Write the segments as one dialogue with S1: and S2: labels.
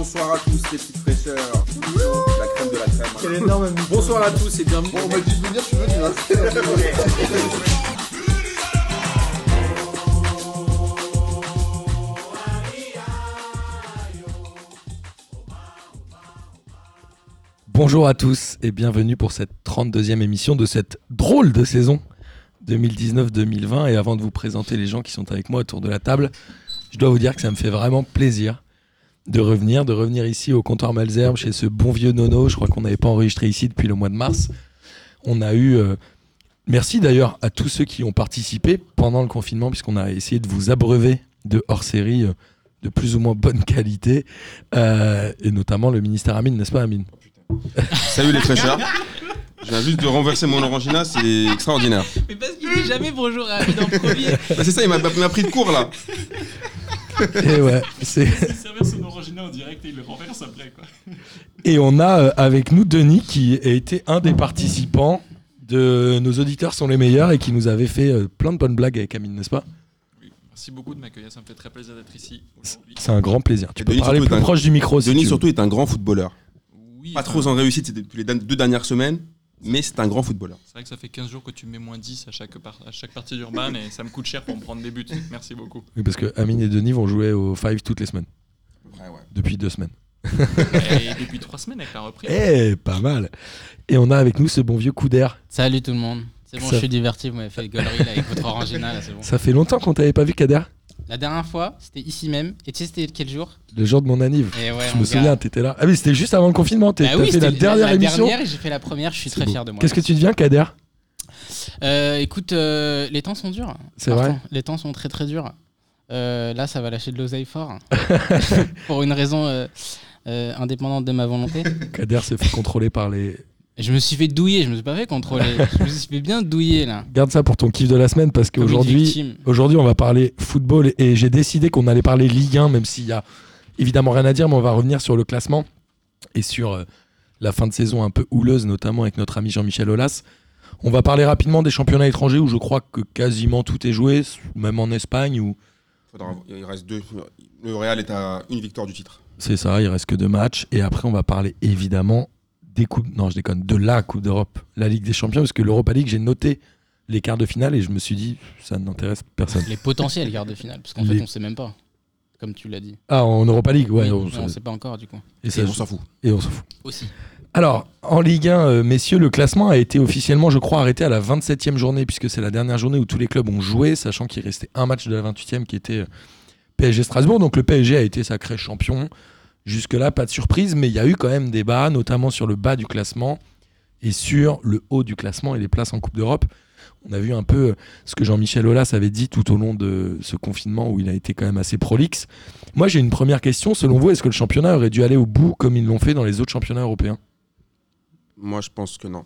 S1: Bonsoir à tous les petites fraîcheurs. La crème de la crème. hein.
S2: énorme
S1: Bonsoir à tous et bienvenue.
S3: On m'a dit de venir, je suis venu. Hein.
S4: Bonjour à tous et bienvenue pour cette 32e émission de cette drôle de saison 2019-2020. Et avant de vous présenter les gens qui sont avec moi autour de la table, je dois vous dire que ça me fait vraiment plaisir de revenir, de revenir ici au comptoir Malzerbe chez ce bon vieux Nono. Je crois qu'on n'avait pas enregistré ici depuis le mois de mars. On a eu. euh, Merci d'ailleurs à tous ceux qui ont participé pendant le confinement, puisqu'on a essayé de vous abreuver de hors-série euh, de plus ou moins bonne qualité, Euh, et notamment le ministère Amine, n'est-ce pas Amine
S5: Salut les fraîcheurs. Je viens juste de renverser mon orangina, c'est extraordinaire.
S6: Mais parce qu'il dit jamais bonjour à Amine en premier.
S5: Bah, c'est ça, il m'a m'a pris de court là.
S4: Et Eh ouais, c'est-
S7: Il servir son orangina en direct et il le renverse après quoi.
S4: Et on a euh, avec nous Denis qui a été un des participants de Nos auditeurs sont les meilleurs et qui nous avait fait euh, plein de bonnes blagues avec Amine, n'est-ce pas
S7: Merci beaucoup de m'accueillir, ça me fait très plaisir d'être ici aujourd'hui.
S4: C'est un grand plaisir. Tu
S5: Et
S4: peux
S5: Denis,
S4: parler
S5: surtout,
S4: plus
S5: est un-
S4: proche du micro. si
S5: Denis
S4: tu veux.
S5: surtout est un grand footballeur.
S7: Oui, euh,
S5: Pas
S7: enfin,
S5: trop en réussite ces deux- les dan- deux dernières semaines, mais c'est un grand footballeur.
S7: C'est vrai que ça fait 15 jours que tu me mets moins 10 à chaque, par- à chaque partie d'Urban et ça me coûte cher pour me prendre des buts. Merci beaucoup.
S4: Oui, parce que Amine et Denis vont jouer au Five toutes les semaines. Depuis deux semaines.
S7: Et depuis 3 semaines avec la reprise.
S4: Eh, pas mal. Et on a avec nous ce bon vieux coup d'air.
S6: Salut tout le monde. C'est bon,
S4: Ça-
S6: je suis diverti, vous m'avez fait gueulerie là, avec votre orangina, là, c'est bon.
S4: Ça fait longtemps qu'on t'avait pas vu, Kader.
S6: La dernière fois, c'était ici même. Et tu sais, c'était quel jour
S4: Le jour de mon anniv.
S6: Et ouais,
S4: Je me
S6: mon
S4: souviens,
S6: gars.
S4: t'étais là. Ah oui, c'était juste avant le confinement. T'es-
S6: Bah
S4: T'as
S6: oui,
S4: fait
S6: c'était
S4: la dernière émission.
S6: dernière et j'ai fait la première, je suis
S4: C'est
S6: très
S4: beau.
S6: fier de moi.
S4: Qu'est-ce que tu deviens, Kader
S6: Euh, Écoute, euh, les temps sont durs.
S4: C'est
S6: Pardon,
S4: vrai
S6: Les temps sont très très durs. Euh, là, ça va lâcher de l'oseille fort. Pour une raison euh, euh, indépendante de ma volonté.
S4: Kader se fait contrôler par les,
S6: Je me suis fait douiller, je me suis pas fait contrôler. je me suis fait bien douiller là.
S4: Garde ça pour ton kiff de la semaine parce
S6: Comme une
S4: qu'aujourd'hui,
S6: victime.
S4: aujourd'hui, on va parler football et j'ai décidé qu'on allait parler Ligue 1, même s'il y a évidemment rien à dire, mais on va revenir sur le classement et sur euh, la fin de saison un peu houleuse, notamment avec notre ami Jean-Michel Aulas. On va parler rapidement des championnats étrangers où je crois que quasiment tout est joué, même en Espagne où
S5: Faudra- Il reste deux. Le Real est à une victoire du titre.
S4: c'est ça, il reste que deux matchs. Et après, on va parler évidemment des coupes, non, je déconne, de la Coupe d'Europe, la Ligue des Champions, parce que l'Europa League, j'ai noté les quarts de finale et je me suis dit, ça n'intéresse personne.
S6: Les potentiels quarts de finale, parce qu'en
S4: Les-
S6: fait, on sait même pas. Comme tu l'as dit.
S4: Ah, en Europa League, ouais.
S6: Oui,
S4: on-
S6: mais on sait pas encore du coup.
S4: et, ça-
S5: Et on s'en fout.
S4: et on s'en fout.
S6: Aussi.
S4: Alors, en Ligue 1, euh, messieurs, le classement a été officiellement, je crois, arrêté à la 27e journée, puisque c'est la dernière journée où tous les clubs ont joué, sachant qu'il restait un match de la 28e qui était euh, PSG Strasbourg. Donc le PSG a été sacré champion. Jusque-là, pas de surprise, mais il y a eu quand même des bas, notamment sur le bas du classement et sur le haut du classement et les places en Coupe d'Europe. On a vu un peu euh, ce que Jean-Michel Aulas avait dit tout au long de ce confinement où il a été quand même assez prolixe. Moi, j'ai une première question. Selon vous, est-ce que le championnat aurait dû aller au bout comme ils l'ont fait dans les autres championnats européens
S5: Moi, je pense que non.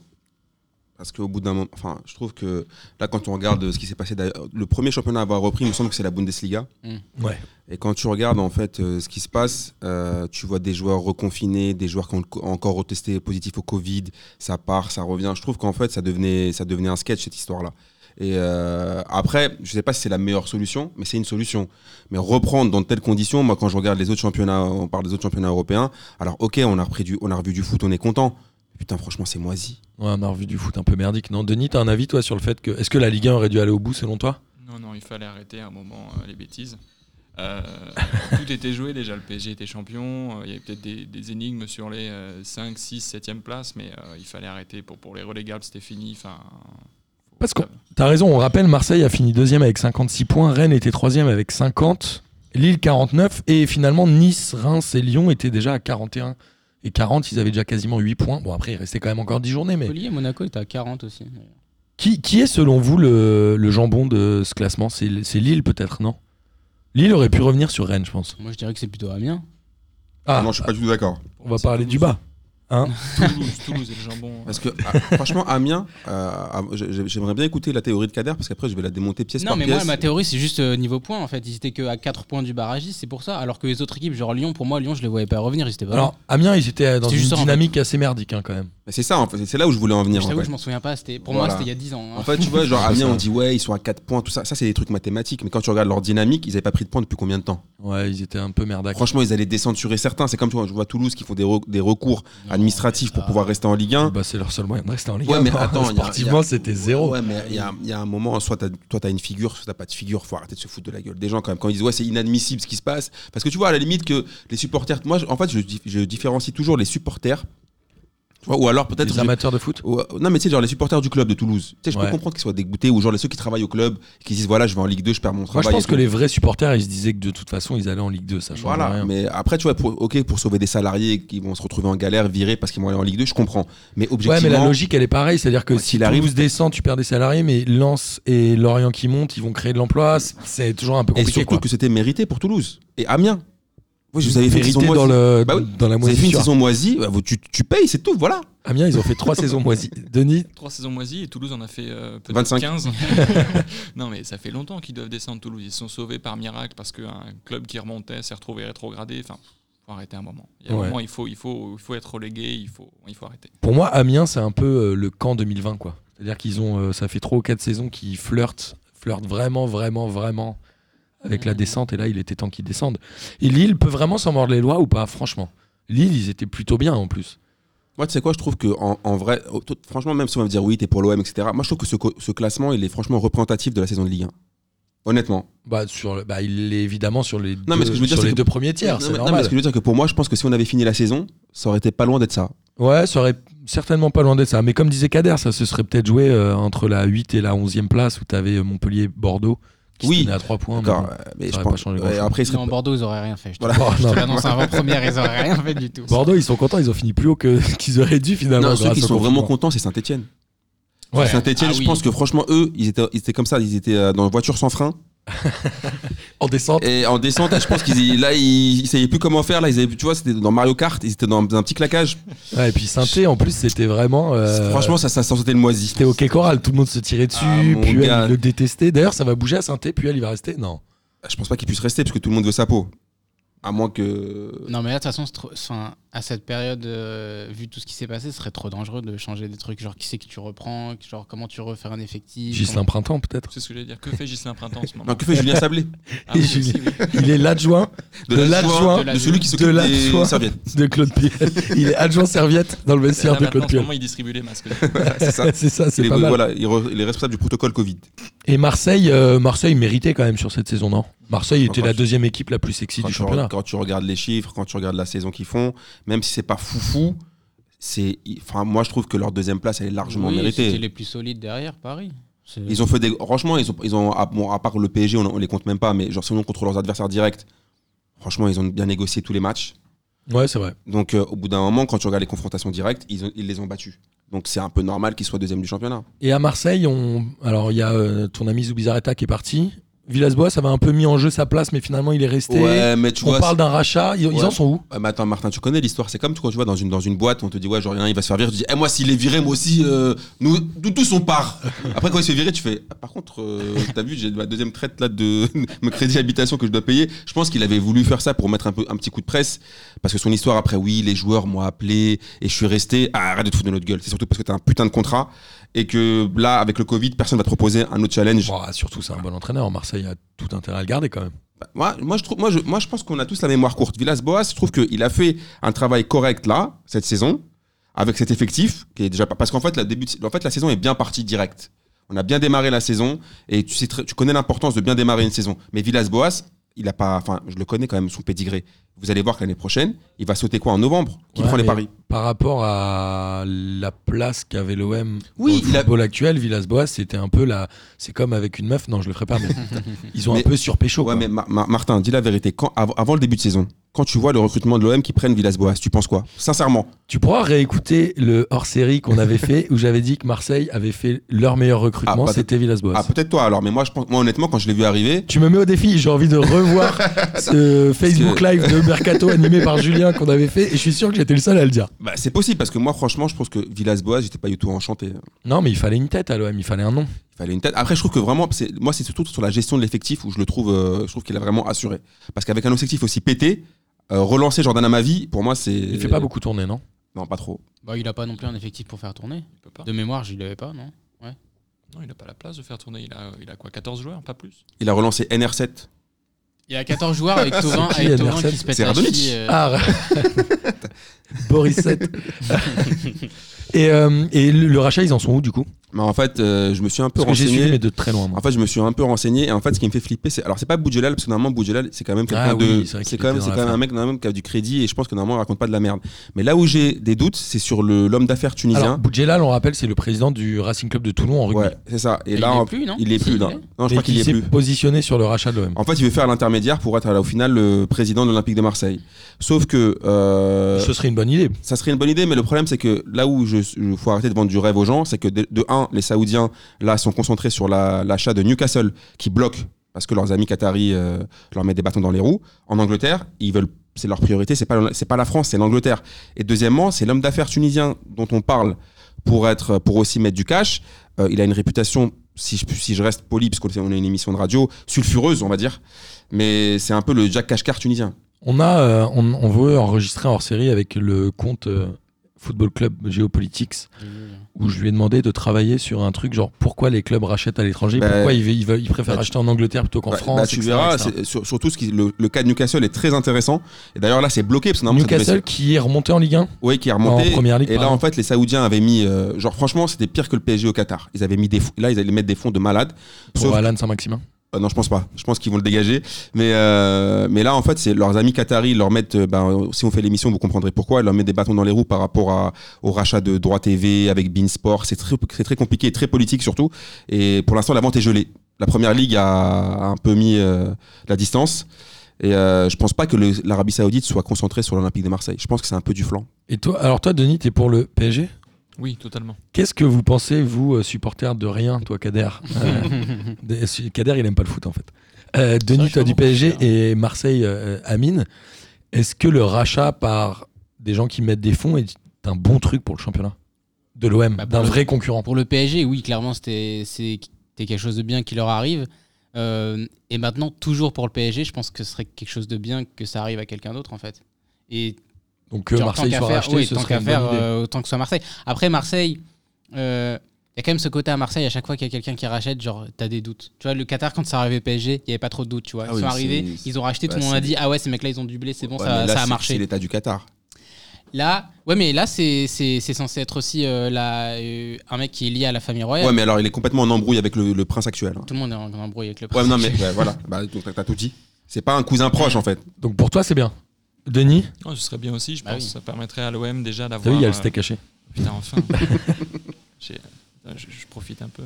S5: Parce qu'au bout d'un moment, enfin, je trouve que là, quand on regarde ce qui s'est passé, d'ailleurs, le premier championnat à avoir repris, il me semble que c'est la Bundesliga.
S6: Mm.
S4: Ouais.
S5: Et quand tu regardes en fait euh, ce qui se passe, euh, tu vois des joueurs reconfinés, des joueurs qui ont co- encore retesté positif au Covid, ça part, ça revient. Je trouve qu'en fait, ça devenait, ça devenait un sketch cette histoire-là. Et euh, après, je sais pas si c'est la meilleure solution, mais c'est une solution. Mais reprendre dans de telles conditions, moi, quand je regarde les autres championnats, on parle des autres championnats européens. Alors, ok, on a repris du, on a revu du foot, on est content. Putain, franchement, c'est moisi.
S4: Ouais, on a revu du foot un peu merdique. Non, Denis, t'as un avis toi sur le fait que est-ce que la Ligue 1 aurait dû aller au bout selon toi
S7: Non, non, il fallait arrêter à un moment euh, les bêtises. Euh, tout était joué déjà, le PSG était champion, euh, il y avait peut-être des, des énigmes sur les euh, 5, 6, 7e places, mais euh, il fallait arrêter pour, pour les relégables, c'était fini. Enfin, faut-
S4: Parce que- T'as raison, on rappelle, Marseille a fini deuxième avec 56 points, Rennes était troisième avec 50, Lille 49, et finalement Nice, Reims et Lyon étaient déjà à 41 et 40, ils avaient déjà quasiment 8 points. Bon, après, il restait quand même encore 10 journées, mais
S6: Montpellier et Monaco est à 40 aussi.
S4: qui, qui est selon vous le, le jambon de ce classement C'est c'est Lille peut-être, non Lille aurait pu revenir sur Rennes, je pense.
S6: Moi, je dirais que c'est plutôt Amiens.
S4: Ah,
S5: non, je suis pas du tout d'accord.
S7: pour
S4: on
S7: moi,
S4: va
S7: c'est
S4: parler du
S7: Toulouse.
S4: bas. Hein
S7: Toulouse, Toulouse et le jambon.
S5: Parce que ah, franchement, Amiens, euh, ah, j'ai- j'aimerais bien écouter la théorie de Kader parce qu'après je vais la démonter pièce
S6: Non,
S5: par
S6: mais
S5: pièce.
S6: moi, ma théorie, c'est juste euh, niveau points en fait. Ils étaient que à 4 points du barragiste, c'est pour ça. Alors que les autres équipes, genre Lyon, pour moi, Lyon, je les voyais pas revenir. Ils étaient pas.
S4: Alors, Amiens, ils étaient dans
S6: C'est
S4: une
S6: juste ça, en
S4: dynamique assez merdique hein, quand même.
S5: Mais c'est ça, en fait, c'est là où je voulais en venir.
S6: Je
S5: en
S6: t'avoue,
S5: fait.
S6: je m'en souviens pas. C'était, pour
S5: Voilà.
S6: moi, c'était il y a 10 ans. hein.
S5: En fait, tu vois, genre
S4: C'est
S5: Amiens,
S4: ça.
S5: on dit ouais, ils sont à 4 points, tout ça. Ça, c'est des trucs mathématiques. Mais quand tu regardes leur dynamique, ils n'avaient pas pris de points depuis combien de temps
S4: Ouais, ils étaient un peu merdac.
S5: Franchement, ils allaient descenturer certains. C'est comme tu vois, je vois Toulouse qui font des, re- des recours administratifs pour pouvoir rester en Ligue 1.
S4: Bah, c'est leur seul moyen de rester en Ligue.
S5: Hein Ouais,
S4: un.
S5: mais attends, il y a- il y
S4: sportivement,
S5: a-
S4: c'était zéro.
S5: Ouais, mais il y a, il y a un moment, soit t'as- toi t'as une figure, soit t'as pas de figure. Faut arrêter de se foutre de la gueule des gens quand même. Quand ils disent ouais, c'est inadmissible ce qui se passe, parce que tu vois à la limite que les supporters, moi je- en fait je, dif- je différencie toujours les supporters, tu vois, ou alors peut-être
S4: Les amateurs de foot.
S5: ou- non mais tu sais genre les supporters du club de Toulouse. Tu sais, je
S4: Ouais.
S5: peux comprendre qu'ils soient dégoûtés ou genre les ceux qui travaillent au club qui disent voilà je vais en Ligue 2, je perds mon
S4: Moi,
S5: travail.
S4: je pense
S5: et
S4: que
S5: tout.
S4: les vrais supporters, ils se disaient que de toute façon, ils allaient en Ligue 2. Ça change
S5: Voilà,
S4: rien.
S5: mais après, tu vois, pour, ok, pour sauver des salariés qui vont se retrouver en galère, virés parce qu'ils vont aller en Ligue 2, je comprends. Mais
S4: Ouais,
S5: objectivement,
S4: mais la logique, elle est pareille. C'est-à-dire que
S5: Ouais,
S4: si
S5: s'il arrive-
S4: Toulouse descend, tu perds des salariés, mais Lens et Lorient qui montent, ils vont créer de l'emploi. C'est- C'est toujours un peu
S5: et
S4: compliqué.
S5: surtout
S4: quoi.
S5: que c'était mérité pour Toulouse et Amiens. Oui, je vous avais fait une
S4: Mérité
S5: saison moisie.
S4: dans, le,
S5: Bah oui,
S4: dans la
S5: Vous avez fait une
S4: moisissure.
S5: saison moisie, bah, vous- tu, tu payes, c'est tout, voilà.
S4: Amiens, ils ont fait trois saisons moisies. Denis,
S7: Trois saisons moisies et Toulouse en a fait euh, peut-être
S5: 25.
S7: 15. non, mais ça fait longtemps qu'ils doivent descendre Toulouse. Ils se sont sauvés par miracle parce qu'un club qui remontait s'est retrouvé rétrogradé. Enfin, faut arrêter un moment. Il y a un
S4: Ouais.
S7: moment, il faut, il faut, il faut être relégué, il faut, il faut arrêter.
S4: pour moi, Amiens, c'est un peu euh, le camp 2020. quoi. C'est-à-dire qu'ils ont, euh, ça fait trois ou quatre saisons qu'ils flirtent, flirtent vraiment, vraiment, vraiment avec
S5: Mmh.
S4: la
S7: Mhm.
S4: descente. Et là, il était temps qu'ils descendent. Et Lille peut vraiment s'en mordre les lois ou pas, franchement. Lille, ils étaient plutôt bien en plus.
S5: Moi, tu sais quoi, je trouve que en, en vrai, oh, tout- franchement, même si on va me dire oui, t'es pour l'OM, etc., moi, je trouve que ce, co- ce classement, il est franchement représentatif de la saison de Ligue 1. Honnêtement.
S4: Bah, sur le- bah, il est évidemment sur les,
S5: mais
S4: deux,
S5: ce que je veux dire,
S4: sur
S5: c'est
S4: les
S5: que-
S4: deux premiers tiers.
S5: Non,
S4: c'est
S5: mais- non,
S4: normal.
S5: mais ce que je veux dire, que pour moi, je pense que si on avait fini la saison, ça aurait été pas loin d'être ça.
S4: Ouais, ça aurait certainement pas loin d'être ça. Mais comme disait Kader, ça se serait peut-être joué euh, entre la 8 et la 11e place où t'avais euh, Montpellier-Bordeaux qui
S5: Oui.
S4: se tenait à 3 points. mais
S5: D'accord,
S4: bon.
S5: euh, mais
S4: ça
S5: je
S4: aurait pas
S5: pense.
S4: changé
S5: ouais,
S4: grand-chose.
S5: après, il serait
S6: Non,
S5: pas-
S6: Bordeaux, ils auraient rien fait. Je te
S5: Voilà.
S4: Oh, non.
S6: l'annonce avant-première, ils auraient rien fait du tout.
S4: Bordeaux, ils sont contents, ils ont fini plus haut que qu'ils auraient dû finalement.
S5: Non, ceux
S4: grâce
S5: qui
S4: au
S5: sont vraiment
S4: confinement.
S5: contents, c'est Saint-Etienne.
S4: Ouais.
S5: Saint-Etienne,
S6: Ah
S5: je
S6: oui.
S5: pense que franchement, eux, ils étaient, ils étaient comme ça, ils étaient euh, dans voiture sans frein.
S4: En descente,
S5: Et en descente, je pense qu'ils y- là, ils, ils savaient plus comment faire. Là, ils avaient, tu vois, c'était dans Mario Kart, ils étaient dans, un petit claquage.
S4: Ouais, et puis Saint-Étienne en plus, c'était vraiment. euh,
S5: Franchement, ça, ça sentait le moisi.
S4: c'était OK Coral, tout le monde se tirait dessus,
S5: Ah, mon
S4: puis
S5: gars.
S4: elle le détestait. D'ailleurs, ça va bouger à Saint-Étienne, puis elle, il va rester. Non.
S5: Je pense pas qu'il puisse rester parce que tout le monde veut sa peau. À moins que.
S6: Non, mais là, de toute façon, c'est trop- enfin, à cette période, euh, vu tout ce qui s'est passé, ce serait trop dangereux de changer des trucs. Genre, qui c'est que tu reprends Genre, comment tu refais un effectif
S4: Gislain Printemps, peut-être.
S7: C'est ce que j'allais dire. Que fait Gislain Printemps en ce moment
S5: Non, que fait Julien Sablé
S7: Ah oui,
S4: Julien.
S7: aussi, oui.
S4: Il est l'adjoint De l'adjoint.
S5: de celui qui
S4: De
S5: s'occupe
S4: l'adjoint.
S5: des serviettes.
S4: de Claude Pierre. Il est adjoint serviette dans le
S7: Là,
S4: vestiaire de
S7: maintenant,
S4: Claude
S7: en ce
S4: Pierre.
S7: moment, il distribue les masques.
S5: C'est ça.
S4: C'est ça,
S5: Il
S4: c'est
S5: est,
S4: pas mal.
S5: voilà, il, re- il est responsable du protocole Covid.
S4: Et Marseille, euh, Marseille méritait quand même sur cette saison, non Marseille était
S5: Quand
S4: la
S5: tu-
S4: deuxième équipe la plus sexy
S5: Quand
S4: du
S5: tu,
S4: championnat.
S5: re- quand tu regardes les chiffres, quand tu regardes la saison qu'ils font, même si c'est pas foufou, c'est. il- Enfin, moi, je trouve que leur deuxième place, elle est largement
S6: Oui, C'était
S5: méritée.
S6: les plus solides derrière Paris. C'est-
S5: Ils ont fait des. Franchement, ils ont. Ils ont à, bon, à part le PSG, on, on les compte même pas, mais genre, sinon, contre leurs adversaires directs, franchement, ils ont bien négocié tous les matchs.
S4: Ouais, c'est vrai.
S5: Donc, euh, au bout d'un moment, quand tu regardes les confrontations directes, ils, ont- ils les ont battus. Donc, c'est un peu normal qu'ils soient deuxième du championnat.
S4: Et à Marseille, on... alors il y a euh, ton ami Zubizarreta qui est parti. Villas-Boas avait un peu mis en jeu sa place, mais finalement il est resté.
S5: Ouais, mais tu
S4: on
S5: vois.
S4: parle d'un rachat. Ils, ils
S5: Ouais.
S4: en sont où
S5: Ouais, Euh, mais attends, Martin, tu connais l'histoire. C'est comme tu- quand tu vas dans une, dans une boîte, on te dit, ouais, genre, il y en a un, il va se faire virer. Tu dis, eh, moi, s'il est viré, moi aussi, euh, nous, nous tous, on part. Après, quand il se fait virer, tu fais, ah, par contre, euh, t'as vu, j'ai ma deuxième traite là de mon crédit habitation que je dois payer. Je pense qu'il avait voulu faire ça pour mettre un, peu, un petit coup de presse. Parce que son histoire, après, oui, les joueurs m'ont appelé et je suis resté. Ah, arrête de te foutre de notre gueule. C'est surtout parce que t'as un putain de contrat et que là, avec le Covid, personne va te proposer un autre challenge.
S4: Bon, ah, Surtout, c'est un bon entraîneur. Marseille a tout intérêt à le garder quand même.
S5: Bah, Moi, moi, je trouve, moi, je, moi, je pense qu'on a tous la mémoire courte. Villas-Boas, je trouve qu'il a fait un travail correct là, cette saison, avec cet effectif, qui est déjà pas- parce qu'en fait, la début, de- en fait, la saison est bien partie directe. On a bien démarré la saison et tu sais, très- tu connais l'importance de bien démarrer une saison. Mais Villas-Boas, il a pas, enfin, je le connais quand même son pédigré. Vous allez voir que l'année prochaine, il va sauter quoi en novembre Qui
S4: Ouais,
S5: prend les
S4: mais
S5: paris
S4: Par rapport à la place qu'avait l'OM
S5: Oui,
S4: au
S5: il a-
S4: football actuel, Villas-Boas, c'était un peu la. C'est comme avec une meuf. Non, je le ferai pas. Mais ils ont un
S5: Mais-
S4: peu surpécho.
S5: Ouais,
S4: quoi.
S5: mais Ma- Ma- Martin, dis la vérité. Quand, av- avant le début de saison, quand tu vois le recrutement de l'OM qui prennent Villas-Boas, tu penses quoi Sincèrement,
S4: Tu pourras réécouter le hors-série qu'on avait fait où j'avais dit que Marseille avait fait leur meilleur recrutement,
S5: Ah, pas de-
S4: c'était Villas-Boas.
S5: ah, peut-être toi alors, mais moi, je pense, moi, honnêtement, quand je l'ai vu arriver,
S4: tu me mets au défi, j'ai envie de revoir ce Facebook
S5: que-
S4: Live de Mercato animé par Julien qu'on avait fait et je suis sûr que j'étais le seul à le dire.
S5: Bah, c'est possible parce que moi, franchement, je pense que Villas-Boas, j'étais pas du tout enchanté. Il
S4: Non, mais il fallait une tête à l'OM, il fallait un nom.
S5: fallait une tête. Après, je trouve que vraiment, c'est- moi, c'est surtout sur la gestion de l'effectif où je le trouve, euh, je trouve qu'il a vraiment assuré. Parce qu'avec un effectif aussi pété, euh, relancer Jordan Amavi, pour moi, c'est.
S4: Il fait pas beaucoup tourner, non
S5: Non, pas trop.
S6: Bah, il a pas non plus un effectif pour faire tourner.
S7: Il peut pas.
S6: De mémoire, je l'avais pas, non
S7: Non, il n'a pas la place de faire tourner. Il a, il a quoi 14 joueurs, pas plus
S5: Il a relancé NR7.
S6: Il y a 14 joueurs avec Tovin
S4: qui,
S6: avec Thauvin
S4: Anderson
S6: qui se pète
S5: C'est
S6: la
S5: Radonjic.
S6: cheville, euh,
S4: Ah, Boris 7. et euh, et le, le rachat, ils en sont où du coup
S5: Mais en fait, euh, je me suis un peu
S4: Parce que j'ai suivi,
S5: renseigné.
S4: mais de très loin. moi.
S5: En fait, je me suis un peu renseigné. Et en fait, ce qui me fait flipper, c'est. Alors, c'est pas Boudjelal, parce que normalement, Boudjelal, c'est quand même quelqu'un
S4: Ah oui,
S5: de.
S4: c'est vrai qu'il
S5: C'est quand même,
S4: était dans
S5: c'est
S4: la
S5: quand même un
S4: fin.
S5: mec normalement, qui a du crédit. Et je pense que normalement, il raconte pas de la merde. Mais là où j'ai des doutes, c'est sur le- l'homme d'affaires
S4: Alors,
S5: tunisien.
S4: Boudjelal, on rappelle, c'est le président du Racing Club de Toulon en rugby.
S5: ouais, c'est ça. Et,
S6: il
S5: là,
S6: est
S5: en-
S6: plus, non
S5: il est
S6: Si,
S5: plus.
S6: il
S5: Non,
S6: est.
S5: Non, je
S4: Mais
S5: crois
S4: qui
S5: qu'il est
S4: s'est
S5: plus.
S4: positionné sur le rachat de l'OM.
S5: En fait, il veut faire l'intermédiaire pour être, à la- au final, le président de l'Olympique de Marseille. Sauf que. euh,
S4: Ce serait une bonne idée.
S5: Ça serait une bonne idée, mais le problème, c'est que là où je, je- faut arrêter de vendre du rêve aux gens, c'est que de, de un, les Saoudiens là sont concentrés sur la- l'achat de Newcastle qui bloque parce que leurs amis qataris euh, leur mettent des bâtons dans les roues. En Angleterre, ils veulent, c'est leur priorité, c'est pas c'est pas la France, c'est l'Angleterre. Et deuxièmement, c'est l'homme d'affaires tunisien dont on parle pour être pour aussi mettre du cash. Euh, il a une réputation, si je, si je reste poli, parce qu'on est on est une émission de radio sulfureuse, on va dire, mais c'est un peu le Jack Kashkar tunisien.
S4: On, a, euh, on, on veut enregistrer hors série avec le compte euh, Football Club Geopolitics où je lui ai demandé de travailler sur un truc genre pourquoi les clubs rachètent à l'étranger,
S5: Bah,
S4: pourquoi ils, ve- ils, veulent- ils préfèrent
S5: bah,
S4: acheter en Angleterre plutôt qu'en
S5: Bah,
S4: France.
S5: bah, tu
S4: etc.,
S5: verras,
S4: etc.
S5: c'est- sur- surtout ce qui, le, le cas de Newcastle est très intéressant. Et d'ailleurs, là, c'est bloqué parce que normalement, ça devait
S4: Newcastle qui est remonté en Ligue 1
S5: se- ouais, qui est
S4: en
S5: remonté.
S4: première ligue.
S5: et là,
S4: pardon.
S5: en fait, les Saoudiens avaient mis. euh, genre, franchement, c'était pire que le PSG au Qatar. Ils avaient mis des. fo- Là, ils allaient mettre des fonds de malades.
S4: pour
S5: sauf-
S4: Alan Saint-Maximin.
S5: Euh, non, je pense pas. Je pense qu'ils vont le dégager. Mais, euh, mais là, en fait, c'est leurs amis qataris leur mettent. euh, ben, euh, si on fait l'émission, vous comprendrez pourquoi. Ils leur mettent des bâtons dans les roues par rapport à, au rachat de Droit TV avec Beansport. C'est très, c'est très compliqué et très politique surtout. Et pour l'instant, la vente est gelée. La première ligue a un peu mis euh, la distance. Et euh, je pense pas que le- l'Arabie Saoudite soit concentrée sur l'Olympique de Marseille. Je pense que c'est un peu du flanc.
S4: Et toi, alors toi, Denis, t'es pour le PSG
S7: Oui, totalement.
S4: Qu'est-ce que vous pensez, vous, euh, supporters de rien, toi, Kader Euh, de- su- Kader, il aime pas le foot, en fait. Euh,
S6: vrai
S4: Denis,
S6: que
S4: toi,
S6: je
S4: du
S6: comprends
S4: PSG
S6: pas.
S4: et Marseille, euh, Amine, est-ce que le rachat par des gens qui mettent des fonds est un bon truc pour le championnat De l'OM,
S6: Bah, pour
S4: d'un
S6: le-
S4: vrai concurrent
S6: Pour le PSG, oui, clairement, c'était c'est- c'était quelque chose de bien qui leur arrive. Euh, et maintenant, toujours pour le PSG, je pense que ce serait quelque chose de bien que ça arrive à quelqu'un d'autre, en fait. Et
S4: Donc que
S6: Genre,
S4: Marseille
S6: tant
S4: soit
S6: qu'à faire,
S4: racheté,
S6: oui,
S4: ce
S6: tant
S4: serait
S6: qu'à
S4: une
S6: faire,
S4: bonne idée.
S6: euh, autant que ce soit Marseille. Après, Marseille, euh, il y a quand même ce côté à Marseille, à chaque fois qu'il y a quelqu'un qui rachète, genre, t'as des doutes. Tu vois, le Qatar, quand ça arrivait PSG, il n'y avait pas trop de doutes, tu vois.
S5: Ah
S6: ils
S5: oui,
S6: sont
S5: c'est-
S6: arrivés, ils ont racheté,
S5: bah,
S6: tout le monde a
S5: c'est-
S6: dit, ah ouais, ces mecs-là, ils ont du blé, c'est bon,
S5: Ouais,
S6: ça,
S5: mais là,
S6: ça a
S5: c'est-
S6: marché.
S5: C'est l'état du Qatar.
S6: Là, ouais, mais là, c'est c'est- c'est censé être aussi euh, la, euh, un mec qui est lié à la famille
S5: Ouais,
S6: royale.
S5: mais alors il est complètement en embrouille avec le, le prince actuel. hein.
S6: Tout le monde est en en embrouille avec le
S5: Ouais,
S6: prince.
S5: non, mais ouais, voilà. Bah, donc, t'as- t'as tout dit. C'est pas un cousin proche en fait.
S4: Donc pour toi, c'est bien. Denis,
S7: Non, Oh, ce serait bien aussi, je
S6: Bah
S7: pense.
S6: oui.
S7: Ça permettrait à l'OM déjà
S4: t'as
S7: d'avoir.
S4: vu, Ah il y a le
S7: euh,
S4: steak haché.
S7: Putain, enfin. J'ai- putain, Je, je profite un peu.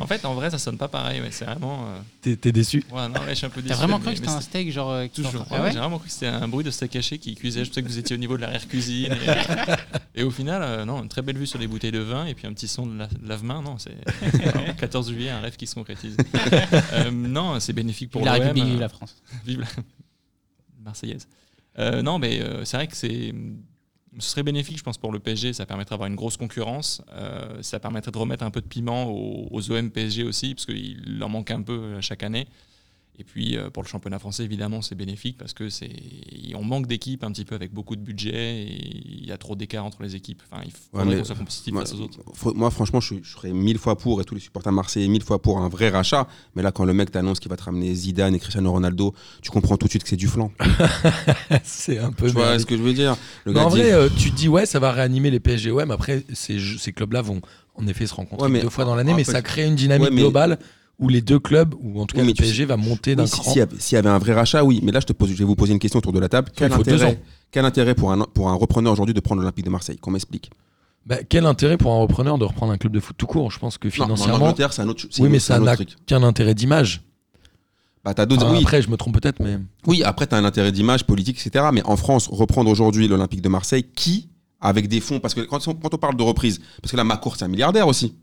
S7: en fait, en vrai, ça sonne pas pareil. Ouais. C'est vraiment. euh,
S4: T'es t'es déçu
S7: Ouais, non, ouais, je suis un peu
S6: T'as
S7: déçu,
S6: vraiment
S7: mais-
S6: cru que
S7: mais
S6: c'était un
S7: c'est-
S6: steak, genre. euh, que tu
S7: Toujours.
S6: t'en-
S7: Ouais,
S6: Ah ouais
S7: J'ai vraiment cru que c'était un bruit de steak haché qui cuisait. Je pensais que vous étiez au niveau de l'arrière-cuisine. Et, euh, et au final, euh, non, une très belle vue sur les bouteilles de vin et puis un petit son de la- de lave-main. Non, c'est 14 juillet, un rêve qui se concrétise. Euh, non, c'est bénéfique pour
S6: Vive la
S7: l'OM,
S6: République,
S7: euh,
S6: vive la France.
S7: Vive la Marseillaise. Euh, non, mais euh, c'est vrai que c'est. Ce serait bénéfique, je pense, pour le PSG. Ça permettrait d'avoir une grosse concurrence. Euh, ça permettrait de remettre un peu de piment aux, aux OM PSG aussi, parce qu'il en manque un peu euh, chaque année. Et puis, euh, pour le championnat français, évidemment, c'est bénéfique parce que c'est on manque d'équipes un petit peu avec beaucoup de budget et il y a trop d'écart entre les équipes. Enfin, il faudrait
S5: mais-
S7: qu'on soit compétitif
S5: Moi,
S7: face aux autres.
S5: faut- moi, franchement, je, je serais mille fois pour, et tous les supporters marseillais mille fois pour un vrai rachat. Mais là, quand le mec t'annonce qu'il va te ramener Zidane et Cristiano Ronaldo, tu comprends tout de suite que c'est du flanc.
S4: c'est un peu
S5: Ah, tu vois
S4: merdique.
S5: ce que je veux dire Le
S4: Mais
S5: gars
S4: en
S5: dit-
S4: vrai, euh, tu te dis ouais, ça va réanimer les PSG OM. Après, ces, jeux- ces clubs-là vont en effet se rencontrer
S5: Ouais, mais-
S4: deux fois dans l'année,
S5: en
S4: mais
S5: fait-
S4: ça crée une dynamique
S5: Ouais, mais-
S4: globale où les deux clubs, ou en tout cas
S5: Oui, mais
S4: le
S5: tu
S4: PSG, va monter d'un
S5: Oui, si-
S4: cran.
S5: S'il y, avait- s'il y avait un vrai rachat, oui. Mais là, je, te pose, je vais vous poser une question autour de la table. Quel
S4: il faut deux ans.
S5: intérêt, quel intérêt pour, un, pour un repreneur aujourd'hui de prendre l'Olympique de Marseille Qu'on m'explique.
S4: Bah, quel intérêt pour un repreneur de reprendre un club de foot tout court Je pense que
S5: Non, mais en
S4: financièrement,
S5: Angleterre, c'est un autre, c'est
S4: oui,
S5: un
S4: mais
S5: autre- c'est
S4: ça
S5: un autre
S4: n'a
S5: truc.
S4: qu'un intérêt d'image.
S5: Bah, t'as d'autres-
S4: Enfin,
S5: oui,
S4: Après, je me trompe peut-être, mais
S5: Oui, après, tu as un intérêt d'image politique, etc. Mais en France, reprendre aujourd'hui l'Olympique de Marseille, qui, avec des fonds, parce que quand on, quand on parle de reprise, parce que là, Macourt, c'est un milliardaire aussi,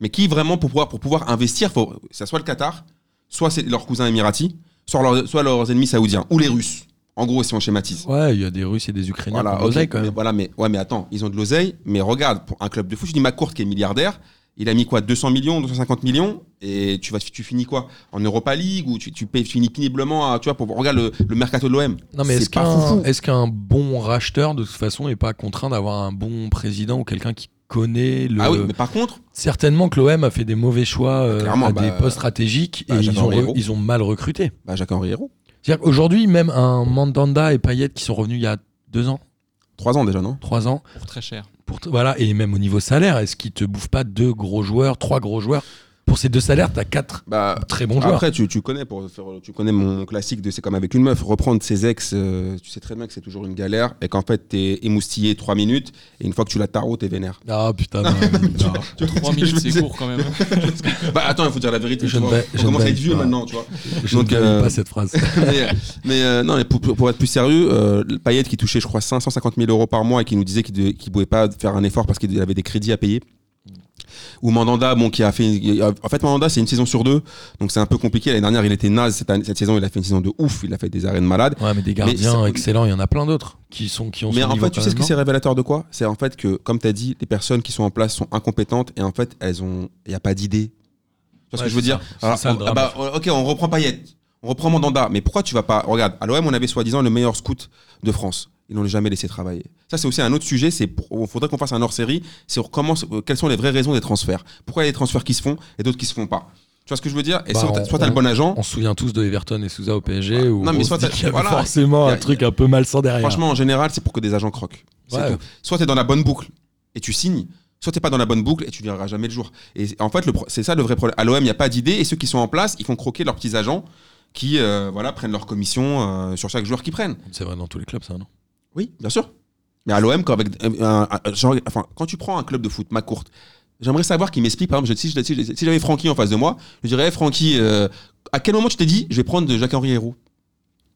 S5: mais qui vraiment, pour pouvoir, pour pouvoir investir, faut, que ça soit le Qatar, soit c'est leurs cousins émiratis, soit, leurs- soit leurs ennemis saoudiens, ou les Russes. En gros, si on schématise.
S4: ouais, il y a des Russes et des Ukrainiens
S5: Voilà,
S4: qui ont
S5: ok,
S4: l'oseille, quand
S5: mais,
S4: même.
S5: voilà mais, ouais, mais attends, ils ont de l'oseille, mais regarde, pour un club de foot, je dis Macourt qui est milliardaire, Il a mis quoi 200 millions, 250 millions Et tu, vas, tu finis quoi En Europa League Ou tu, tu, payes- tu finis péniblement à, tu vois, pour, Regarde le, le mercato de l'OM.
S4: Non, mais
S5: C'est
S4: est-ce
S5: pas
S4: qu'un
S5: foufou.
S4: est-ce qu'un bon racheteur, de toute façon, n'est pas contraint d'avoir un bon président ou quelqu'un qui connaît le.
S5: Ah oui, mais par contre,
S4: Certainement que l'OM a fait des mauvais choix euh,
S5: Clairement,
S4: à
S5: bah,
S4: des postes stratégiques
S5: bah,
S4: et ils
S5: j'adore
S4: ont,
S5: les
S4: re-
S5: héros.
S4: ils ont mal recruté.
S5: bah, Jacques-Henri Hérault.
S4: C'est-à-dire qu'aujourd'hui, même un Mandanda et Payet qui sont revenus il y a deux ans,
S5: Trois ans déjà, non
S4: trois ans,
S7: pour très cher.
S4: pour t- voilà, et même au niveau salaire, est-ce qu'ils te bouffent pas deux gros joueurs, trois gros joueurs Pour ces deux salaires, t'as quatre
S5: bah,
S4: très bons joueurs.
S5: Après, tu, tu connais pour faire, tu connais mon classique de c'est comme avec une meuf, reprendre ses ex, euh, tu sais très bien que c'est toujours une galère et qu'en fait t'es émoustillé trois minutes et une fois que tu la tarot t'es vénère.
S4: Ah putain, non, non.
S7: 3
S5: Je
S7: minutes,
S5: me
S7: c'est
S5: disais-
S7: court quand même.
S5: bah attends, il faut dire la vérité.
S4: Je
S5: tu
S4: ne
S5: vois.
S4: vais- je
S5: On
S4: ne
S5: commence à
S4: vais
S5: être vieux
S4: pas.
S5: maintenant, tu vois.
S4: je
S5: Donc,
S4: ne valide
S5: euh,
S4: pas cette phrase.
S5: mais mais, euh, non, mais pour, pour- pour être plus sérieux, euh, Payet qui touchait, je crois, 550 000 euros par mois et qui nous disait qu'il ne pouvait pas faire un effort parce qu'il avait des crédits à payer. Ou Mandanda, bon, qui a fait. une- En fait, Mandanda, c'est une saison sur deux, donc c'est un peu compliqué. L'année dernière, il était naze. Cette, année- cette saison, il a fait une saison de ouf. Il a fait des arènes malades.
S4: Ouais, mais des gardiens
S5: ça-
S4: excellents, il y en a plein d'autres qui, sont, qui ont
S5: Mais
S4: son
S5: en
S4: niveau
S5: fait, tu sais ce que
S4: quand
S5: c'est
S4: même,
S5: révélateur de quoi C'est en fait que, comme tu as dit, les personnes qui sont en place sont incompétentes et en fait, elles ont, il n'y a pas d'idée. Tu vois ce
S4: Ouais,
S5: que je veux
S4: c'est
S5: dire
S4: ça. C'est
S5: Alors,
S4: ça, le
S5: on-
S4: drame.
S5: bah, on- Ok, on reprend Payet, on reprend Mandanda, mais pourquoi tu vas pas Regarde, à l'OM, on avait soi-disant le meilleur scout de France. Ils n'ont jamais laissé travailler. Ça, c'est aussi un autre sujet. C'est pour- il faudrait qu'on fasse un hors-série sur comment, euh, quelles sont les vraies raisons des transferts. Pourquoi il y a des transferts qui se font et d'autres qui se font pas. Tu vois ce que je veux dire Et
S4: Bah,
S5: soit t'as-
S4: on-
S5: soit t'as le
S4: on-
S5: bon agent.
S4: On se souvient tous de Everton et Souza au PSG où
S5: Non,
S4: on
S5: mais
S4: se
S5: soit
S4: dit
S5: t'as-
S4: qu'il y avait
S5: voilà.
S4: forcément
S5: Y a-
S4: un truc un peu malsain derrière.
S5: Franchement, en général, c'est pour que des agents croquent. C'est
S4: Ouais.
S5: tout. Soit tu es dans la bonne boucle et tu signes, soit tu pas dans la bonne boucle et tu ne verras jamais le jour. Et en fait, le pro- c'est ça le vrai problème. À l'OM, il n'y a pas d'idée et ceux qui sont en place, ils font croquer leurs petits agents qui euh, voilà, prennent leur commission euh, sur chaque joueur qu'ils prennent.
S4: c'est vrai dans tous les clubs, ça, non
S5: Oui, bien sûr. Mais à l'OM, quand, avec, euh, un- un- genre, enfin, quand tu prends un club de foot, ma courte, j'aimerais savoir qu'il m'explique, par exemple, je- si, je- si je- si j'avais Francky en face de moi, je dirais, hey, Francky, euh, à quel moment tu t'es dit, je vais prendre de Jacques-Henri Hérault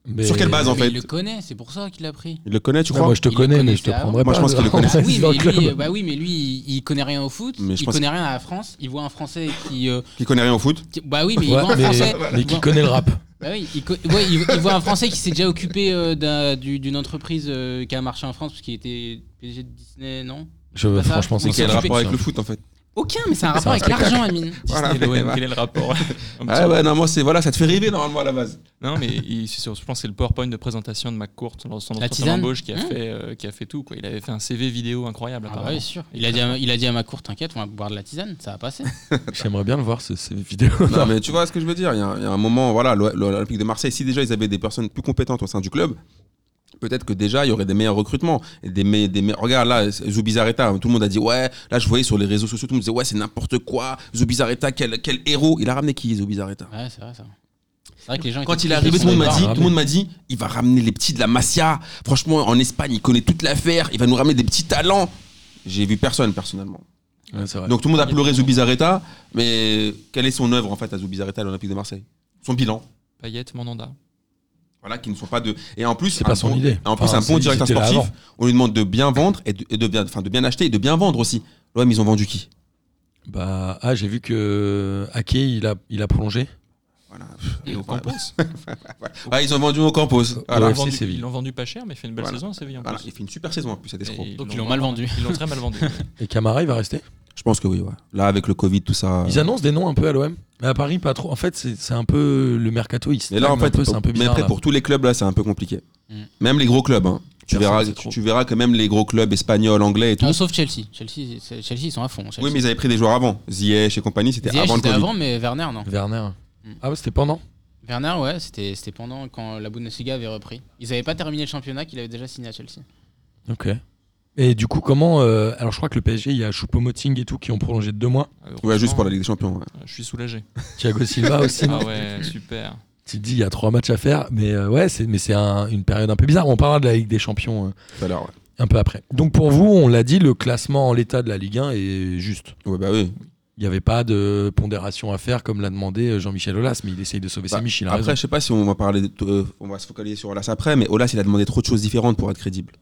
S4: Mais-
S5: Sur quelle base, en
S4: Ouais,
S6: Mais
S5: fait.
S6: Il le connaît, c'est pour ça qu'il l'a pris.
S5: Il le connaît, tu crois
S4: Moi, je te
S6: Il le
S4: connais, mais je te
S6: connaissait
S4: prendrais
S5: avant.
S4: pas.
S5: Moi, je pense qu'il le connaissait.
S6: Oui,
S4: dans
S6: mais
S4: le club.
S6: lui, euh, bah oui, mais lui, il, il connaît rien au foot.
S5: Mais je
S6: il
S5: pense
S6: connaît rien à la France. Il voit un Français qui. euh,
S5: Qui connaît rien au foot
S6: qui- bah oui, mais il
S4: Ouais,
S6: voit un
S4: mais-
S6: Français.
S4: mais
S6: il
S4: qui
S6: voit-
S4: connaît le rap.
S6: bah oui, il, co- ouais, il- il voit un Français qui s'est déjà occupé euh, d'un- du- d'une entreprise euh, qui a marché en France parce qu'il était PG de Disney, non
S4: Je,
S6: Pas ça
S4: franchement, c'est
S5: Mais
S6: s'en
S5: quel
S6: occuper.
S5: rapport avec le foot en fait
S6: Aucun, mais c'est un rapport avec l'argent, Amine.
S5: Voilà.
S7: Disney, l'OM, quel est le rapport Un petit-
S5: Ah ouais, non, moi, c'est voilà, ça te fait rêver normalement à la base.
S7: Non, mais il- c'est sûr, je pense que c'est le PowerPoint de présentation de McCourt dans son
S6: La
S7: entretien
S6: tisane
S7: d'embauche qui, a
S6: Hein
S7: fait, euh, qui a fait tout. Quoi. Il avait fait un CV vidéo incroyable.
S6: Ah bah
S7: apparemment.
S6: oui, sûr. Il a dit à, il a dit à ma cour, t'inquiète, on va boire de la tisane, ça va passer.
S4: J'aimerais bien le voir, ce- ces vidéos.
S5: Non, mais tu vois ce que je veux dire. Il y, a un- il y a un moment, voilà, l'O- l'Olympique de Marseille, si déjà ils avaient des personnes plus compétentes au sein du club, peut-être que déjà il y aurait des meilleurs recrutements. Et des me- des me- Regarde là, Zubizarreta, hein, tout le monde a dit ouais. Là, je voyais sur les réseaux sociaux, tout le monde disait ouais, c'est n'importe quoi. Zubizarreta, quel, quel héros. Il a ramené qui, Zubizarreta
S6: Ouais, c'est vrai ça. C'est vrai que les gens.
S5: Quand
S6: étaient
S5: il est
S6: tous
S5: arrivé, tout le monde m'a
S6: sur
S5: dit,
S6: les
S5: tout le monde m'a dit, il va ramener les petits de la Masia. Franchement, en Espagne, il connaît toute l'affaire. Il va nous ramener des petits talents. J'ai vu personne personnellement.
S4: Ouais, c'est vrai.
S5: Donc tout le monde a pleuré Zubizarreta, mais quelle est son œuvre en fait à Zubizarreta à l'Olympique de Marseille Son bilan.
S7: Payet, Mandanda.
S5: Voilà, qui ne sont pas de. Et en plus,
S4: C'est pas
S5: un
S4: son
S5: bon-
S4: idée.
S5: et En plus,
S4: Enfin,
S5: un
S4: c'est-
S5: bon directeur
S4: c'était là
S5: sportif,
S4: avant.
S5: on lui demande de bien vendre et de, et de bien, enfin, de bien acheter et de bien vendre aussi. L'OM, ils ont vendu qui
S4: Bah, ah, j'ai vu que Ake, il a, il a prolongé.
S5: Voilà.
S7: Et au Campos.
S5: Ah, ils ont vendu au Campos.
S7: Ils
S5: Voilà.
S7: l'ont
S4: Ouais.
S7: vendu-
S4: FC Séville.
S7: Ils l'ont vendu pas cher, mais il fait une belle
S5: Voilà.
S7: saison à Séville en
S5: Voilà,
S7: plus.
S5: Il fait une super saison en plus cet escroc.
S7: Et
S6: Donc, ils l'ont mal vendu.
S7: Ils l'ont très mal vendu.
S4: Et Camara, il va rester.
S5: Je pense que oui. Ouais. Là, avec le Covid, tout ça.
S4: Ils annoncent des noms un peu à l'OM. Mais à Paris, pas trop. En fait, c'est c'est un peu le mercato. Il
S5: Et là, en
S4: stagne un
S5: fait,
S4: peu, c'est
S5: pour-
S4: un peu
S5: mais
S4: bizarre.
S5: après,
S4: là.
S5: pour tous les clubs, là, c'est un peu compliqué.
S6: Mm.
S5: Même les gros clubs. hein. Tu,
S4: Personne
S5: verras,
S4: sait
S5: tu,
S4: trop.
S5: tu verras que même les gros clubs espagnols, anglais et tout.
S6: Non, Ah, sauf Chelsea. Chelsea, c'est- Chelsea, ils sont à fond. Chelsea.
S5: oui, mais ils avaient pris des joueurs avant. Ziyech et compagnie, c'était
S6: Ziyech,
S5: avant le
S6: c'était
S5: Covid.
S6: avant, mais Werner, non.
S4: Werner.
S6: Mm.
S4: Ah, ouais, c'était pendant.
S6: Werner, ouais, c'était c'était pendant quand la Bundesliga avait repris. Ils n'avaient pas terminé le championnat qu'il avait déjà signé à Chelsea.
S4: Ok. Et du coup, comment. euh, alors, je crois que le PSG, il y a Choupo-Moting et tout qui ont prolongé de deux mois.
S5: Ouais, juste pour la Ligue des Champions. ouais.
S7: Je suis soulagé.
S4: Thiago Silva aussi.
S7: Ah ouais, super.
S4: Tu te dis, il y a trois matchs à faire. Mais euh, ouais, c'est mais c'est un- une période un peu bizarre. On parlera de la Ligue des Champions euh,
S5: Tout à l'heure, ouais.
S4: un peu après. Donc, pour vous, on l'a dit, le classement en l'état de la Ligue 1 est juste.
S5: Ouais, bah oui.
S4: Il n'y avait pas de pondération à faire comme l'a demandé euh, Jean-Michel Aulas, mais il essaye de sauver
S5: Bah,
S4: ses miches. Il a
S5: Après,
S4: raison.
S5: je sais pas si on va parler, de- euh, on va se focaliser sur Olas après, mais Olas, il a demandé trop de choses différentes pour être crédible.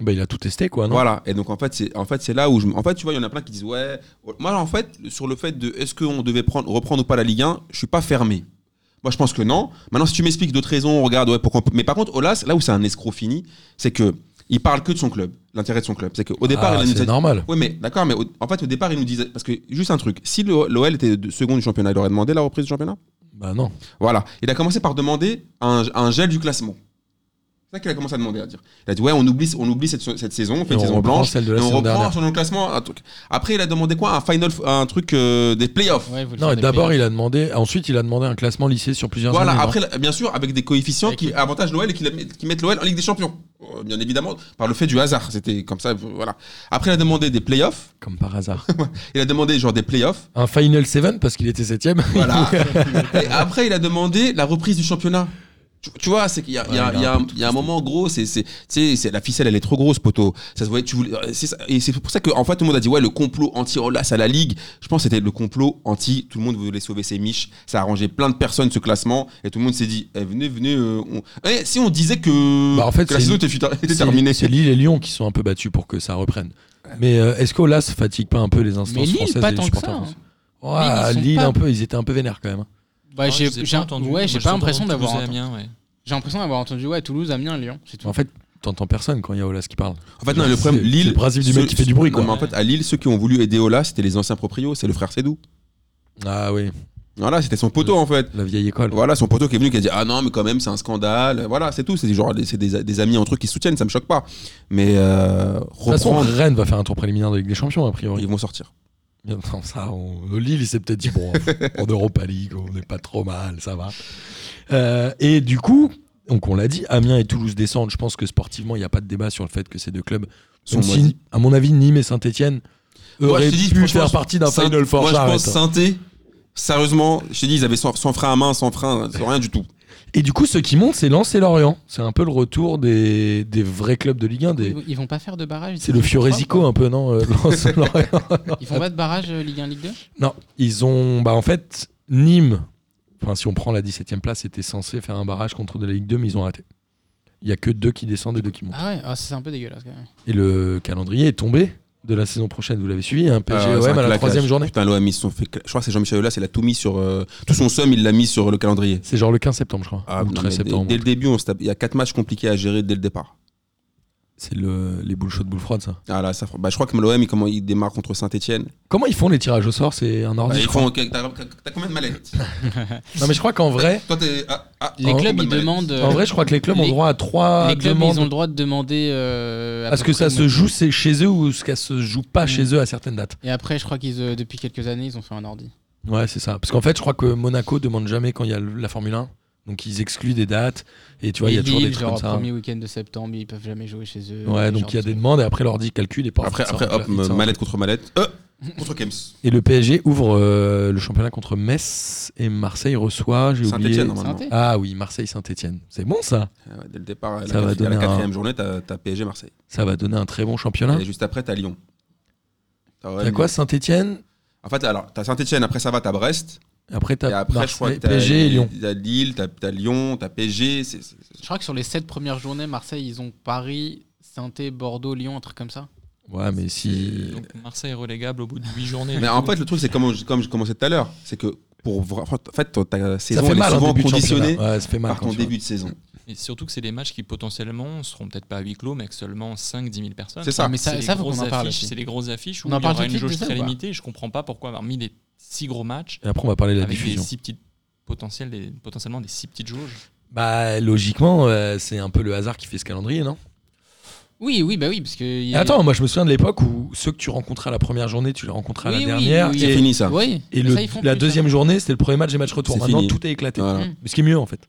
S4: Bah, il a tout testé, quoi. Non
S5: Voilà. Et donc en fait, c'est en fait c'est là où je, me- en fait, tu vois, il y en a plein qui disent ouais. oh, Moi, en fait, sur le fait de est-ce qu'on devait prendre, reprendre ou pas la Ligue 1, je suis pas fermé. Moi, je pense que non. Maintenant, si tu m'expliques d'autres raisons, on regarde ouais pourquoi. on peut- Mais par contre, Olas, là où c'est un escroc fini, c'est que il parle que de son club. l'intérêt de son club. C'est qu'au départ, il a une
S4: Ah, c'est
S5: initiative-
S4: normal.
S5: Oui, mais d'accord, mais au- en fait, au départ, il nous disait. Parce que, juste un truc, si le- l'OL était de- second du championnat, il aurait demandé la reprise du championnat
S4: Bah non.
S5: Voilà. Il a commencé par demander un, un gel du classement. C'est ça qu'il a commencé à demander, à dire. Il a dit, ouais, on oublie, on oublie cette, cette saison, on fait
S4: Et
S5: une
S4: on
S5: saison
S4: reprend
S5: blanche,
S4: celle de la
S5: et on
S4: saison
S5: reprend
S4: dernière.
S5: selon le classement un truc. Après, il a demandé quoi Un final, un truc euh, des playoffs.
S6: Ouais, vous le
S4: Non, et
S6: faites
S4: d'abord,
S6: payer.
S4: il a demandé. Ensuite, il a demandé un classement lycée sur plusieurs
S5: Voilà,
S4: années, non
S5: après, bien sûr, avec des coefficients
S6: Avec
S5: qui avantagent l'OL et qui, la met- qui mettent l'OL en Ligue des Champions. Euh, Bien évidemment, par le fait du hasard. C'était comme ça, voilà. Après, il a demandé des playoffs.
S4: Comme par hasard.
S5: Il a demandé, genre, des playoffs.
S4: un Final 7 parce qu'il était 7ème.
S5: Voilà. et après, il a demandé la reprise du championnat. Tu, tu vois, c'est qu'il y a, il y a-
S4: Ouais,
S5: il
S4: il
S5: y a
S4: a un
S5: un- il y a un moment gros, c'est, c'est, tu sais, c'est- la ficelle, elle est trop grosse, poteau. Ça se voyait, tu voulais- euh, c'est ça. et c'est pour ça qu'en fait, tout le monde a dit, ouais, le complot anti-Olas à la Ligue. Je pense que c'était le complot anti, tout le monde voulait sauver ses miches. Ça a arrangé plein de personnes, ce classement. Et tout le monde s'est dit, eh, venez, venez, euh, on- Eh, si on disait que,
S4: Bah, en fait,
S5: que la
S4: c'est-
S5: saison était, futa- était terminée.
S4: C'est c'est Lille et Lyon qui sont un peu battus pour que ça reprenne. Mais euh, est-ce qu'Olas fatigue pas un peu les
S6: Mais
S4: instances
S6: Lille,
S4: françaises
S6: pas
S4: et les
S6: tant que ça.
S4: supporters
S6: hein.
S4: français Ouais,
S6: Lille, ils sont
S4: Lille,
S6: pas-
S4: un peu, ils étaient un peu vénères quand même. hein. Ah,
S6: Ouais, j'ai
S7: Ah, je les ai
S6: j'ai-
S7: entendus.
S6: ouais,
S7: Moi,
S6: j'ai
S7: je
S6: pas
S7: les entends
S6: l'impression
S7: dans
S6: d'avoir
S7: Toulouse et
S6: entendu.
S7: Amiens, ouais.
S6: J'ai l'impression d'avoir entendu ouais Toulouse, Amiens, Lyon, c'est tout.
S4: En fait, t'entends personne quand il y a Olas qui parle.
S5: En fait, non, le
S4: C'est-
S5: problème,
S4: c'est
S5: Lille.
S4: le principe du
S5: ceux-
S4: mec qui fait du bruit,
S5: non,
S4: quoi.
S5: mais en fait, à Lille, ceux qui ont voulu aider Olas, c'était les anciens proprios, c'est le frère Sédou.
S4: Ah oui,
S5: Voilà, c'était son poteau, en fait.
S4: la vieille école.
S5: Voilà, son poteau qui est venu qui a dit Ah non, mais quand même, c'est un scandale. Voilà, c'est tout. C'est genre c'est des, des amis entre eux qui se soutiennent, ça me choque pas. Mais euh,
S4: De toute façon,
S5: reprendre,
S4: Rennes va faire un tour préliminaire de Ligue des Champions, a priori.
S5: ils vont sortir.
S4: Non, ça, on- Lille, il s'est peut-être dit, bon, en Europa League, on n'est pas trop mal, ça va. Euh, et du coup, donc on l'a dit, Amiens et Toulouse descendent. Je pense que sportivement, il n'y a pas de débat sur le fait que ces deux clubs
S5: Sont
S4: sont, si,
S5: moisis.
S4: à mon avis, Nîmes et Saint-Etienne
S5: Moi, je
S4: auraient
S5: te dis,
S4: pu
S5: franchement,
S4: faire partie d'un
S5: Saint-
S4: Final Four.
S5: Moi, je
S4: j'arrête.
S5: pense Sainté, sérieusement, je t'ai dit, ils avaient sans, sans frein à main, sans frein, sans rien du tout.
S4: Et du coup, ceux qui montent, c'est Lens et Lorient. C'est un peu le retour des, des vrais clubs de Ligue 1. Des...
S6: Ils vont- Ils vont pas faire de barrage.
S4: C'est le hein. Fioresico un peu, non euh, Lens et Lorient.
S6: Ils font
S4: Ah.
S6: pas de barrage euh, Ligue 1, Ligue 2
S4: Non, ils ont. Bah, en fait, Nîmes, enfin, si on prend la 17 e place, était censé faire un barrage contre de la Ligue 2, mais ils ont raté. Il y a que deux qui descendent et deux qui montent.
S6: Ah ouais, ah, c'est un peu dégueulasse quand même.
S4: Et le calendrier est tombé de la saison prochaine, vous l'avez suivi, hein, PSG
S6: Ah,
S5: Euh, c'est un
S4: OM à la
S5: claquage.
S4: troisième journée.
S5: Putain, l'OM, ils se sont fait. cla- Je crois que c'est Jean-Michel Aulas, il a tout mis sur. euh, tout son somme, il l'a mis sur le calendrier.
S4: C'est genre le 15 septembre, je crois.
S5: Ah,
S4: ou
S5: non,
S4: 13
S5: mais dès,
S4: septembre.
S5: dès le début, on se tape- il y a quatre matchs compliqués à gérer dès le départ.
S4: C'est le, les boules chaudes, boules froides, ça.
S5: Ah là, ça, bah, je crois que l'OM, il, comment, il démarre contre Bah, Saint-Etienne.
S4: Comment ils font les tirages au sort C'est un
S6: Bah,
S4: ordi. je crois.
S5: T'as t'as combien de mallettes
S4: Non, mais je crois qu'en vrai,
S5: Toi, t'es. ah, ah,
S6: Les
S4: En-
S6: clubs,
S5: en
S6: ils
S5: mode
S6: demandent.
S4: en vrai, je crois que les clubs ont
S6: Euh, Les-
S4: droit à trois
S6: les clubs,
S4: demandes.
S6: ils ont le droit de demander. euh, à
S4: à ce que
S6: peu près
S4: ça
S6: le
S4: se
S6: même. Mm.
S4: joue c'est chez eux ou ce qu'elle se joue pas chez eux à certaines dates.
S6: Et après, je crois qu'ils, euh, depuis quelques années, ils ont fait un ordi.
S4: Ouais, c'est ça. Parce qu'en fait, je crois que Monaco demande jamais quand il y a le- la Formule 1. Donc ils excluent des dates. Et tu vois, il y a
S6: Et
S4: toujours des
S6: Lille,
S4: trucs
S6: genre,
S4: comme ça. hein.
S6: premier week-end de septembre, ils peuvent jamais jouer chez eux.
S4: Ouais,
S6: Genre,
S4: donc il y a
S6: parce
S4: des
S6: que-
S4: demandes et après l'ordi calcule et pas.
S5: Après, après hop, mallette contre mallette. Euh, contre Kems.
S4: Et le PSG ouvre euh, le championnat contre Metz et Marseille reçoit. J'ai oublié.
S5: Saint-Etienne, normalement.
S6: Saint-Étienne.
S4: Ah oui, Marseille-Saint-Etienne. C'est bon ça.
S5: Ah ouais, Dès le départ, à la
S4: Ça va
S5: quatri- à la
S4: donner un-
S5: quatrième journée, t'as t'as PSG Marseille.
S4: Ça va donner un très bon championnat.
S5: Et juste après, t'as Lyon. T'as
S4: T'as
S5: OM.
S4: quoi Saint-Etienne
S5: En fait, alors, t'as Saint-Etienne, après ça va, t'as Brest.
S4: Après
S5: Et
S4: t'as
S5: après, je crois
S4: Marseille,
S5: que t'as
S4: PSG et Lyon.
S5: T'as Lille, t'as- t'as Lyon, t'as PSG. c'est- c'est- c'est-
S6: Je crois que sur les 7 premières journées, Marseille, ils ont Paris, saint Bordeaux, Lyon, un truc comme ça.
S4: Ouais, mais si.
S7: Donc Marseille est relégable au bout de 8 journées.
S5: Mais en fait, le truc, c'est comme, je- comme je commençais tout à l'heure, c'est que pour vra- en fait, ta- ta
S4: Ça
S5: saison
S4: fait
S5: elle est
S4: mal un
S5: souvent
S4: début de
S5: conditionnée
S4: championnat. Ouais, ça fait mal
S5: par
S4: quand
S5: ton
S4: tu vois.
S5: début de saison.
S7: Et surtout que c'est des matchs qui potentiellement seront peut-être pas à huis clos, mais avec seulement 5-10 000 personnes.
S5: C'est ça.
S6: mais ça,
S7: C'est
S6: ça
S7: les
S6: faut qu'on
S7: grosses
S6: en parle
S7: affiches-
S6: aussi.
S7: C'est les grosses affiches où
S6: On en
S7: il y
S6: parle
S7: aura
S6: tout de
S7: une
S6: suite de
S7: jauge
S6: ça
S7: très
S6: ou pas
S7: limitée. Je comprends pas pourquoi parmi les six gros matchs,
S4: Et après, on va parler de la
S7: avec des
S4: diffusion.
S7: six petites, potentielles, des- potentiellement des six petites jauges.
S4: Bah, logiquement, euh, c'est un peu le hasard qui fait ce calendrier, non
S6: Oui, oui, bah oui, parce que.
S4: Et attends, moi je me souviens de l'époque où ceux que tu rencontrais à la première journée, tu les rencontres à
S6: Oui,
S4: la
S6: oui,
S4: dernière.
S6: oui.
S5: C'est
S4: et-
S5: fini, ça.
S6: Oui,
S4: Et
S6: mais
S4: le-
S6: ça, ils font
S4: la
S6: plus, ça.
S4: deuxième journée, c'était le premier match des matchs retour.
S5: C'est
S4: Maintenant,
S5: fini.
S4: tout est éclaté.
S5: Voilà.
S6: Mm.
S4: Mais ce qui est mieux, en fait.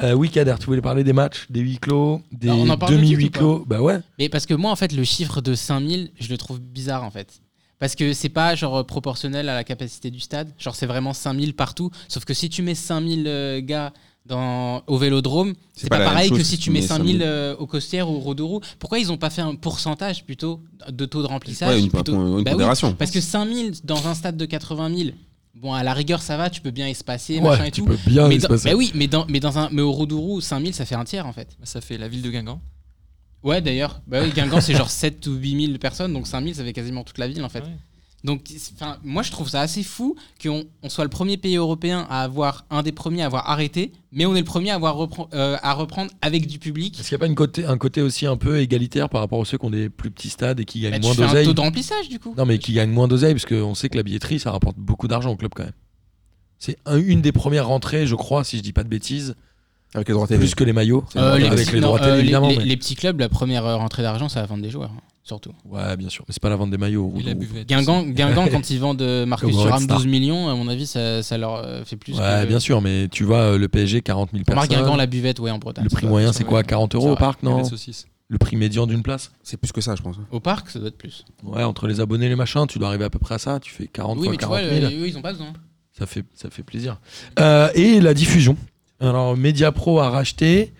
S4: Euh, oui, Kader, tu voulais parler des matchs, des huis clos, des
S6: Non, Bah, on en parle tout de suite ou
S4: demi-huis
S6: pas
S4: clos. Bah ouais.
S6: Mais parce que moi, en fait, le chiffre de 5000, je le trouve bizarre, en fait. Parce que c'est pas genre euh, proportionnel à la capacité du stade. Genre, c'est vraiment 5000 partout. Sauf que si tu mets 5000 euh, gars dans, au vélodrome, c'est
S5: pas la
S6: pas,
S5: même
S6: pareil
S5: chose
S6: que
S5: si
S6: si
S5: tu
S6: tu mets
S5: mets
S6: 5000
S5: 5000,
S6: euh, aux Costières ou au Rodourou. Pourquoi ils ont pas fait un pourcentage plutôt de taux de remplissage
S5: Ouais, une,
S6: plutôt-
S5: une
S6: Bah oui,
S5: pondération.
S6: Parce que 5000 dans un stade de 80 000, bon, à la rigueur, ça va, tu peux bien espacer, machin
S4: ouais
S6: et
S4: tu
S6: tout.
S4: peux bien
S6: mais,
S4: se
S6: dans-
S4: passer.
S6: bah oui, mais, dans, mais, dans un, mais au Rodourou, 5000, ça fait un tiers en fait.
S7: Bah, Ça fait la ville de Guingamp.
S6: Ouais, d'ailleurs. Bah oui, Guingamp, c'est genre 7 ou 8 000 personnes, donc 5 000, ça fait quasiment toute la ville, en fait.
S7: Ouais.
S6: Donc, c'est- 'fin, moi, je trouve ça assez fou qu'on on soit le premier pays européen à avoir, un des premiers à avoir arrêté, mais on est le premier à, avoir repren- euh, à reprendre avec du public.
S4: Est-ce qu'il n'y a pas une côté, un côté aussi un peu égalitaire par rapport à ceux qui ont des plus petits stades et qui gagnent
S6: Bah, tu
S4: moins
S6: fais un
S4: d'oseille
S6: taux de remplissage, du coup.
S4: Non, mais qui gagnent moins d'oseille, parce qu'on sait que la billetterie, ça rapporte beaucoup d'argent au club quand même. C'est un- une des premières rentrées, je crois, si je dis pas de bêtises,
S5: Avec les droits TV.
S4: plus que les maillots,
S6: Euh, les,
S4: avec
S6: petits,
S4: les
S6: non,
S4: droits
S6: euh,
S4: télé,
S6: les-
S4: évidemment.
S6: les-
S4: mais-
S6: les petits clubs, la première euh, rentrée d'argent, c'est à vendre des joueurs, hein, surtout.
S4: Ouais, bien sûr, mais c'est pas la vente des maillots.
S7: Et
S4: ou-
S7: la
S4: ou-
S7: buvette.
S6: Guingamp, Guingamp quand ils vendent euh, Marcus
S4: Comme Red
S6: Thuram
S4: Star.
S6: 12 millions, à mon avis, ça, ça leur euh, fait plus.
S4: Ouais,
S6: que-
S4: bien sûr, mais tu vois, euh, le PSG, 40 000
S6: Remarque Guingamp,
S4: personnes.
S6: la buvette, ouais, en Bretagne.
S4: Le
S6: ça
S4: prix
S6: doit-
S4: moyen,
S7: ça
S4: c'est
S7: doit
S4: quoi
S7: être-
S4: 40
S7: ça
S4: euros au
S7: doit-
S4: parc,
S7: Il y a
S4: non
S7: des saucisses.
S4: Le prix médian d'une place
S5: C'est plus que ça, je pense. hein.
S6: Au parc, ça doit être plus.
S4: Ouais, entre les abonnés et les machins, tu dois arriver à peu près à ça. Tu fais 40
S6: Oui,
S4: fois
S6: mais tu
S4: 40
S6: vois,
S4: 000.
S6: le- eux, ils ont pas besoin.
S4: Ça fait, ça fait plaisir. Euh, et la diffusion. Alors, Mediapro a racheté.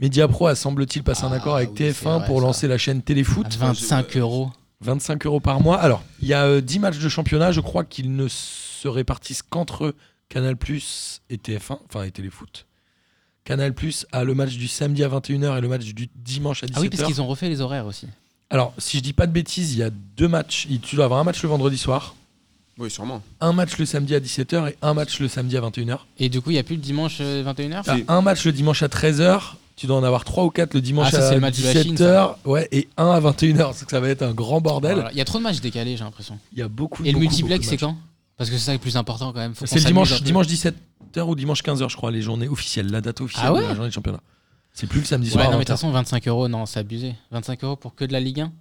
S4: Mediapro a, semble-t-il, passé un
S6: Ah,
S4: accord avec
S6: oui, c'est
S4: TF1
S6: vrai,
S4: pour
S6: ça.
S4: lancer la chaîne Téléfoot.
S6: À 25 euros. Ah
S4: 25 euros par mois. Alors, il y a euh, 10 matchs de championnat. Je crois qu'ils ne se répartissent qu'entre Canal et TF1, enfin, et Téléfoot. Canal a le match du samedi à 21h et le match du dimanche à 17h.
S6: Ah oui, parce qu'ils ont refait les horaires aussi.
S4: Alors, si je dis pas de bêtises, il y a deux matchs. Il- Tu dois avoir un match le vendredi soir,
S5: Oui, sûrement.
S4: un match le samedi à 17h et un match le samedi à 21h.
S6: Et du coup, il n'y a plus le dimanche euh, 21h
S4: T'as un match le dimanche à 13h, tu dois en avoir 3 ou 4 le dimanche
S6: Ah, ça,
S4: à
S6: c'est le match de la Chine,
S4: 17h, ouais, et un à 21h. Donc ça va être un grand bordel.
S6: Il y a trop de matchs décalés, j'ai l'impression.
S4: Il y a beaucoup
S6: Et le
S4: beaucoup,
S6: multiplex,
S4: beaucoup de
S6: c'est
S4: matchs.
S6: quand Parce que c'est ça qui est le plus important quand même. Faut qu'on
S4: C'est le
S6: s'amuse un
S4: dimanche,
S6: peu.
S4: dimanche 17h ou dimanche 15h, je crois, les journées officielles, la date officielle
S6: Ah ouais
S4: de la journée de championnat. C'est plus le samedi
S6: Ouais,
S4: soir.
S6: non, mais de
S4: 20.
S6: toute façon, 25 euros, non, c'est abusé. 25 euros pour que de la Ligue 1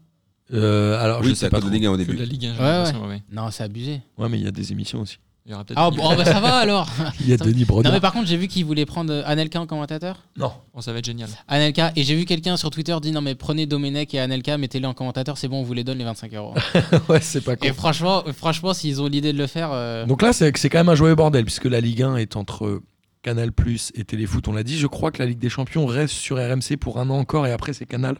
S4: Euh, alors,
S5: Oui,
S4: je
S5: c'est
S4: sais
S5: à
S4: pas
S5: cause de
S4: trop.
S5: Ligue 1 au
S7: Que de la
S5: début.
S7: Ligue 1, j'ai
S6: Ouais,
S7: l'impression, ouais.
S6: Non, c'est abusé.
S4: Ouais, mais il y a des émissions aussi.
S7: Il y aura peut-être.
S6: Ah, bon, bah, ça va alors
S4: Il y a Denis
S6: Non, mais
S4: Broder.
S6: par contre, j'ai vu qu'ils voulaient prendre euh, Anelka en commentateur.
S4: Non,
S7: Oh, ça va être génial.
S6: Anelka, et j'ai vu quelqu'un sur Twitter dire non, mais prenez Domenech et Anelka, mettez-les en commentateur, c'est bon, on vous les donne les 25 euros.
S4: ouais, c'est pas con.
S6: et franchement, franchement s'ils ont l'idée de le faire. euh,
S4: Donc là, c'est c'est quand même un joyeux bordel, puisque la Ligue 1 est entre Canal et Téléfoot, on l'a dit. Je crois que la Ligue des Champions reste sur RMC pour un an encore, et après, c'est Canal.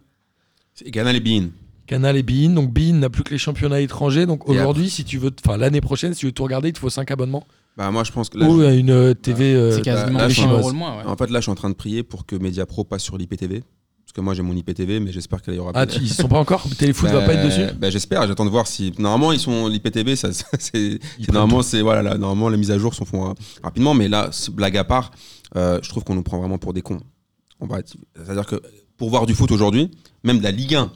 S5: C'est Canal et Bean.
S4: Canal et Bein. Donc Bein n'a plus que les championnats étrangers. Donc
S5: Et
S4: aujourd'hui, si tu veux, t- enfin l'année prochaine, si tu veux tout regarder, il te faut 5 abonnements
S5: Bah, moi, je pense que là,
S4: ou une euh, TV.
S5: Ah,
S4: euh,
S6: c'est quasiment
S5: là,
S6: 100
S4: chinoise.
S6: euros le moins. ouais.
S5: En fait, là, je suis en train de prier pour que Mediapro passe sur l'IPTV. Parce que moi, j'ai mon IPTV, mais j'espère qu'elle y aura
S4: Ah, tu- ils sont pas encore. Téléfoot va pas être dessus.
S5: bah, J'espère, j'attends de voir si. Normalement, ils sont l'IPTV, ça, ça, c'est.
S4: Ils
S5: c'est
S4: prennent
S5: Normalement, c'est voilà, là, normalement, les mises à jour sont font euh, rapidement, mais là, c'est- blague à part, euh, je trouve qu'on nous prend vraiment pour des cons. On va, être- c'est-à-dire que pour voir du foot aujourd'hui, même de la Ligue 1,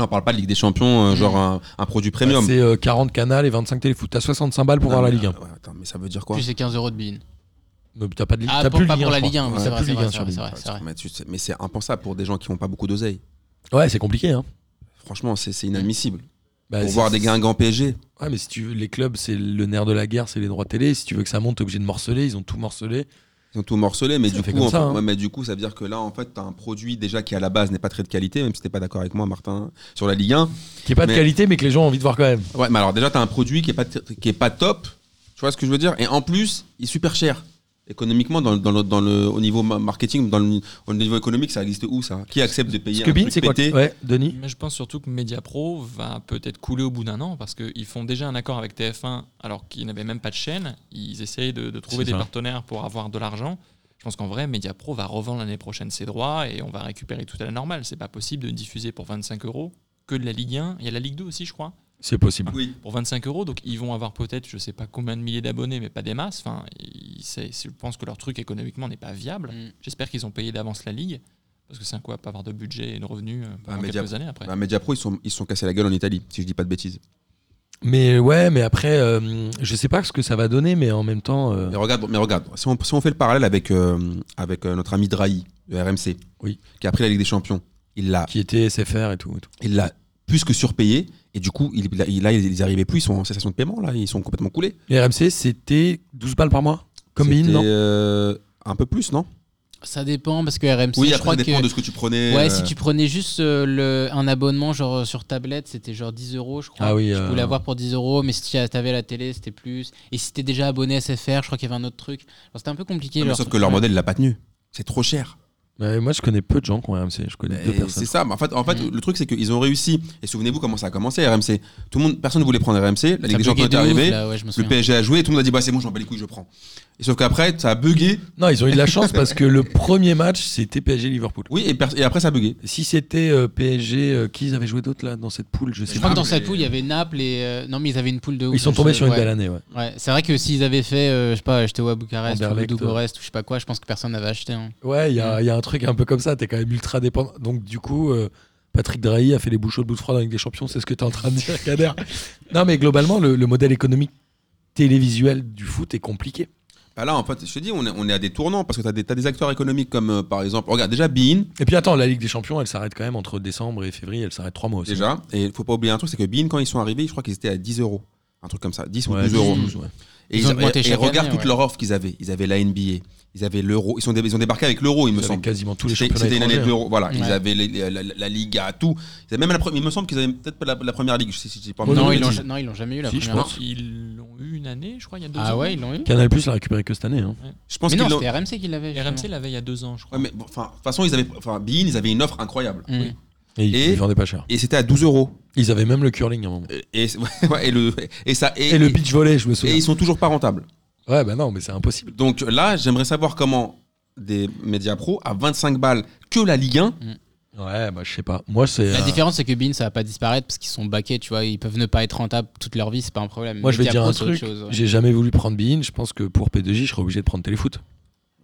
S5: on parle pas de Ligue des Champions, euh, genre un, un produit
S4: tout.
S5: premium.
S4: Mm. C'est euh, 40 Canal et 25 Téléfoot. T'as 65 balles pour
S5: Non,
S4: voir la
S5: mais,
S4: Ligue 1.
S5: euh, ouais, attends, mais ça veut dire quoi
S6: Plus c'est 15 euros de bin.
S4: Mais T'as pas de Ligue.
S6: Ah,
S4: t'as
S6: pour-
S4: plus
S6: pas
S4: Ligue 1,
S6: pour la
S4: je
S6: Ligue
S4: crois.
S6: 1, oui,
S4: Ouais,
S6: c'est vrai,
S4: plus
S6: c'est
S4: Ligue
S6: vrai,
S4: 1
S6: c'est
S4: sur
S6: vrai,
S4: Ligue.
S6: c'est vrai.
S5: mais, tu sais- mais c'est impensable pour des gens qui n'ont pas beaucoup d'oseille.
S4: Ouais, c'est compliqué. Hein.
S5: Franchement, c'est c'est inadmissible.
S4: Bah,
S5: pour
S4: c'est-
S5: voir des Guingamp PSG.
S4: Ouais, mais si tu veux, les clubs, c'est le nerf de la guerre, c'est les droits télé. Si tu veux que ça monte, t'es obligé de morceler. Ils ont tout morcelé.
S5: Ils ont tout morcelé, mais
S4: Ça
S5: du,
S4: fait
S5: coup,
S4: comme
S5: en
S4: ça,
S5: fait-
S4: hein.
S5: ouais, mais du coup, ça veut dire que là, en fait, tu as un produit déjà qui, à la base, n'est pas très de qualité, même si t'es pas d'accord avec moi, Martin, sur la Ligue 1.
S4: Qui est pas de
S5: Mais-
S4: qualité, mais que les gens ont envie de voir quand même.
S5: Ouais, mais alors déjà, tu as un produit qui est, pas, t- qui est pas top, tu vois ce que je veux dire Et en plus, il est super cher. Économiquement, dans, le- dans le, dans le- au niveau ma- marketing, dans le, au niveau économique, ça existe où ça Qui accepte de payer
S4: Parce que
S5: un
S4: Bein,
S5: truc
S4: c'est quoi
S5: pété
S4: Ouais, Denis.
S7: Mais je pense surtout que Mediapro va peut-être couler au bout d'un an parce qu'ils font déjà un accord avec TF1 alors qu'ils n'avaient même pas de chaîne. Ils essayent de, de trouver
S4: C'est
S7: des
S4: ça.
S7: partenaires pour avoir de l'argent. Je pense qu'en vrai, Mediapro va revendre l'année prochaine ses droits et on va récupérer tout à la normale. C'est pas possible de diffuser pour 25 euros que de la Ligue 1. Il y a la Ligue 2 aussi, je crois,
S4: C'est possible.
S5: Oui.
S7: pour 25 euros. Donc ils vont avoir peut-être, je sais pas combien de milliers d'abonnés, mais pas des masses. Enfin, ils- c'est- je pense que leur truc économiquement n'est pas viable.
S6: Mm.
S7: J'espère qu'ils ont payé d'avance la Ligue parce que c'est un quoi pas avoir de budget et de revenus euh, pendant
S5: Mediapro-
S7: quelques années après.
S5: Bah, Mediapro, ils se sont, ils se sont cassés la gueule en Italie, si je dis pas de bêtises.
S4: Mais ouais, mais après, euh, je sais pas ce que ça va donner, mais en même temps, euh,
S5: Mais regarde, mais regarde si, on, si on fait le parallèle avec, euh, avec euh, notre ami Drahi, de RMC,
S4: Oui.
S5: qui a pris la Ligue des Champions, il l'a
S4: qui était SFR et tout. et tout.
S5: il l'a plus que surpayé et du coup il, il- là ils arrivaient plus ils sont en cessation de paiement là ils sont complètement coulés
S4: Et RMC, c'était 12 balles par mois Comme Bein,
S5: C'était,
S4: non
S5: euh, un peu plus non
S6: Ça dépend parce que RMC,
S5: oui
S6: je
S5: après
S6: crois
S5: ça
S6: que.
S5: dépend de ce que tu prenais
S6: Ouais,
S5: euh,
S6: si tu prenais juste euh, le, un abonnement genre euh, sur tablette, c'était genre 10 euros, je crois.
S4: Ah oui,
S6: tu
S4: euh,
S6: pouvais l'avoir pour 10 euros, mais si tu avais la télé, c'était plus. Et si t'es déjà abonné à SFR, je crois qu'il y avait un autre truc. Alors, C'était un peu compliqué.
S5: mais
S6: leur
S5: sauf
S6: truc.
S5: que leur
S6: Ouais.
S5: modèle il l'a pas tenu c'est trop cher
S4: Ouais, Moi, je connais peu de gens qui ont RMC. Je connais deux
S5: Et
S4: personnes.
S5: c'est ça mais en fait en fait
S6: Mhm.
S5: le truc c'est qu'ils ont réussi et souvenez-vous comment ça a commencé RMC tout le monde personne ne voulait prendre RMC la Ligue des
S6: Ça
S5: Champions
S6: buguait
S5: est
S6: de ouf,
S5: arrivée
S6: là, ouais, je me
S5: le
S6: souviens.
S5: PSG a joué tout le monde a dit bah c'est bon j'en bats les couilles je prends Et sauf qu'après, ça a bugué.
S4: Non, ils ont eu de la chance parce que le premier match, c'était PSG-Liverpool.
S5: Oui, et, pers- et après, ça a bugué.
S4: Si c'était euh, PSG, euh, qui ils avaient joué d'autres là dans cette poule Je sais
S6: Je crois que
S4: pas.
S6: dans cette poule, il y avait Naples et. euh, non, mais ils avaient une poule de ouf.
S4: Ils sont tombés
S6: Je-
S4: sur une
S6: ouais.
S4: belle année, ouais.
S6: Ouais, c'est vrai que s'ils avaient fait, euh, je sais pas, acheter à Bucarest, ou
S4: Anderlecht, euh.
S6: Bucarest, ou je sais pas quoi, je pense que personne n'avait acheté. hein.
S4: Ouais, il y, a il y a un truc un peu comme ça, t'es quand même ultra dépendant. Donc du coup, euh, Patrick Drahi a fait les bouchons de bout de froid dans la Ligue des Champions, c'est ce que t'es en train de dire, Kader. non mais globalement, le, le modèle économique télévisuel du foot est compliqué.
S5: Bah là, en fait, je te dis, on est, on est à des tournants parce que tu as, des acteurs économiques comme, euh, par exemple, regarde, déjà Bean,
S4: Et puis attends, la Ligue des Champions, elle s'arrête quand même entre décembre et février, elle s'arrête trois mois aussi.
S5: déjà. Et il faut pas oublier un truc, c'est que Bean, quand ils sont arrivés, je crois qu'ils étaient à 10 euros. Un truc comme ça, 10
S4: Ouais,
S5: ou 12 euros.
S4: 12, ouais.
S5: Et
S6: Ils ont augmenté
S5: et
S6: chaque
S5: regarde
S6: année,
S5: toute
S6: ouais.
S5: leur offre qu'ils avaient. Ils avaient la NBA, ils avaient l'euro. Ils, sont dé- ils ont débarqué avec l'euro, il me
S4: Avec
S5: semble.
S4: quasiment tous les
S5: C'était
S4: championnats
S5: c'était une année
S4: étrangers, hein.
S5: d'euro. Voilà, ils
S6: Ouais.
S5: avaient les- les- la, la- la Liga, tout. Ils avaient même la pre- il me semble qu'ils avaient peut-être pas la, la première ligue. Si, si, si, pas
S4: Oh,
S6: non,
S4: oui,
S6: ils l'ont,
S4: si.
S6: non, ils l'ont jamais eu la
S4: Si, je
S6: première.
S7: Non,
S4: pense.
S7: ils l'ont eu une année, je crois, il y a deux ans.
S6: Ah ouais, ils l'ont eu
S4: Canal Plus l'a récupéré que cette année. hein.
S5: Je pense
S6: Mais
S5: qu'ils
S6: non,
S5: l'ont.
S6: c'était RMC qui l'avait. justement.
S7: RMC l'avait il y a deux ans, je crois.
S5: Ouais, mais bon, enfin, de toute façon, ils avaient, enfin, Bean, ils avaient une offre incroyable.
S6: Mm.
S4: Et ils,
S5: Et-
S4: ils vendaient pas cher.
S5: Et c'était à 12 euros.
S4: Ils avaient même le curling à un moment.
S5: Et, et- ouais, et le, et ça, et,
S4: Et, le beach volley, je me
S5: et
S4: souviens.
S5: ils sont toujours pas rentables.
S4: Ouais, bah non, mais c'est impossible.
S5: Donc là, j'aimerais savoir comment des médias pro à 25 balles que la Ligue 1.
S4: Ouais, bah je sais pas. Moi, c'est.
S6: La
S4: euh,
S6: différence, c'est que Bean, ça va pas disparaître parce qu'ils sont baqués, tu vois. Ils peuvent ne pas être rentables toute leur vie, c'est pas un problème.
S4: Moi, je vais
S6: Media
S4: dire
S6: Pro,
S4: un
S6: c'est autre
S4: truc.
S6: chose, ouais.
S4: J'ai jamais voulu prendre Bein. Je pense que pour P2J, je serais obligé de prendre Téléfoot.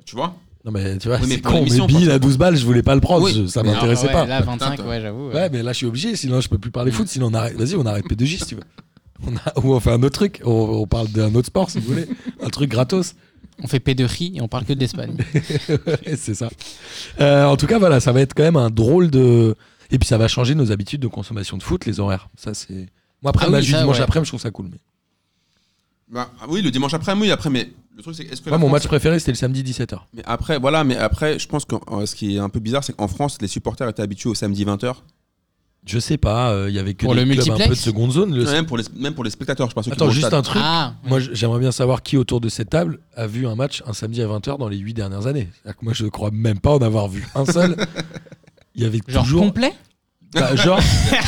S5: Tu vois
S4: Non, mais tu vois,
S5: Oui, mais
S4: c'est
S5: pour
S4: con.
S5: l'émission,
S4: Mais Bein
S5: par
S4: à 12 balles, je voulais pas le prendre.
S5: Oui.
S4: je- oh, ça
S5: Mais
S4: m'intéressait
S6: Ah ouais,
S4: pas.
S6: Là, 25,
S5: Putain,
S6: ouais, j'avoue. ouais. Mm.
S4: Ouais, mais là, je suis obligé. Sinon, je peux plus parler foot. Sinon, on arrête. Vas-y, on arrête P2J si tu veux. On a- Ou on fait un autre truc. On, on parle d'un autre sport si vous voulez. un truc gratos.
S6: On fait p de riz et on parle que de l'Espagne.
S4: Ouais, c'est ça. Euh, en tout cas, voilà, ça va être quand même un drôle de. Et puis, ça va changer nos habitudes de consommation de foot, les horaires. Ça, c'est. Moi, après,
S6: Ah
S4: le match
S6: oui,
S4: du
S6: ça,
S4: dimanche
S6: ouais.
S4: après, je trouve ça cool. Mais...
S5: Bah, ah oui, le dimanche après, oui, après, mais le truc, c'est est-ce que.
S4: Moi,
S5: la
S4: mon
S5: France-
S4: match préféré, c'était le samedi 17h.
S5: Mais après, voilà, mais après, je pense que euh, ce qui est un peu bizarre, c'est qu'en France, les supporters étaient habitués au samedi 20h.
S4: Je sais pas, euh, il y avait que
S6: Pour
S4: des
S6: le
S4: clubs un
S6: multiplex
S4: peu de seconde zone. le-
S5: Même, pour les, même pour les spectateurs, je pense. ceux qui
S4: Attends,
S5: vont au
S4: juste
S5: stade.
S4: un truc.
S6: ah,
S4: Moi, j- j'aimerais bien savoir qui autour de cette table a vu un match un samedi à 20h dans les 8 dernières années. C'est-à-dire que moi, je ne crois même pas en avoir vu un seul. Il y avait
S6: genre
S4: toujours.
S6: complet
S4: Bah, genre,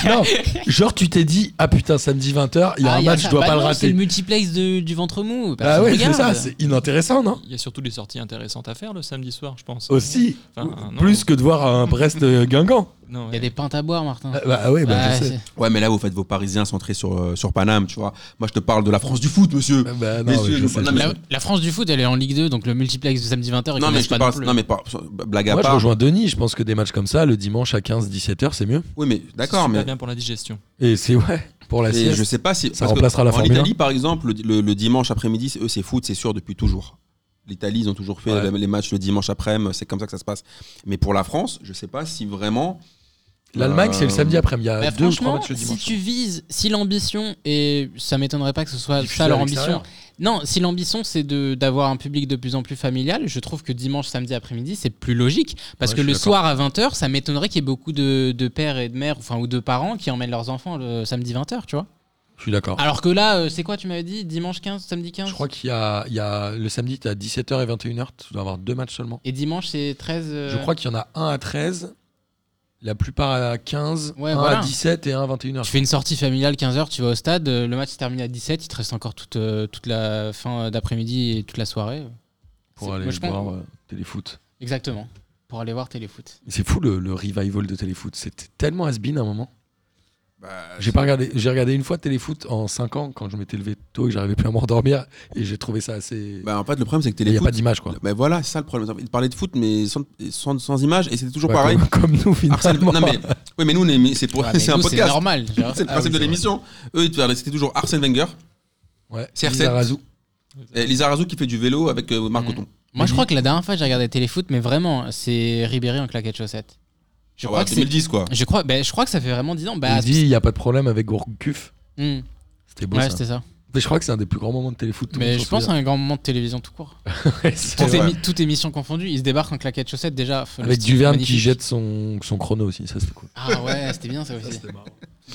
S4: non, genre, tu t'es dit, ah putain, samedi 20h, il y a
S6: Ah,
S4: un
S6: y a
S4: match,
S6: ça.
S4: je dois
S6: Bah
S4: pas le
S6: non, C'est
S4: rater.
S6: le multiplex de- du ventre mou.
S4: Bah
S6: Personne
S4: ouais, c'est
S6: regarde.
S4: ça, c'est inintéressant, non
S7: Il y a surtout des sorties intéressantes à faire le samedi soir, je pense.
S4: Aussi,
S7: Enfin,
S4: ou-
S7: non.
S4: plus que de voir un Brest-Guingamp.
S7: Non,
S6: Il y a
S7: ouais.
S6: des pintes à boire, Martin.
S4: Bah, bah ouais, bah,
S6: Ouais,
S4: je sais.
S6: c'est-
S5: Ouais, mais là, vous faites vos Parisiens centrés sur, euh, sur Paname, tu vois. Moi, je te parle de la France du foot, monsieur.
S4: Bah, bah, non,
S5: Messieurs,
S4: mais je
S5: nous-
S4: sais,
S5: non,
S4: je
S5: mais-
S4: sais.
S6: La, la France du foot, elle est en Ligue 2, donc le multiplex du samedi 20h, ils
S5: non, mais
S6: connaissent
S5: je te
S6: pas
S5: parle.
S6: non plus.
S5: Non, mais pas, blague à
S4: Moi, je
S5: part.
S4: rejoins Denis, je pense que des matchs comme ça, le dimanche à 15-17h, c'est mieux.
S5: Oui, mais d'accord,
S7: C'est super
S5: mais.
S7: bien pour la digestion.
S4: Et c'est ouais, pour la
S5: Et
S4: Bah, sieste.
S5: je sais pas si.
S4: Ça
S5: parce que
S4: remplacera la
S5: En
S4: Formule
S5: Italie, par exemple, le, le- le dimanche après-midi, c'est- eux, c'est foot, c'est sûr, depuis toujours. L'Italie, ils ont toujours fait
S4: Ouais.
S5: les- les matchs le dimanche après-midi, c'est comme ça que ça se passe. Mais pour la France, je sais pas si vraiment.
S4: L'Allemagne,
S5: Euh,
S4: c'est le samedi après-midi. Il y a
S6: Bah,
S4: deux ou trois
S6: franchement,
S4: matchs le
S6: si
S4: dimanche.
S6: tu vises, si l'ambition, et ça m'étonnerait pas que ce soit
S4: Diffusé
S6: ça leur
S4: à
S6: ambition.
S4: l'extérieur.
S6: Non, si l'ambition c'est de d'avoir un public de plus en plus familial, je trouve que dimanche, samedi après-midi, c'est plus logique. Parce
S4: Ouais,
S6: que
S4: je suis
S6: le
S4: d'accord.
S6: soir à 20h, ça m'étonnerait qu'il y ait beaucoup de, de pères et de mères, enfin, ou de parents qui emmènent leurs enfants le samedi 20h, tu vois.
S4: hein. Je suis d'accord.
S6: Alors que là, euh, c'est quoi, tu m'avais dit Dimanche 15, samedi 15
S4: Je crois qu'il y a, il y a- le samedi, tu as 17h et 21h, tu dois avoir deux matchs seulement.
S6: Et dimanche, c'est 13. euh,
S4: Je crois qu'il y en a un à 13, la plupart à 15,
S6: Ouais,
S4: un
S6: voilà.
S4: à 17 et un à 21h.
S6: Tu fais une sortie familiale 15h, tu vas au stade, euh, le match se termine à 17, il te reste encore toute, euh, toute la fin euh, d'après-midi et toute la soirée.
S4: Pour
S6: C'est-
S4: aller
S6: moi, je pense-
S4: voir euh, Téléfoot.
S6: Exactement. Pour aller voir téléfoot.
S4: Mais C'est fou le, le revival de Téléfoot. C'était tellement has-been à un moment.
S6: Ah,
S5: bah,
S4: J'ai pas regardé, j'ai regardé une fois Téléfoot en 5 ans quand je m'étais levé tôt et que j'arrivais plus à m'endormir et j'ai trouvé ça assez.
S5: bah, en fait, le problème, c'est que
S4: il n'y a
S5: téléfoot.
S4: pas d'image quoi.
S5: Mais voilà, c'est ça le problème. Il parlait de foot, mais sans, sans, sans image, et c'était toujours
S4: Ouais,
S5: pareil.
S4: Comme, comme nous
S5: Harcèle-
S4: finalement.
S5: non, mais, oui, mais nous, on est- mais c'est pour-
S6: Ouais, Ah, mais
S5: c'est un
S6: nous,
S5: podcast.
S6: normal. tu vois.
S5: C'est le
S4: Ah
S5: principe
S4: oui,
S5: de
S4: c'est
S5: l'émission. Eux, ils te parlaient- c'était toujours Arsène Wenger,
S4: Ouais.
S5: CR7.
S4: Lisa Razou.
S5: et Lisa Razou qui fait du vélo avec euh, Marc
S6: Mhm.
S5: Coton.
S6: Moi, je crois que la dernière fois que j'ai regardé téléfoot, mais vraiment, c'est Ribéry en claquette chaussette. Je
S5: Ah
S6: crois
S5: bah,
S6: que c'est.
S5: 2010, quoi.
S6: Je crois, ben, je crois que ça fait vraiment 10 ans. Bah,
S4: Il dit il n'y a pas de problème avec Gourcuff.
S6: hmm.
S4: C'était beau
S6: Ouais,
S4: ça.
S6: c'était ça.
S4: Mais je crois que c'est un des plus grands moments de téléfoot. tout le
S6: Mais
S4: monde
S6: je
S4: s'en
S6: pense hein. à
S4: souvient.
S6: un grand moment de télévision tout court.
S4: Ouais, c'est
S6: Toute,
S4: vrai.
S6: émi- toute émission confondue, il se débarque en claquette chaussette déjà. pff, le
S4: Avec
S6: style
S4: Duverne qui
S6: magnifique.
S4: jette son, son chrono aussi, ça c'était cool.
S6: Ah ouais, c'était bien ça aussi.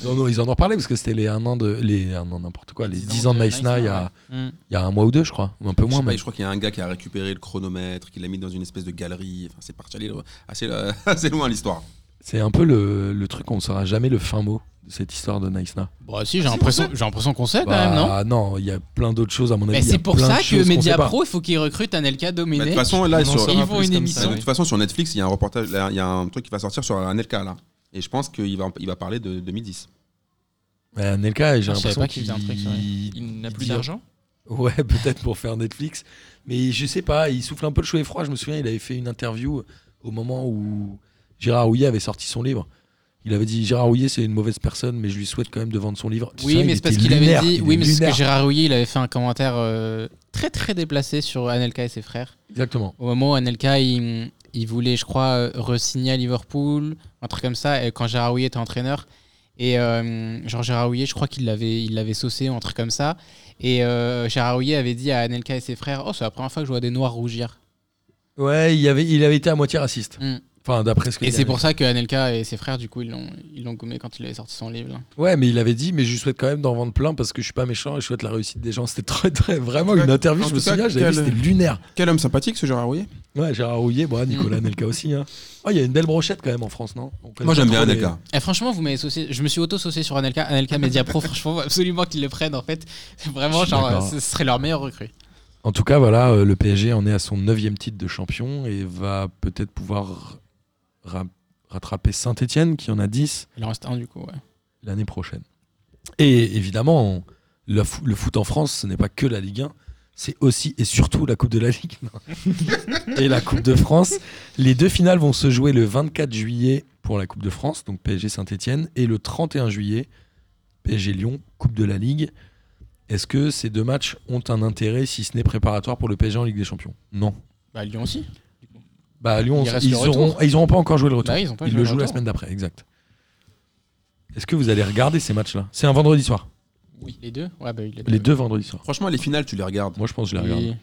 S4: Non, non, ils en ont reparlé parce que c'était les 1 an de. Les un an, n'importe quoi, les 10 ans de
S6: Nice
S4: Maïsna il y,
S6: Night,
S4: a,
S6: Hmm.
S4: il y a un mois ou deux, je crois. Ou un peu
S5: Je,
S4: moins,
S5: sais pas,
S4: mais.
S5: je crois qu'il y a un gars qui a récupéré le chronomètre, qui l'a mis dans une espèce de galerie. Enfin, c'est parti aller, euh, assez, euh, assez loin l'histoire.
S4: C'est un peu le, le truc, on ne saura jamais le fin mot de cette histoire de Naïsna.
S6: Bah si, j'ai l'impression j'ai l'impression qu'on sait quand même, non
S4: Bah, non, il y a plein d'autres choses à mon avis.
S6: Mais
S4: il y a
S6: c'est pour
S4: plein
S6: ça
S4: de
S6: que
S4: choses qu'on
S6: Media
S4: sait pas.
S6: Pro, il faut qu'ils recrutent Anelka
S5: Bah, De
S6: Domenech.
S5: toute façon, là,
S7: On en
S5: sur,
S7: saura
S6: ils font
S7: plus
S6: une
S7: comme
S6: émission.
S7: ça,
S5: de
S7: oui.
S5: toute façon, sur Netflix, il y a un reportage, là, il y a un truc qui va sortir sur Anelka là. Et je pense qu'il va, il va parler de 2010.
S4: Bah, Nelka, j'ai
S6: Ah, je savais
S4: l'impression
S6: pas qu'il
S4: qu'il
S6: faisait un truc sur
S7: Il n'a
S4: il
S7: plus
S4: dit-
S7: d'argent
S4: Ouais, peut-être pour faire Netflix. Mais je sais pas, il souffle un peu le chaud et froid. Je me souviens, il avait fait une interview au moment où Gérard Houillet avait sorti son livre. Il avait dit Gérard Houillet, c'est une mauvaise personne, mais je lui souhaite quand même de vendre son livre. Tu te
S6: Oui,
S4: souviens,
S6: mais
S4: il
S6: c'est parce
S4: était
S6: qu'il avait
S4: lunaire,
S6: dit
S4: il
S6: oui,
S4: était
S6: mais c'est parce
S4: lunaire.
S6: que Gérard Rouillet, il avait fait un commentaire euh, très très déplacé sur Anelka et ses frères.
S4: Exactement.
S6: Au moment où Anelka, il, il voulait, je crois, euh, re-signer à Liverpool, un truc comme ça, et quand Gérard Rouillet était entraîneur. Et euh, genre Gérard Rouillet, je crois qu'il l'avait, il l'avait saucé ou un truc comme ça. Et euh, Gérard Rouillet avait dit à Anelka et ses frères, oh c'est la première fois que je vois des Noirs rougir.
S4: Ouais, il avait, il avait été à moitié raciste.
S6: Mm.
S4: Enfin, d'après ce que
S6: Et
S4: il
S6: c'est
S4: avait
S6: pour ça que Anelka et ses frères, du coup, ils l'ont, ils l'ont gommé quand il avait sorti son livre. là.
S4: Ouais, mais il avait dit, mais je lui souhaite quand même d'en vendre plein parce que je suis pas méchant et je souhaite la réussite des gens. C'était très, très, vraiment une
S5: Ouais,
S4: interview,
S5: en
S4: je me
S5: tout cas,
S4: souviens, j'avais vu,
S5: quel-
S4: c'était lunaire.
S5: Quel homme sympathique ce Gérard Rouillet.
S4: Ouais, Gérard Rouillet, bon, Nicolas Nelka aussi. hein. Oh, il y a une belle brochette quand même en France, non On connaît
S5: Moi, j'aime
S4: pas trop
S5: bien
S4: les-
S5: Anelka.
S6: Eh, franchement, vous m'avez saucé. Je me suis auto-saucé sur Anelka. Anelka Media Pro, franchement, faut absolument qu'ils le prennent en fait. Vraiment,
S4: Je suis
S6: genre, euh,
S4: d'accord.
S6: ce serait leur meilleur recrue.
S4: En tout cas, voilà, euh, le PSG en est à son neuvième titre de champion et va peut-être pouvoir ra- rattraper Saint-Etienne qui en a 10
S6: Il en reste un du coup, ouais.
S4: l'année prochaine. Et évidemment, on- la fo- le foot en France, ce n'est pas que la Ligue 1, c'est aussi et surtout la Coupe de la Ligue et la Coupe de France. Les deux finales vont se jouer le 24 juillet pour la Coupe de France, donc PSG Saint-Etienne, et le 31 juillet, PSG Lyon, Coupe de la Ligue. Est-ce que ces deux matchs ont un intérêt si ce n'est préparatoire pour le PSG en Ligue des Champions Non.
S6: Bah, Lyon aussi.
S4: Bah à Lyon,
S6: Il reste
S4: ils
S6: le retour.
S4: n'auront ils auront pas encore joué le retour.
S6: Bah, ils ont pas
S4: ils
S6: joué
S4: le
S6: le
S4: jouent la
S6: retour.
S4: semaine d'après, exact. Est-ce que vous allez regarder ces matchs-là C'est un vendredi soir.
S6: Oui. Les deux Ouais, bah, oui,
S4: Les deux vendredis soirs.
S5: Franchement, les finales, tu les regardes.
S4: Moi, je pense que je les
S6: Oui.
S4: regarde.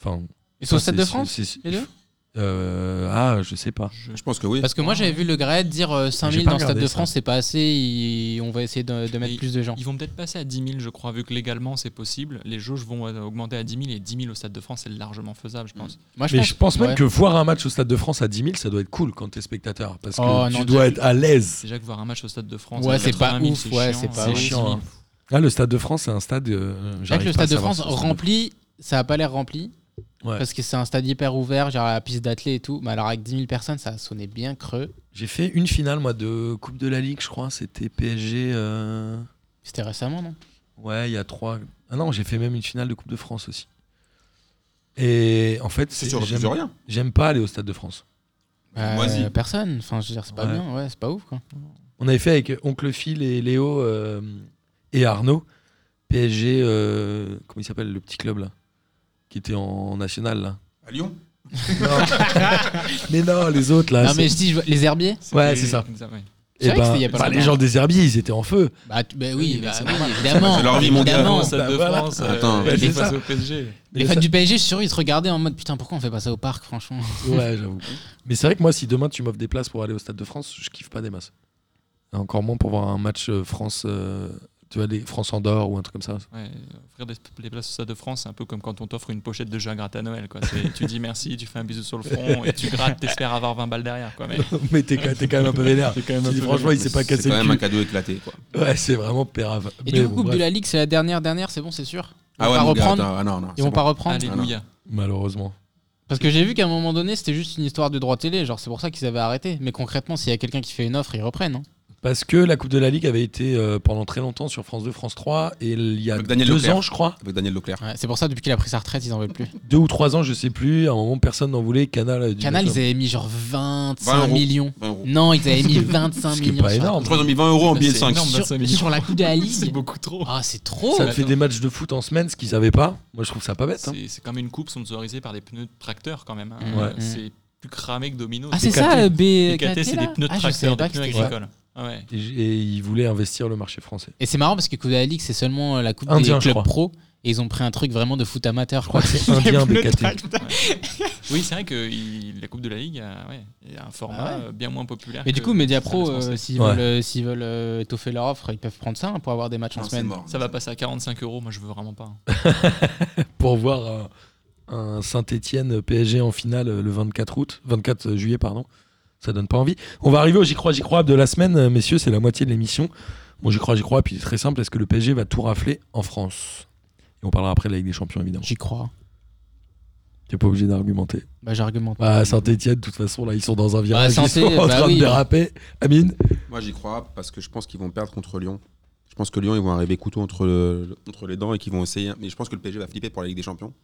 S4: Enfin,
S6: Ils sont au
S4: ça,
S6: Stade
S4: c'est-
S6: de France
S4: c'est- c'est-
S6: les deux
S4: Euh, Ah, je sais pas.
S5: Je pense que oui.
S6: Parce que moi, j'avais vu le grade dire euh, 5000
S4: pas
S6: dans le Stade
S4: regardé
S6: de
S4: ça.
S6: France, c'est pas assez. il- On va essayer de, de mettre
S7: Et
S6: plus de gens.
S7: Ils vont peut-être passer à 10 000, je crois, vu que légalement c'est possible. Les jauges vont euh, augmenter à 10 000 et 10 000 au Stade de France, c'est largement faisable, je pense.
S6: Moi, je
S4: Mais
S6: pense,
S4: je pense même
S6: ouais.
S4: que voir un match au Stade de France à 10 000, ça doit être cool quand t'es spectateur. Parce que
S6: Oh,
S4: tu
S6: non,
S4: dois
S6: déjà-
S4: être à l'aise.
S7: Déjà que voir un match au Stade de France,
S6: Ouais,
S7: à
S6: c'est pas
S7: 80 000,
S6: ouf, ouais, c'est pas
S7: hein.
S4: ouf.
S7: 10 000.
S4: Chiant, hein. Ah, le Stade de France, c'est un stade. euh,
S6: C'est vrai
S4: j'arrive
S6: que le
S4: pas à
S6: Stade de
S4: savoir
S6: France
S4: si le Stade de-
S6: rempli, ça a pas l'air rempli.
S4: Ouais.
S6: Parce que c'est un stade hyper ouvert, genre la piste d'athlée et tout. Mais alors, avec 10 000 personnes, ça sonnait bien creux.
S4: J'ai fait une finale, moi, de Coupe de la Ligue, je crois. C'était PSG. euh,
S6: C'était récemment, non
S4: Ouais, il y a trois. Ah non, j'ai fait même une finale de Coupe de France aussi. Et en fait,
S5: C'est
S4: c'est-
S5: sur
S4: j'aime-
S5: de rien.
S4: j'aime pas aller au Stade de France.
S6: Euh,
S5: Moisi.
S6: personne. Enfin, je veux dire, c'est pas
S4: Ouais.
S6: bien. Ouais, c'est pas ouf, quoi.
S4: On avait fait avec Oncle Phil et Léo euh, et Arnaud, PSG, euh, comment il s'appelle, le petit club là, qui était en national là.
S5: À Lyon
S4: mais non, les autres là.
S6: non,
S4: Ah, c'est-
S6: mais si je vois- les herbiers
S4: Ouais,
S7: C'était-
S4: c'est ça.
S7: ouais.
S6: c'est
S4: eh
S6: vrai que
S4: ben,
S6: c'était il y a pas
S4: bah, les
S6: longtemps.
S4: gens des Herbiers, ils étaient en feu.
S6: Bah, tu- bah oui,
S7: Oui, mais
S6: bah,
S7: c'est
S6: oui,
S7: normal.
S6: évidemment.
S5: C'est leur vie mondiale.
S6: évidemment.
S7: Au Stade
S4: bah
S7: de
S4: voilà.
S7: France, euh,
S5: Attends,
S7: ouais,
S4: ouais,
S7: c'est
S4: c'est
S7: face
S4: ça.
S7: au PSG.
S6: Les fans du PSG, je suis sûr, ils se regardaient en mode putain, pourquoi on fait pas ça au parc, franchement
S4: Ouais, j'avoue. Mais c'est vrai que moi, si demain tu m'offres des places pour aller au Stade de France, je kiffe pas des masses. Et encore moins pour voir un match euh, France, euh, tu vois, des France-Andorre ou un truc comme ça.
S7: Ouais, offrir des, les places au Stade de France, c'est un peu comme quand on t'offre une pochette de jeu à gratter à Noël. Quoi. C'est- tu dis merci, tu fais un bisou sur le front et tu grattes, t'espères avoir 20 balles derrière. Quoi, mais
S4: mais t'es quand, t'es quand même un peu vénère.
S7: T'es quand même
S4: Tu
S7: un
S4: dis,
S7: peu
S4: franchement, il s'est pas
S5: C'est
S4: cassé
S5: quand
S4: le
S5: même un
S4: cul.
S5: cadeau éclaté. Quoi.
S4: Ouais, c'est vraiment pérave.
S6: Et
S4: Mais
S6: du
S4: bon,
S6: coup, Coupe
S4: bref,
S6: de la Ligue, c'est la dernière, dernière, c'est bon, c'est sûr Ils
S5: Ah
S6: vont
S5: ouais,
S6: pas
S5: mon gars,
S6: reprendre
S5: attends, ah non, non,
S6: Ils
S5: c'est
S6: vont
S5: bon.
S6: pas reprendre
S7: Alléluia.
S4: Malheureusement.
S6: Parce que j'ai vu qu'à un moment donné, c'était juste une histoire de droit télé. Genre, c'est pour ça qu'ils avaient arrêté. Mais concrètement, s'il y a quelqu'un qui fait une offre, ils reprennent. hein.
S4: Parce que la Coupe de la Ligue avait été euh, pendant très longtemps sur France 2, France 3, et il y a
S5: Avec Daniel
S4: deux
S5: Leclerc.
S4: ans, je crois,
S5: Avec Daniel Leclerc.
S6: Ouais, c'est pour ça, depuis qu'il a pris sa retraite, ils en veulent plus.
S4: deux ou trois ans, je sais plus, à un moment personne n'en voulait, Canal. euh, du
S6: Canal, ils
S4: Vietnam.
S6: avaient mis genre 25
S5: 20 euros.
S6: millions.
S5: 20 euros.
S6: Non, ils avaient mis 25
S4: Ce qui est
S6: millions.
S4: pas
S6: sur la-
S4: énorme.
S5: Je crois qu'ils ont mis 20 euros en
S7: Bah,
S5: billet de
S7: c'est
S5: 5.
S7: énorme.
S6: Sur,
S7: 25 millions.
S6: sur la Coupe de la
S7: C'est
S6: Ligue
S7: beaucoup trop.
S6: Ah, c'est trop
S4: Ça te fait des matchs de foot en semaine, ce qu'ils avaient pas. Moi, je trouve ça pas bête. hein.
S7: C'est c'est comme une coupe sponsorisée par des pneus de tracteur quand même. hein.
S6: Ouais.
S7: Euh, C'est plus cramé que Domino.
S6: Ah, c'est
S4: BKT.
S6: ça, B.
S7: BKT, c'est des
S6: Ah,
S7: pneus de tracteur, des pneus agricoles. Ah ouais.
S4: Et, j- et ils voulaient investir le marché français.
S6: Et c'est marrant parce que Coupe de la Ligue, c'est seulement euh, la Coupe
S4: Indien,
S6: des
S4: je
S6: clubs
S4: crois.
S6: pro. Et ils ont pris un truc vraiment de foot amateur. Je
S4: crois que c'est indien, BKT.
S7: Oui, c'est vrai que il- la Coupe de la Ligue a, ouais, il a un format
S6: Ah ouais.
S7: euh, bien moins populaire.
S6: Mais du
S7: que
S6: coup, Media
S7: le
S6: Pro,
S7: Stade français.
S6: euh, s'ils
S4: Ouais.
S6: veulent, euh, s'ils veulent euh, étoffer leur offre, ils peuvent prendre ça hein, pour avoir des
S7: Ah,
S6: matchs en
S5: Non, c'est
S6: semaine.
S5: mort.
S7: ça va passer à 45 euros. Moi, je veux vraiment pas. hein.
S4: Pour voir euh, un Saint-Etienne PSG en finale euh, le 24 août, 24 juillet, pardon. ça donne pas envie. On va arriver au J'y crois, J'y crois de la semaine, euh, messieurs, c'est la moitié de l'émission. Bon, J'y crois, J'y crois, puis c'est très simple, est-ce que le PSG va tout rafler en France Et on parlera après de la Ligue des Champions, évidemment.
S6: J'y crois.
S4: T'es pas obligé d'argumenter.
S6: Bah, j'argumente.
S4: Bah, Saint-Etienne, de toute façon, là, ils sont dans un virage, ils
S6: Saint-Étienne,
S4: sont en
S6: bah
S4: train
S6: oui.
S4: de déraper. Amine
S5: Moi, j'y crois parce que je pense qu'ils vont perdre contre Lyon. Je pense que Lyon, ils vont arriver couteau entre, le- entre les dents et qu'ils vont essayer. Mais je pense que le PSG va flipper pour la Ligue des Champions.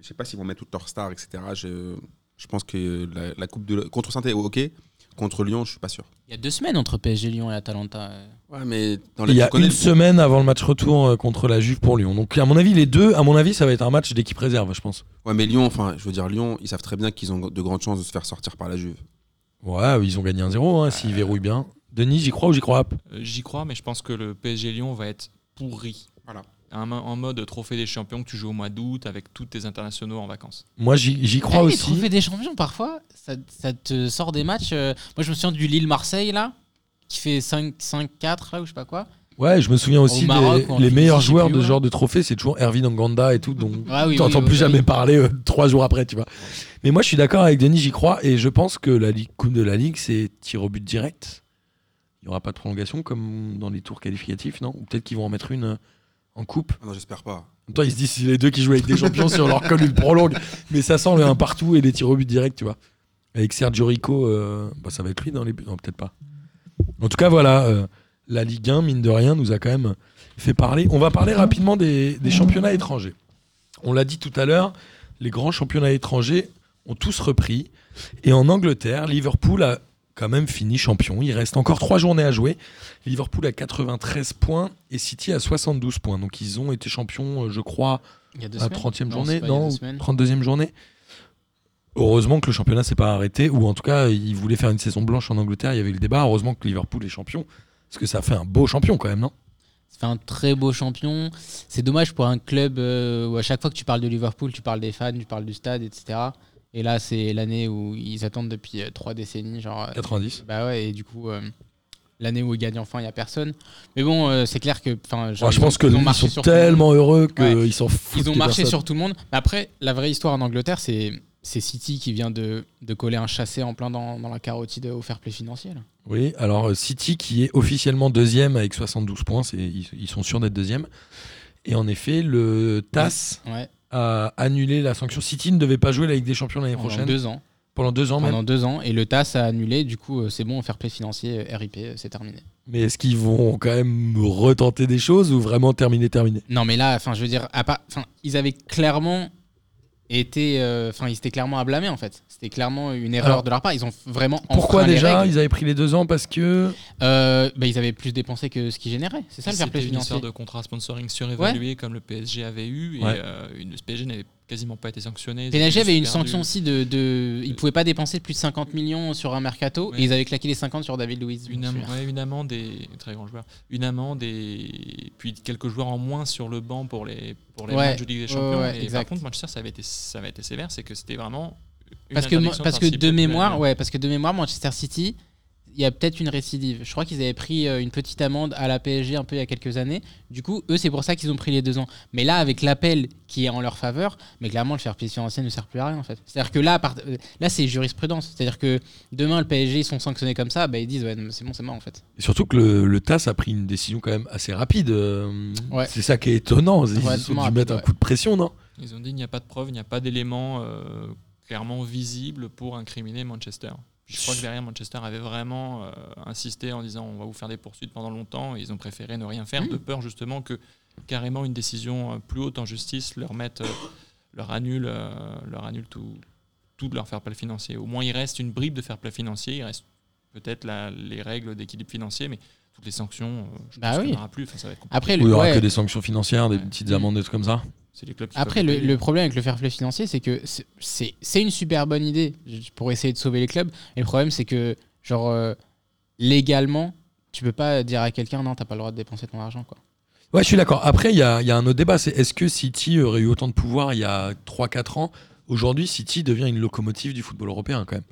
S5: Je sais pas s'ils vont mettre toutes leurs stars, etc. Je, je pense que la, la coupe de contre Saint ok. Contre Lyon, je suis pas sûr.
S6: Il y a deux semaines entre PSG Lyon et Atalanta. euh.
S5: Ouais, mais dans
S4: Il y a
S5: tu connais
S4: une
S5: le-
S4: semaine avant le match retour euh, contre la Juve pour Lyon. Donc, à mon avis, les deux, à mon avis, ça va être un match d'équipe réserve, je pense.
S5: Ouais, mais Lyon, enfin, je veux dire Lyon, ils savent très bien qu'ils ont de grandes chances de se faire sortir par la Juve.
S4: Ouais, ils ont gagné 1-0, hein, s'ils verrouillent bien. Denis, j'y crois ou j'y crois pas
S7: Euh, J'y crois, mais je pense que le PSG Lyon va être pourri.
S5: Voilà.
S7: Un- en mode trophée des champions que tu joues au mois d'août avec tous tes internationaux en vacances.
S4: Moi, j'y j'y crois
S6: Eh, Les
S4: aussi.
S6: trophées des champions, parfois, ça, ça te sort des matchs. euh, Moi, je me souviens du Lille-Marseille, là, qui fait 5-4, là, ou je sais pas quoi.
S4: Ouais, je me souviens aussi
S6: Au Maroc,
S4: des
S6: ou en
S4: les
S6: Tunisie,
S4: meilleurs
S6: je sais
S4: joueurs
S6: plus,
S4: de ce
S6: ouais.
S4: genre de trophée, c'est toujours Hervé Nganda et tout, donc
S6: Ah oui,
S4: t'entends
S6: oui,
S4: plus
S6: oui,
S4: jamais
S6: oui.
S4: parler euh, trois jours après, tu vois. Mais moi, je suis d'accord avec Denis, j'y crois, et je pense que la Ligue- Coupe de la Ligue, c'est tir au but direct. Il n'y aura pas de prolongation comme dans les tours qualificatifs, non Ou peut-être qu'ils vont en mettre une euh, en coupe.
S5: Ah non, j'espère pas.
S4: En même temps, ils se disent si les deux qui jouent avec des champions, si on leur colle une prolongue. Mais ça sent le un partout et les tirs au but direct, tu vois. Avec Sergio Rico, euh, bah, ça va être lui dans les buts. Non, peut-être pas. En tout cas, voilà. euh, la Ligue 1, mine de rien, nous a quand même fait parler. On va parler rapidement des, des championnats étrangers. On l'a dit tout à l'heure, les grands championnats étrangers ont tous repris. Et en Angleterre, Liverpool a quand même fini champion. Il reste encore trois journées à jouer. Liverpool a 93 points et City a 72 points. Donc ils ont été champions, euh, je crois,
S6: Il y a deux
S4: la
S6: semaines.
S4: 30e
S6: Non,
S4: journée,
S6: c'est pas il y a
S4: non,
S6: deux semaines.
S4: 32e journée. Heureusement que le championnat s'est pas arrêté, ou en tout cas, ils voulaient faire une saison blanche en Angleterre, il y avait le débat. Heureusement que Liverpool est champion, parce que ça fait un beau champion quand même, non
S6: Ça fait un très beau champion. C'est dommage pour un club euh, où à chaque fois que tu parles de Liverpool, tu parles des fans, tu parles du stade, etc. Et là, c'est l'année où ils attendent depuis euh, trois décennies. Genre, euh,
S4: 90.
S6: bah ouais, et du coup, euh, l'année où ils gagnent enfin, il n'y a personne. Mais bon, euh, c'est clair que. enfin, genre,
S4: Moi, je
S6: ils ont-
S4: pense que
S6: ils ont
S4: ils
S6: marché
S4: sont
S6: sur tout le monde.
S4: tellement heureux qu'ils
S6: Ouais.
S4: s'en foutent.
S6: Ils ont
S4: des
S6: marché
S4: personnes.
S6: sur tout le monde. Mais après, la vraie histoire en Angleterre, c'est c'est City qui vient de, de coller un chassé en plein dans, dans la carotide au fair play financier. là.
S4: Oui, alors euh, City qui est officiellement deuxième avec 72 points, c'est- ils, ils sont sûrs d'être deuxième. Et en effet, le TAS
S6: Ouais,
S4: a annulé la sanction. City ne devait pas jouer la Ligue des Champions l'année
S6: pendant
S4: prochaine.
S6: deux ans.
S4: Pendant deux ans même.
S6: Pendant deux ans. Et le TAS a annulé. Du coup, euh, c'est bon, au fair play financier, euh, RIP, euh, c'est terminé.
S4: Mais est-ce qu'ils vont quand même retenter des choses ou vraiment terminer, terminer
S6: Non, mais là, enfin, je veux dire, à part- enfin, ils avaient clairement été. euh, Enfin, ils étaient clairement à blâmer, en fait. C'était clairement une erreur
S4: Alors,
S6: de leur part. Ils ont vraiment.
S4: Pourquoi
S6: enfreint les
S4: déjà
S6: règles.
S4: Ils avaient pris les deux ans parce que.
S6: Euh, bah, Ils avaient plus dépensé que ce qu'ils généraient. C'est ça le fair play
S7: C'était une
S6: financier.
S7: histoire de contrat sponsoring surévalué comme le PSG avait eu et
S4: Ouais.
S7: euh, une- le PSG n'avait quasiment pas été sanctionné. ils
S6: PNG
S7: étaient
S6: avait une
S7: juste perdus.
S6: sanction aussi de, de ils pouvaient pas dépenser plus de 50 millions sur un mercato
S7: Ouais.
S6: et ils avaient claqué les 50 sur David Luiz.
S7: Une,
S6: je me
S7: am-
S6: souviens.
S7: ouais, une amende et très grand joueur. Une amende et puis quelques joueurs en moins sur le banc pour les pour les
S6: Ouais,
S7: matchs de Ligue des
S6: ouais,
S7: Champions.
S6: ouais,
S7: et
S6: exact.
S7: par contre, Manchester, ça avait été ça avait été sévère, c'est que c'était vraiment une
S6: Parce que moi-
S7: interdiction
S6: parce que
S7: principe
S6: de
S7: depuis la
S6: mémoire,
S7: Ligue.
S6: ouais, parce que de mémoire Manchester City, il y a peut-être une récidive. Je crois qu'ils avaient pris euh, une petite amende à la PSG un peu il y a quelques années. Du coup, eux c'est pour ça qu'ils ont pris les deux ans. Mais là avec l'appel qui est en leur faveur, mais clairement le fair play financier ne sert plus à rien en fait. C'est-à-dire que là à part- euh, là c'est jurisprudence. C'est-à-dire que demain le PSG ils sont sanctionnés comme ça, bah ils disent ouais non, mais c'est bon c'est mort en fait.
S4: Et surtout que le, le TAS a pris une décision quand même assez rapide. euh,
S6: Ouais.
S4: C'est ça qui est étonnant. Ils ont dû
S6: Relativement rapide,
S4: mettre un
S6: ouais.
S4: coup de pression, non
S7: Ils ont dit il n'y a pas de preuve, il n'y a pas d'éléments euh, clairement visibles pour incriminer Manchester. Je crois que derrière Manchester avait vraiment euh, insisté en disant on va vous faire des poursuites pendant longtemps. Et ils ont préféré ne rien faire
S6: Hmm.
S7: de peur justement que carrément une décision euh, plus haute en justice leur mette, euh, leur annule, euh, leur annule tout, tout de leur fair play financier. Au moins il reste une bribe de fair play financier, il reste peut-être la- les règles d'équilibre financier, mais toutes les sanctions, euh, je
S6: Bah
S7: pense qu'il
S6: oui.
S7: n'y en aura plus. Enfin, ça va être compliqué.
S6: Après
S4: Ou il y
S6: le,
S4: aura
S6: ouais.
S4: que des sanctions financières, des
S7: Ouais.
S4: petites amendes, des trucs comme ça
S7: C'est les clubs qui
S6: Après,
S7: peuvent
S6: le,
S7: les payer.
S6: le problème avec le fair play financier, c'est que c'est- c'est c'est une super bonne idée pour essayer de sauver les clubs. Et le problème, c'est que, genre, euh, légalement, tu peux pas dire à quelqu'un non, t'as pas le droit de dépenser ton argent. Quoi.
S4: Ouais, je suis d'accord. Après, il y a, il y a un autre débat. C'est est-ce que City aurait eu autant de pouvoir il y a 3-4 ans Aujourd'hui, City devient une locomotive du football européen quand même.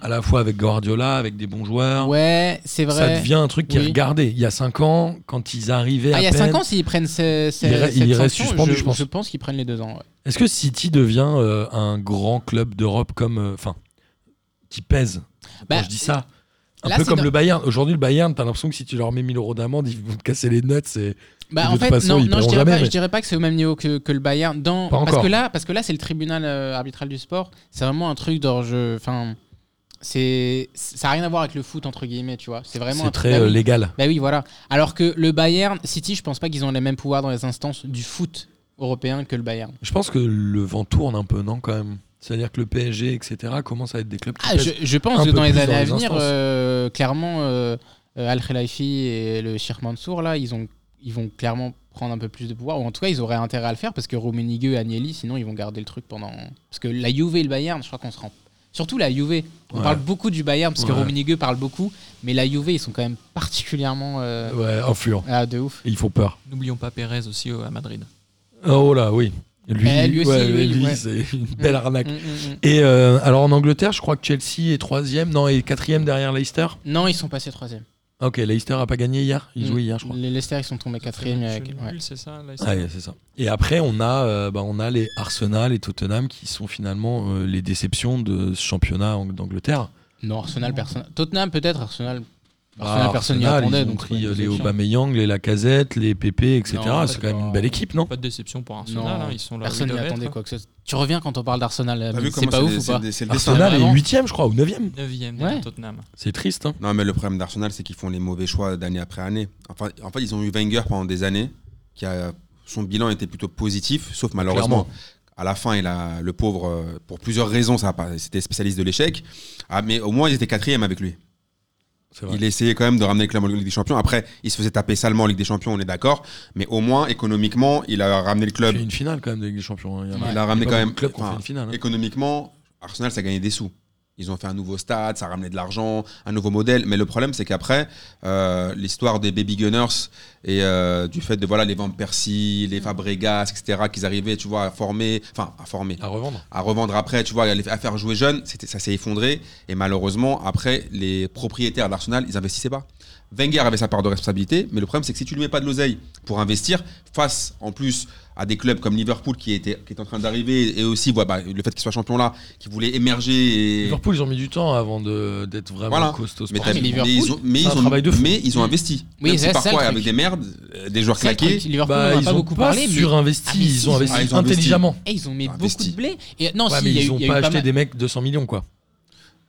S4: À la fois avec Guardiola, avec des bons joueurs.
S6: Ouais, c'est
S4: ça
S6: vrai.
S4: devient un truc qui est
S6: Oui.
S4: regardé. Il y a 5 ans, quand ils arrivaient
S6: Ah,
S4: à
S6: il y a
S4: peine-
S6: 5 ans, s'ils prennent ce, ce-
S4: Il re-
S6: cette
S4: il reste
S6: sanction,
S4: suspendu,
S6: je,
S4: je pense.
S6: qu'ils prennent les 2 ans. ouais.
S4: Est-ce que City devient euh, un grand club d'Europe comme. Enfin, euh, qui pèse
S6: Bah,
S4: quand je dis ça. Un
S6: là,
S4: peu
S6: c'est
S4: comme
S6: dans-
S4: le Bayern. Aujourd'hui, le Bayern, t'as l'impression que si tu leur mets 1000 euros d'amende, ils vont te casser les notes. C'est
S6: Bah,
S4: De
S6: en
S4: toute
S6: fait,
S4: façon,
S6: non,
S4: ils
S6: non,
S4: paieront
S6: je, dirais
S4: jamais,
S6: pas, je
S4: mais-
S6: dirais pas que c'est au même niveau que, que le Bayern. Dans,
S4: Pas
S6: parce,
S4: encore.
S6: que là, parce que là, c'est le tribunal euh, arbitral du sport. C'est vraiment un truc dans je. Enfin, c'est- ça n'a rien à voir avec le foot, entre guillemets, tu vois. C'est vraiment
S4: c'est
S6: un truc
S4: très euh,
S6: d'ami.
S4: légal.
S6: Bah oui, voilà. Alors que le Bayern, City, je pense pas qu'ils ont les mêmes pouvoirs dans les instances du foot européen que le Bayern.
S4: Je pense que le vent tourne un peu, non, quand même. C'est-à-dire que le PSG, etc., commence à être des clubs qui
S6: Ah,
S4: pèsent.
S6: je, je pense
S4: un
S6: que
S4: peu
S6: dans les
S4: plus
S6: années
S4: dans
S6: à
S4: les
S6: venir,
S4: instances.
S6: euh, clairement, euh, euh, Al Khelaifi et le Sheikh Mansour, là, ils, ont, ils vont clairement prendre un peu plus de pouvoir. Ou en tout cas, ils auraient intérêt à le faire parce que Rummenigge et Agnelli, sinon, ils vont garder le truc pendant. Parce que la Juve et le Bayern, je crois qu'on se rend. Surtout la Juve. On
S4: Ouais.
S6: parle beaucoup du Bayern parce que
S4: Ouais.
S6: Rummenigge parle beaucoup, mais la Juve, ils sont quand même particulièrement. euh,
S4: Ouais, influents.
S6: ah, de ouf.
S4: Et Ils font peur.
S7: N'oublions pas Pérez aussi euh, à Madrid.
S4: Oh là, oui. Lui,
S6: Eh, lui aussi,
S4: ouais,
S6: lui,
S4: lui,
S6: ouais.
S4: c'est une belle arnaque.
S6: Mm, mm, mm.
S4: Et euh, alors en Angleterre, je crois que Chelsea est troisième, non, et quatrième derrière Leicester.
S6: Non, ils sont passés troisième.
S4: Ah, Ok, Leicester a pas gagné hier. Ils
S6: Mm.
S4: jouaient hier, je crois.
S6: Les Leicester, ils sont tombés quatrième.
S7: Match
S6: avec- ouais.
S7: nul, c'est ça là,
S4: Ah, ouais, c'est ça. Et après, on a, euh, bah, on a les Arsenal et Tottenham qui sont finalement euh, les déceptions de ce championnat en- d'Angleterre.
S6: Non, Arsenal, personne. Tottenham, peut-être, Arsenal.
S4: Bah,
S6: Arsenal, personne n'y
S4: Arsenal,
S6: attendait.
S4: Ils ont
S6: donc c'est
S4: pris
S6: pas une
S4: euh, les
S6: déception.
S4: Aubameyang, les Lacazette, les Pépé, etc.
S6: Non, en fait,
S4: c'est quand même
S6: non.
S4: une belle équipe, non
S7: Pas de déception pour Arsenal,
S6: Non,
S7: hein, ils sont là. où
S6: Personne
S7: ils
S6: n'y
S7: doivent
S6: attendait
S7: être.
S6: quoi que ce soit. Tu reviens quand on parle d'Arsenal,
S5: T'as
S6: Amine,
S5: vu
S6: Ah, c'est
S5: comment
S6: pas
S5: c'est
S6: ouf
S5: des-
S6: ou
S5: c'est
S6: pas Ah,
S5: des- c'est le dessin.
S4: Arsenal
S6: vraiment.
S4: est huitième, je crois, ou neuvième.
S7: 9ème
S6: Ouais.
S7: derrière Tottenham.
S4: C'est triste. Hein.
S5: Non, mais le problème d'Arsenal, c'est qu'ils font les mauvais choix d'année après année. Enfin, en fait, ils ont eu Wenger pendant des années, qui a, son bilan était plutôt positif, sauf malheureusement. À la fin, il a, le pauvre, euh, pour plusieurs raisons, ça a pas- c'était spécialiste de l'échec. Ah, mais au moins, ils étaient quatrième avec lui.
S4: C'est vrai.
S5: Il essayait quand même de ramener le club en Ligue des Champions. Après, il se faisait taper salement en Ligue des Champions, on est d'accord. Mais au moins, économiquement, il a ramené le
S4: Il
S5: club.
S4: y a eu une finale quand même de Ligue des Champions. hein. Il y a-
S6: Ouais.
S4: il y
S5: Il
S4: a
S5: a ramené
S4: pas
S5: quand
S4: beaucoup de
S5: même.
S4: clubs qui ont
S5: enfin,
S4: fait une finale. hein.
S5: Économiquement, Arsenal, ça a gagné des sous. Ils ont fait un nouveau stade, ça a ramené de l'argent, un nouveau modèle. Mais le problème, c'est qu'après, euh, l'histoire des Baby Gunners et euh, du fait de voilà, les Van Persie, les Fabregas, etc., qu'ils arrivaient tu vois, à former, enfin, à former,
S4: À revendre.
S5: à revendre après, tu vois, à les- à faire jouer jeunes, c'était- ça s'est effondré. Et malheureusement, après, les propriétaires d'Arsenal, ils investissaient pas. Wenger avait sa part de responsabilité, mais le problème, c'est que si tu lui mets pas de l'oseille pour investir, face en plus à des clubs comme Liverpool qui, était, qui est en train d'arriver, et aussi voilà, bah, le fait qu'ils soient champions là, qui voulaient émerger. Et...
S4: Liverpool, ils ont mis du temps avant de- d'être vraiment
S5: Voilà.
S4: costaud.
S5: Mais,
S6: Ah,
S5: t'as-
S6: mais
S5: mais
S6: Liverpool,
S5: ils ont, mais
S4: c'est un
S5: ils ont-
S4: travail de fou.
S5: mais ils ont investi.
S6: Oui,
S5: Même
S6: c'est
S5: si
S6: ça, le
S5: parfois,
S6: truc.
S5: avec des merdes, euh, des joueurs
S6: C'est le
S5: claqués.
S6: truc, Liverpool,
S4: Bah,
S6: on en a
S4: ils
S6: pas
S4: ont
S6: beaucoup
S4: pas
S6: parlé. mais-
S4: surinvesti,
S6: Ah, mais si,
S4: ils ont
S6: ils-
S4: investi
S5: Ah, ils ont investi.
S4: intelligemment.
S6: Eh, ils ont mis
S5: Investi.
S6: beaucoup de blé. Et non,
S4: Ouais,
S6: si,
S4: mais
S6: il y a
S4: ils
S6: eu,
S4: ont
S6: il y a eu
S4: pas
S6: pas
S4: acheté
S6: mal-
S4: des mecs de 100 millions, quoi.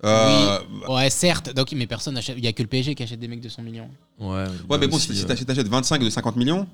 S5: Euh,
S6: Ouais, certes. Donc, mais personne n'achète. Il y a que le PSG qui achète des mecs de 100 millions.
S4: Ouais,
S5: Ouais, mais bon,
S4: aussi,
S5: si, si
S4: euh,
S5: t'achètes t'achètes 25 de 50 millions,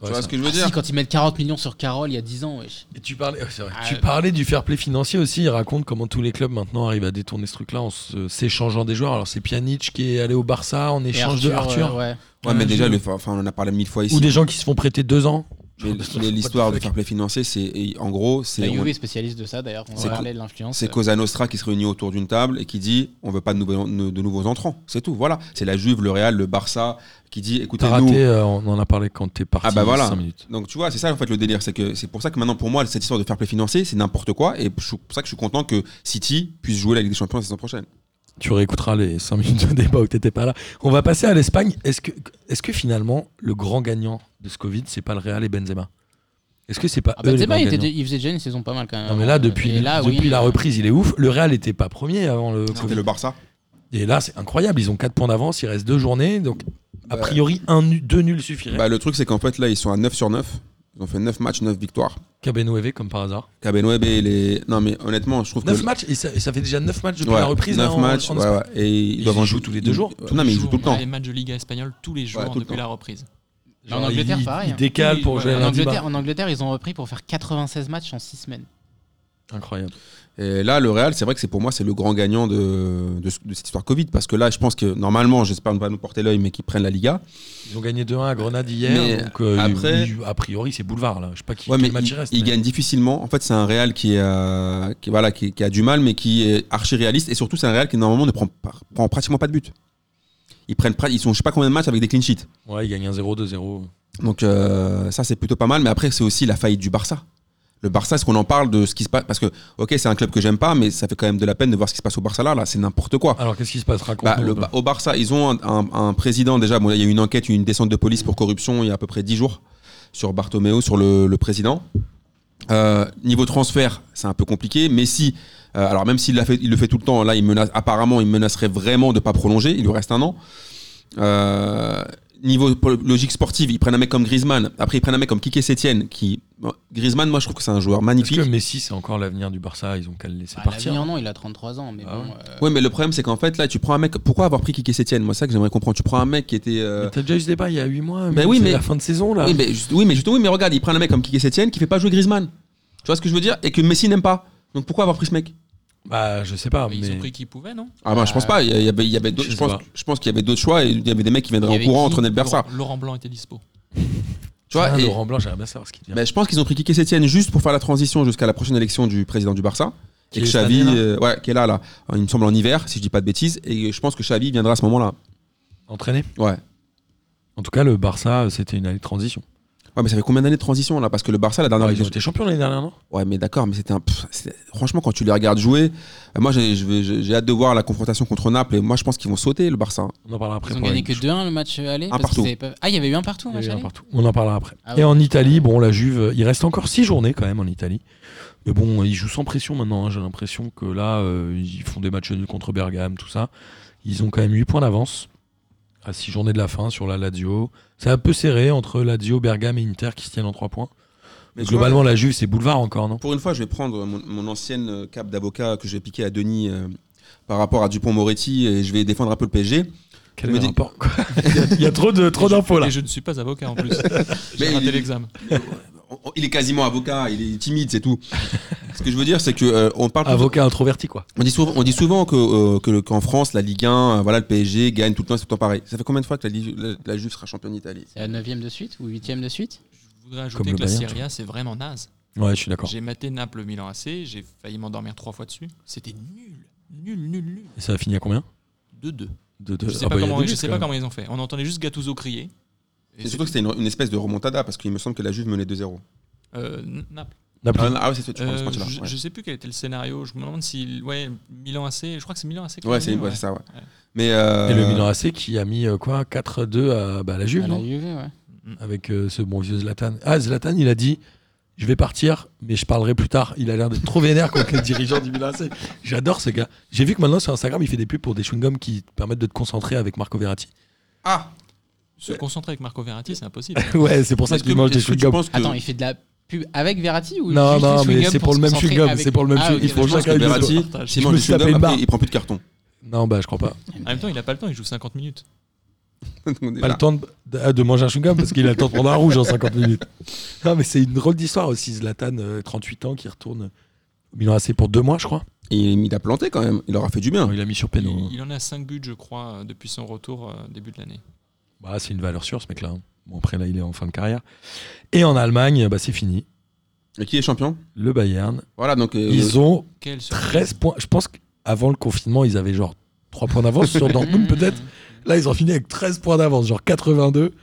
S5: tu
S4: ouais,
S5: vois
S4: ça-
S5: ce que je veux
S6: Ah,
S5: dire
S6: si, quand ils mettent 40 millions sur Carole il y a 10 ans, wesh.
S4: Et tu parlais, ouais, c'est vrai.
S6: Ah,
S4: tu
S6: euh.
S4: parlais du fair play financier aussi. Il raconte comment tous les clubs maintenant arrivent à détourner ce truc-là en se- s'échangeant des joueurs. Alors c'est Pjanic qui est allé au Barça en
S6: Et
S4: échange de Arthur,
S6: euh, ouais.
S5: Ouais, mais
S4: Ouais,
S5: déjà,
S4: je-
S5: le, enfin, on en a parlé mille
S6: euh,
S5: fois ici.
S4: ou des gens qui se font prêter deux ans.
S5: Mais mais l'histoire du fair play financier, c'est et en gros,
S6: La hein.
S5: c'est
S6: Juve
S5: on-
S6: est spécialiste de ça d'ailleurs. On
S5: C'est co-
S6: va parler de l'influence.
S5: c'est Cosa Nostra qui se réunit autour d'une table et qui dit on veut pas de nouveaux, de nouveaux entrants. C'est tout. Voilà. C'est la Juve, le Real, le Barça qui dit écoutez
S4: T'as
S5: nous.
S4: raté, euh, on en a parlé quand t'es parti.
S5: Ah bah
S4: il y a
S5: voilà.
S4: cinq minutes.
S5: Donc tu vois, c'est ça en fait le délire, c'est que c'est pour ça que maintenant pour moi cette histoire de fair play financier, c'est n'importe quoi et je- c'est pour ça que je suis content que City puisse jouer la Ligue des Champions la saison prochaine.
S4: Tu réécouteras les 5 minutes de débat où t'étais pas là. On va passer à l'Espagne. Est-ce que, est-ce que finalement le grand gagnant de ce Covid, c'est pas le Real et Benzema Est-ce que c'est pas
S6: Ah,
S4: eux les
S6: Benzema,
S4: grands
S6: il, était-
S4: gagnants
S6: il faisait déjà une saison pas mal quand même.
S4: Non mais là depuis,
S6: Et là,
S4: depuis
S6: oui,
S4: la
S6: euh,
S4: reprise, il est ouf. Le Real était pas premier avant le
S5: C'était
S4: Covid.
S5: le Barça.
S4: Et là, c'est incroyable. Ils ont 4 points d'avance. Il reste 2 journées. Donc, a
S5: Bah-
S4: priori, 2 nuls suffiraient.
S5: Bah, le truc c'est qu'en fait là ils sont à 9 sur 9. Ils ont fait 9 matchs, 9 victoires.
S4: Cabenueve, comme par hasard.
S5: Cabenweb et les non mais honnêtement, je trouve que
S4: 9 matchs. Et ça, et ça fait déjà 9 matchs depuis
S5: Ouais,
S4: la reprise.
S5: neuf
S4: là, en-
S5: matchs,
S4: en
S5: ouais,
S4: Espagne.
S5: ouais. Et ils,
S4: Ils
S5: doivent
S4: y
S5: en
S4: jouent
S5: jouer
S4: tous les deux jours.
S5: Non, mais ils jouent tout le
S7: On a
S5: temps.
S7: Les matchs de Liga espagnole tous les jours
S5: tout le
S7: depuis
S5: temps.
S7: la reprise.
S6: En Angleterre,
S4: ils,
S6: pareil,
S4: Ils
S6: hein.
S4: décalent
S7: Oui,
S4: pour
S7: ouais.
S4: jouer
S7: En
S4: à
S6: en
S4: lundi bah. bar.
S6: Angleterre, en Angleterre, ils ont repris pour faire 96 matchs en 6 semaines.
S4: Incroyable.
S5: Et là, le Real, c'est vrai que c'est pour moi, c'est le grand gagnant de, de, ce- de cette histoire Covid. Parce que là, je pense que normalement, j'espère ne pas nous porter l'œil, mais qu'ils prennent la Liga.
S4: Ils ont gagné 2-1 à Grenade hier.
S5: Mais
S4: donc, euh,
S5: après-
S4: ils- a priori, c'est boulevard. Là. Je sais pas qui
S5: Ouais,
S4: quel
S5: mais
S4: match
S5: ils,
S4: il reste.
S5: ils
S4: mais-
S5: gagnent difficilement. En fait, c'est un Real qui, est, euh, qui, voilà, qui, qui a du mal, mais qui est archi réaliste. Et surtout, c'est un Real qui, normalement, ne prend, pas- prend pratiquement pas de but. Ils, prennent, pra- ils sont, je sais pas combien de matchs avec des clean sheets.
S4: Ouais, ils gagnent un 0, 2-0.
S5: Donc, euh, ça, c'est plutôt pas mal. Mais après, c'est aussi la faillite du Barça. Le Barça, est-ce qu'on en parle de ce qui se passe Parce que, ok, c'est un club que j'aime pas, mais ça fait quand même de la peine de voir ce qui se passe au Barça là. là c'est n'importe quoi.
S4: Alors, qu'est-ce qui se passe raconte
S5: Bah, le Ba- au Barça, ils ont un, un- un président déjà. Bon, il y a eu une enquête, une descente de police pour corruption il y a à peu près 10 jours sur Bartomeu, sur le, le président. Euh, niveau transfert, c'est un peu compliqué. Messi, euh, alors même s'il l'a fait, il le fait tout le temps, là, il menace, apparemment, il menacerait vraiment de ne pas prolonger. Il lui reste un an. Euh, niveau po- logique sportive, ils prennent un mec comme Griezmann. Après, ils prennent un mec comme Kike Sétienne. Qui... bon, Griezmann, moi, je trouve que c'est un joueur
S4: Parce
S5: magnifique.
S4: que Messi, c'est encore l'avenir du Barça. Ils ont qu'à le laisser
S6: Bah,
S4: partir.
S6: l'avenir, non, il a 33 ans, mais
S4: Ah
S6: bon.
S4: ouais.
S6: euh,
S5: Oui, mais le problème, c'est qu'en fait, là, tu prends un mec. Pourquoi avoir pris Kike Sétienne Moi, c'est ça que j'aimerais comprendre. Tu prends un mec qui était. euh,
S4: Mais T'as déjà eu ce débat il y a 8 mois.
S5: Mais
S4: mais
S5: Bah oui,
S4: c'est
S5: mais-
S4: la fin de saison là.
S5: Oui, mais, juste- oui, mais justement, oui, mais regarde, il prend un mec comme Kike Sétienne qui fait pas jouer Griezmann. Tu vois ce que je veux dire Et que Messi n'aime pas. Donc pourquoi avoir pris ce mec
S4: Bah, je sais pas.
S7: Mais
S4: mais-
S7: Ils ont pris qui pouvait, non
S5: Ah ben je pense pas, il y a- il y avait, il y avait d'autres-
S4: Je
S5: je,
S4: sais
S5: pense,
S4: pas.
S5: je pense qu'il y avait d'autres choix et il y avait des mecs qui
S6: Il y
S5: viendraient en
S6: avait
S5: courant
S6: qui
S5: entraîner le Barça.
S7: Laurent, Laurent Blanc était dispo.
S5: Tu vois,
S4: Ah,
S5: et-
S4: Laurent Blanc, j'aimerais bien savoir ce qu'il devient.
S5: ben, je pense qu'ils ont pris Kike Sétienne juste pour faire la transition jusqu'à la prochaine élection du président du Barça.
S4: Qui
S5: Et que
S4: est cette
S5: Xavi,
S4: année, là
S5: euh, ouais, qui est là, là, il me semble en hiver, si je dis pas de bêtises, et je pense que Xavi viendra à ce moment-là.
S4: Entraîné.
S5: Ouais.
S4: En tout cas, le Barça, c'était une année de transition.
S5: Ouais, mais ça fait combien d'années de transition là Parce que le Barça, la dernière
S4: ils ont
S5: élection-
S4: été champions l'année dernière, non
S5: Ouais, mais d'accord, mais c'était un. pff, c'est- franchement, quand tu les regardes jouer, euh, moi j'ai- je vais- j'ai j'ai hâte de voir la confrontation contre Naples et moi je pense qu'ils vont sauter le Barça.
S4: On en parlera après.
S6: Ils ont
S4: pour la
S6: gagné
S4: Ligue
S6: que
S4: des Champions.
S6: 2-1 le match euh, aller
S5: Un
S6: parce
S5: partout.
S6: qu'ils avaient pas- Ah, il y avait eu un partout au
S4: Il
S6: match
S4: y a eu un
S6: aller
S4: partout. On en parlera après.
S6: Ah
S4: Et
S6: ouais.
S4: en Italie, bon, la Juve, il reste encore 6 journées quand même en Italie. Mais bon, ils jouent sans pression maintenant. hein. J'ai l'impression que là, euh, ils font des matchs nuls contre Bergame, tout ça. Ils ont quand même 8 points d'avance à 6 journées de la fin sur la Lazio. C'est un peu serré entre Lazio, Bergame et Inter qui se tiennent en 3 points.
S5: Mais tu vois,
S4: Globalement, la Juve, c'est boulevard encore, non
S5: Pour une fois, je vais prendre mon, mon ancienne euh, cape d'avocat que j'ai piqué à Denis euh, par rapport à Dupont-Moretti et je vais défendre un peu le PSG.
S4: Quel
S5: Je me
S4: est le
S5: dis-
S4: rapport, quoi Il y a- il y a trop de- trop
S7: Et je-
S4: d'infos là.
S7: Et je ne suis pas avocat en plus.
S5: Mais
S7: J'ai raté
S5: il-
S7: l'examen.
S5: On- on- Il est quasiment avocat, il est timide, c'est tout. Ce que je veux dire, c'est que euh, on parle,
S4: Avocat introverti, quoi.
S5: on dit souvent, on dit souvent que euh, que le- qu'en France, la Ligue 1, euh, voilà, le PSG gagne tout le temps, c'est tout le temps pareil. Ça fait combien de fois que la, Ligue- la, la Juve sera championne d'Italie
S4: Euh,
S6: C'est la 9 de suite ou 8 de suite
S7: Je voudrais
S4: Comme
S7: ajouter
S4: le
S7: que la
S4: Bayern,
S7: Serie A, c'est vraiment naze.
S4: Ouais, je suis d'accord.
S7: J'ai maté Naples-Milan AC, j'ai failli m'endormir trois fois dessus. C'était nul, nul, nul, nul.
S4: Et ça a fini à combien
S7: 2-2.
S4: de, de-
S7: Je sais
S4: Ah
S7: pas,
S4: bah, il y a
S7: comment,
S4: deux
S7: je
S4: buts,
S7: sais
S4: quand
S7: pas
S4: même.
S7: comment ils ont fait. On entendait juste Gattuso crier.
S5: Et surtout que c'était une, une espèce de remontada parce qu'il me semble que la Juve menait 2-0.
S7: Euh, N- Naples.
S4: Naples.
S5: Ah, ah ouais, c'est ce tu prends
S7: Euh,
S5: ce match-là.
S7: je,
S5: ouais.
S7: je sais plus quel était le scénario. Je me demande si. Ouais, Milan AC. Je crois que c'est Milan AC. qui
S5: Ouais,
S7: l'a
S5: c'est
S7: mis,
S5: ouais, c'est ça,
S7: ouais.
S5: ouais. Mais euh,
S4: Et le Milan AC qui a mis euh, quoi 4-2 à bah, la Juve,
S6: À Ah, la
S4: non
S6: Juve, ouais.
S4: Avec euh, ce bon vieux Zlatan. Ah, Zlatan, il a dit Je vais partir, mais je parlerai plus tard. Il a l'air d'être trop vénère contre les dirigeants du Milan AC. J'adore ce gars. J'ai vu que maintenant sur Instagram, il fait des pubs pour des chewing-gums qui te permettent de te concentrer avec Marco Verratti.
S5: ah,
S7: Se concentrer avec Marco Verratti, c'est impossible.
S4: ouais, c'est pour ça
S5: est-ce que-
S4: qu'il mange des
S5: est-ce que tu
S4: chewing-gums.
S5: penses que-
S6: Attends, il fait de la pub avec Verratti ou
S4: Non,
S6: juste
S4: non,
S6: le
S4: mais
S6: chewing-gum
S4: c'est pour
S6: se
S4: le même
S6: concentrer
S4: chewing-gum,
S6: avec-
S4: c'est pour le même
S6: Ah,
S4: chewing-
S6: ok,
S4: ils font
S6: d'accord.
S5: Parce que
S4: chacun des
S5: Verratti,
S7: partage.
S5: s'il
S4: Je
S5: mange
S4: me
S5: des
S4: suis tapé
S5: chewing-gums,
S4: une
S5: après,
S4: barre.
S5: il prend plus de carton.
S4: Non, bah je crois pas.
S7: En même temps, il a pas le temps. Il joue 50 minutes.
S5: On est
S4: Pas
S5: là.
S4: le temps de, ah, de- de manger un chewing-gum parce qu'il a le temps de prendre un rouge en 50 minutes. Non, mais c'est une drôle d'histoire aussi. Zlatan, euh, 38 ans, qui retourne au Milan AC pour deux mois, je crois.
S5: Et il a planté quand même, il aura fait du bien.
S4: Bon, il a mis sur
S7: Il,
S4: Péno.
S7: il en a 5 buts, je crois, euh, depuis son retour euh, début de l'année.
S4: Bah, c'est une valeur sûre, ce mec-là. hein. Bon, après, là, il est en fin de carrière. Et en Allemagne, bah, c'est fini.
S5: Et qui est champion
S4: Le Bayern.
S5: Voilà, donc. euh,
S4: Ils ont
S7: Quelle surprise.
S4: 13 points. Je pense qu'avant le confinement, ils avaient genre 3 points d'avance sur Dortmund, peut-être. Là, ils ont fini avec 13 points d'avance, genre 82.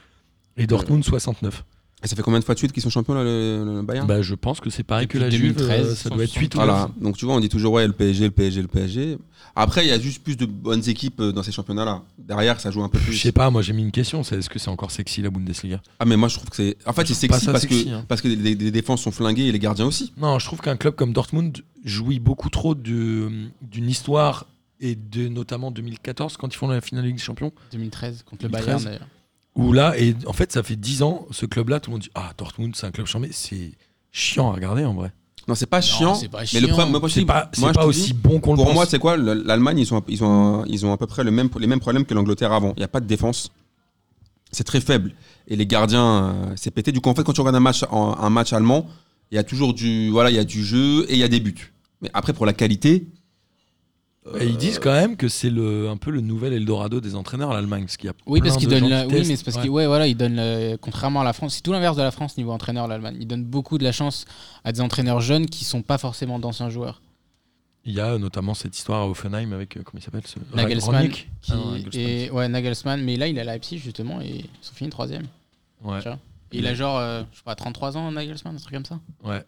S4: Et Dortmund 69.
S5: et ça fait combien de fois de suite qu'ils sont champions, là, le, le Bayern
S4: Bah, je pense que c'est pareil
S6: Depuis
S4: que la Juve.
S6: 2013,
S4: euh, ça doit être 8 ou 9.
S5: Voilà, donc tu vois, on dit toujours, ouais, le PSG, le PSG, le PSG. Après, il y a juste plus de bonnes équipes euh, dans ces championnats-là. Derrière, ça joue un peu
S4: Je
S5: plus.
S4: sais pas, moi j'ai mis une question, c'est est-ce que c'est encore sexy la Bundesliga
S5: Ah, mais moi, je trouve que c'est. En fait, c'est
S4: pas
S5: sexy,
S4: ça
S5: parce,
S4: sexy,
S5: que,
S4: hein.
S5: parce que les, les défenses sont flinguées et les gardiens aussi.
S4: Non, je trouve qu'un club comme Dortmund jouit beaucoup trop de- d'une histoire et de notamment 2014 quand ils font la finale de Ligue des Champions.
S6: 2013 contre le
S4: 2013.
S6: Bayern d'ailleurs.
S4: Où là, et en fait, ça fait 10 ans, ce club-là, tout le monde dit Ah, Dortmund, c'est un club charmé. C'est chiant à regarder en vrai.
S5: Non, c'est pas chiant.
S6: c'est pas
S5: mais
S6: chiant.
S5: le problème, moi, moi, je
S4: C'est
S5: dis-
S4: pas, c'est
S5: moi, je
S4: pas
S5: te
S4: aussi
S5: dis,
S4: bon qu'on le pense.
S5: Pour moi, c'est quoi le- L'Allemagne, ils ont, ils, ont, ils ont à peu près le même, les mêmes problèmes que l'Angleterre avant. Il n'y a pas de défense. C'est très faible. Et les gardiens, euh, c'est pété. Du coup, en fait, quand tu regardes un match, en- un match allemand, il y a toujours du, voilà, il y a du jeu et il y a des buts. Mais après, pour la qualité.
S4: Et ils disent quand même que c'est le, un peu le nouvel Eldorado des entraîneurs, l'Allemagne. Parce qu'il y a
S6: Oui,
S4: plein
S6: parce qu'ils
S4: de
S6: donnent.
S4: gens
S6: la-
S4: qui
S6: Oui,
S4: testent.
S6: mais c'est parce
S4: Ouais.
S6: qu'ils- ouais, voilà, ils donnent. le- Contrairement à la France, c'est tout l'inverse de la France niveau entraîneur l'Allemagne. Ils donnent beaucoup de la chance à des entraîneurs jeunes qui sont pas forcément d'anciens joueurs.
S4: Il y a euh, notamment cette histoire à Offenheim avec, euh, comment il s'appelle ce...
S6: Nagelsmann,
S4: Rangnick
S6: Qui
S4: Ah non, Nagelsmann.
S6: est- ouais, Nagelsmann, mais là il est à Leipzig justement et ils sont finis troisième.
S4: Ouais,
S6: tu vois. Et Il a genre, euh, je sais pas, 33 ans Nagelsmann, un truc comme ça.
S4: ouais.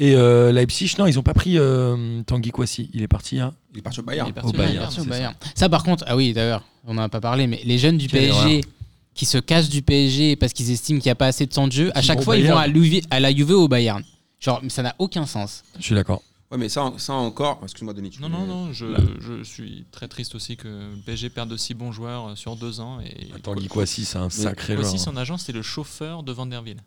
S4: Et euh, Leipzig, non, ils n'ont pas pris euh, Tanguy Kouassi. Il est parti hein. à
S5: Il est parti au Bayern.
S7: Il est parti
S4: Au Bayern,
S6: Merci au
S4: c'est ça.
S6: Bayern. Ça. par contre, ah oui, d'ailleurs, on n'en a pas parlé, mais les jeunes du
S4: Quelle
S6: PSG
S4: erreur.
S6: qui se cassent du PSG parce qu'ils estiment qu'il n'y a pas assez de temps de jeu, à
S4: Qui
S6: chaque
S4: vont au
S6: fois, ils vont
S4: Bayern.
S6: à, l'Uvi- à la Juve ou au Bayern. Genre, mais ça n'a aucun sens.
S4: Je suis d'accord.
S5: Ouais, mais ça, ça encore. Excuse-moi, Denis. tu
S7: Non,
S5: voulais-
S7: non, non, je,
S4: Là.
S7: je suis très triste aussi que le PSG perde de si bons joueurs euh, sur deux ans. Et
S4: Attends, Guy Kouassi, c'est un sacré
S7: Kouassi,
S4: joueur.
S5: hein.
S7: son agent, c'est le chauffeur de Vanderville.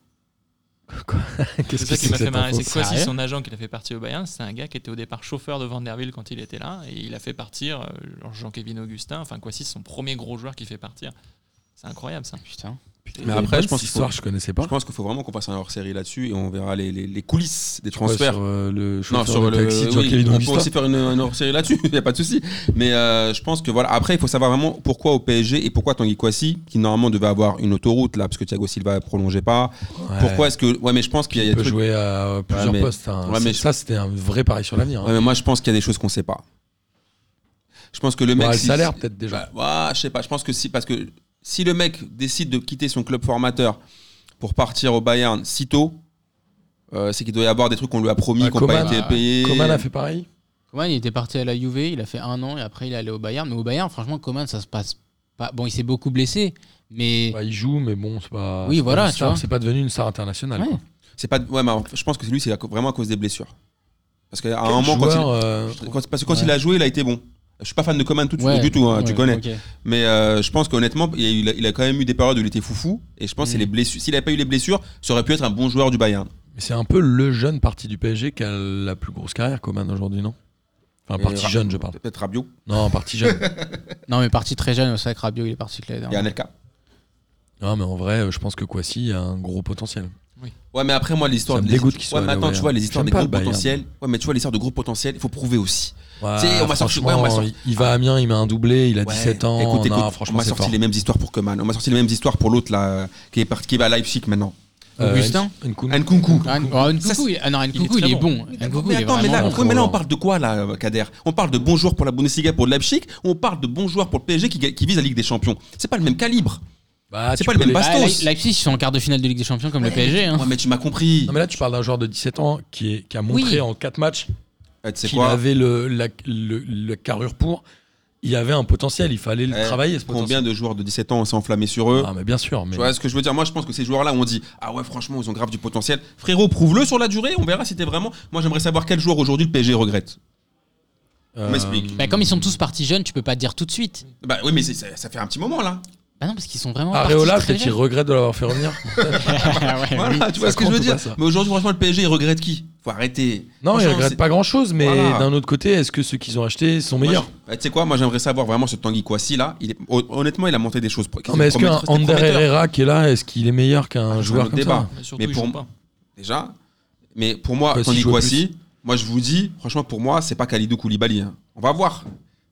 S4: Qu'est-ce
S7: C'est ça
S4: que
S7: qui m'a
S4: c'est
S7: fait
S4: que
S7: marrer. C'est
S4: cette
S7: que
S4: info
S7: Kouassi,
S6: Sérieux
S7: son agent, qu'il a fait partir au Bayern, c'est un gars qui était au départ chauffeur de Vanderville quand il était là. Et il a fait partir euh, Jean-Kévin Augustin. Enfin, Kouassi, c'est son premier gros joueur qui fait partir. C'est incroyable ça.
S6: Putain.
S5: Mais après, je pense
S4: Cette
S5: qu'il faut,
S4: histoire, je connaissais pas.
S5: je pense qu'il faut vraiment qu'on passe un hors série là-dessus et on verra les, les, les coulisses des
S4: Ouais,
S5: transferts.
S4: sur, euh, le
S5: Non,
S4: chauffeur
S5: sur
S4: de
S5: le.
S4: taxi, de
S5: oui,
S4: Jean-Kevin
S5: on peut
S4: Augustin.
S5: aussi faire une, une hors-série là-dessus, il n'y a pas de souci. Mais euh, je pense que voilà. Après, il faut savoir vraiment pourquoi au PSG et pourquoi Tanguy Kouassi, qui normalement devait avoir une autoroute là, parce que Thiago Silva ne prolongeait pas.
S4: Ouais.
S5: Pourquoi est-ce que. Ouais, mais je pense qu'il y a, il y
S4: Il
S5: a
S4: peut
S5: des trucs-
S4: jouer à euh, plusieurs
S5: mais-
S4: postes. hein.
S5: ouais, mais
S4: C'est- Ça, c'était un vrai pari sur l'avenir. hein.
S5: Ouais, mais moi, je pense qu'il y a des choses qu'on ne sait pas. Je pense que le
S4: Bah,
S5: mec.
S4: le
S5: si-
S4: salaire, peut-être déjà.
S5: Bah, ouais, je sais pas. Je pense que si, parce que si le mec décide de quitter son club formateur pour partir au Bayern si tôt, euh, c'est qu'il doit y avoir des trucs qu'on lui a promis,
S4: Bah,
S5: qu'on n'a
S4: Coman-
S5: pas été payés.
S4: Coman a fait pareil
S6: Coman, il était parti à la Juve, il a fait un an et après il est allé au Bayern. Mais au Bayern, franchement, Coman, ça se passe pas. Bon, il s'est beaucoup blessé, mais.
S4: Bah, Il joue, mais bon, c'est pas.
S6: Oui,
S4: c'est pas
S6: voilà,
S4: une
S6: tu
S4: star,
S6: vois.
S4: C'est pas devenu une star internationale.
S6: Ouais.
S4: quoi.
S5: C'est pas. Ouais, mais je pense que lui, c'est à- vraiment à cause des blessures. Parce qu'à un
S4: Quel
S5: moment, quand il-
S4: joueur, euh,
S5: quand- parce que quand
S4: Ouais.
S5: il a joué, il a été bon. Je suis pas fan de Coman tout,
S6: Ouais,
S5: du tout, hein, tu
S6: ouais,
S5: connais.
S6: ok.
S5: Mais euh, je pense qu'honnêtement, il, y a eu- il a- il a quand même eu des périodes où il était foufou. Et je pense que c'est
S6: Mm.
S5: les blessures. S'il n'avait pas eu les blessures, ça aurait pu être un bon joueur du Bayern.
S4: Mais c'est un peu le jeune parti du PSG qui a la plus grosse carrière, Coman, aujourd'hui, non Enfin,
S5: Et
S4: parti
S5: Ra-
S4: jeune, je parle.
S5: Peut-être Rabiot
S4: Non, parti jeune.
S6: Non, mais parti très jeune, au sac Rabiot, il est parti que l'année
S5: et
S6: dernière.
S5: Anelka.
S4: non, mais en vrai, euh, je pense que Kwasi a un gros potentiel.
S5: Ouais, mais après, moi, l'histoire.
S4: Ça me
S5: des-
S4: dégoûte qu'il soit
S5: Ouais, mais
S4: allé au
S5: attends, tu vois,
S4: Bayern.
S5: les histoires
S4: J'aime
S5: des
S4: pas
S5: gros
S4: le Bayern.
S5: potentiels. Ouais, mais tu vois, les histoires de gros potentiels, il faut prouver aussi.
S4: Ouais,
S5: Tu sais, on m'a sorti- ouais, on m'a sorti-
S4: il- Il va à Amiens, il met un doublé, il a
S5: Ouais.
S4: 17 ans.
S5: Écoute,
S4: non,
S5: écoute, on
S4: franchement,
S5: m'a
S4: c'est
S5: sorti
S4: fort.
S5: les mêmes histoires pour Coman. On m'a sorti les mêmes histoires pour l'autre, là, qui est parti, qui va à Leipzig maintenant.
S4: Euh,
S6: Augustin
S4: Nkunku.
S5: Nkunku.
S6: Ah, oh, Nkunku, il- ah non, Nkunku, il
S7: très
S6: est
S7: bon.
S4: Eh,
S6: bon. Nkunku,
S5: Mais
S6: il est
S5: attends, mais là,
S6: vraiment
S5: oui,
S6: bon.
S5: mais là, on parle de quoi, là, euh, Kader On parle de bons joueurs pour la Bundesliga, pour Leipzig, ou on parle de bons joueurs pour le PSG qui, ga- qui vise la Ligue des Champions. C'est pas le même calibre.
S4: Bah,
S5: C'est
S4: tu
S5: pas le
S4: peux
S5: même
S4: les-
S5: baston.
S6: Bah,
S5: Bastos.
S6: Le- Leipzig, ils sont en quart de finale de Ligue des Champions comme le PSG. hein.
S5: Ouais, mais tu m'as compris.
S4: Ah. Non, mais là, tu parles d'un joueur de 17 ans qui, est, qui a montré
S6: Oui.
S4: en 4 matchs
S5: Eh, tu sais
S4: qu'il
S5: quoi
S4: avait le, la, le, le carrure pour. Il avait un potentiel, il fallait le
S5: Eh,
S4: travailler, ce potentiel.
S5: Combien de joueurs de 17 ans on s'est enflammé sur eux
S4: Ah, mais bien sûr. Mais...
S5: Tu vois ce que je veux dire Moi, je pense que ces joueurs-là, on dit Ah ouais, franchement, ils ont grave du potentiel. Frérot, prouve-le sur la durée. On verra si t'es vraiment. Moi, j'aimerais savoir quel joueur aujourd'hui le PSG regrette.
S4: euh,
S5: m'explique.
S6: Bah, comme ils sont tous partis jeunes, tu peux pas dire tout de suite.
S5: Bah oui, mais c'est- ça, ça fait un petit moment là.
S6: Bah non, parce qu'ils sont vraiment
S4: Areola,
S6: partis très
S4: peut-être qu'il
S6: jeunes.
S4: regrette de l'avoir fait revenir.
S6: Ouais, ouais.
S5: Voilà, tu vois
S4: ça
S5: ce que je veux
S4: compte ou
S5: dire
S4: pas, ça
S5: Mais aujourd'hui, franchement, le PSG, il regrette qui Faut arrêter.
S4: Non, il
S5: Franchement,
S4: regrette
S5: c'est-
S4: pas grand chose, mais
S5: Voilà.
S4: d'un autre côté, est-ce que ceux qu'ils ont achetés sont
S5: Moi,
S4: meilleurs
S5: je- bah, Tu sais quoi Moi, j'aimerais savoir vraiment ce Tanguy Kouassi là. Il est... hon- Honnêtement, il a monté des choses. pro-
S4: Non, mais est-ce qu'un
S5: prometteuses, c'était
S4: Ander
S5: prometteur,
S4: Herrera qui est là, est-ce qu'il est meilleur
S5: Ah,
S4: qu'un
S5: c'est un
S4: joueur
S5: autre
S4: comme
S5: débat.
S4: ça
S7: Mais surtout,
S5: Mais
S7: ils
S5: pour-
S7: jouent pas.
S5: Déjà. Mais pour moi,
S4: Kouassi
S5: Tanguy
S4: joue
S5: Kouassi, moi, je vous dis, franchement, pour moi, c'est pas Kalidou Koulibaly. hein. On va voir.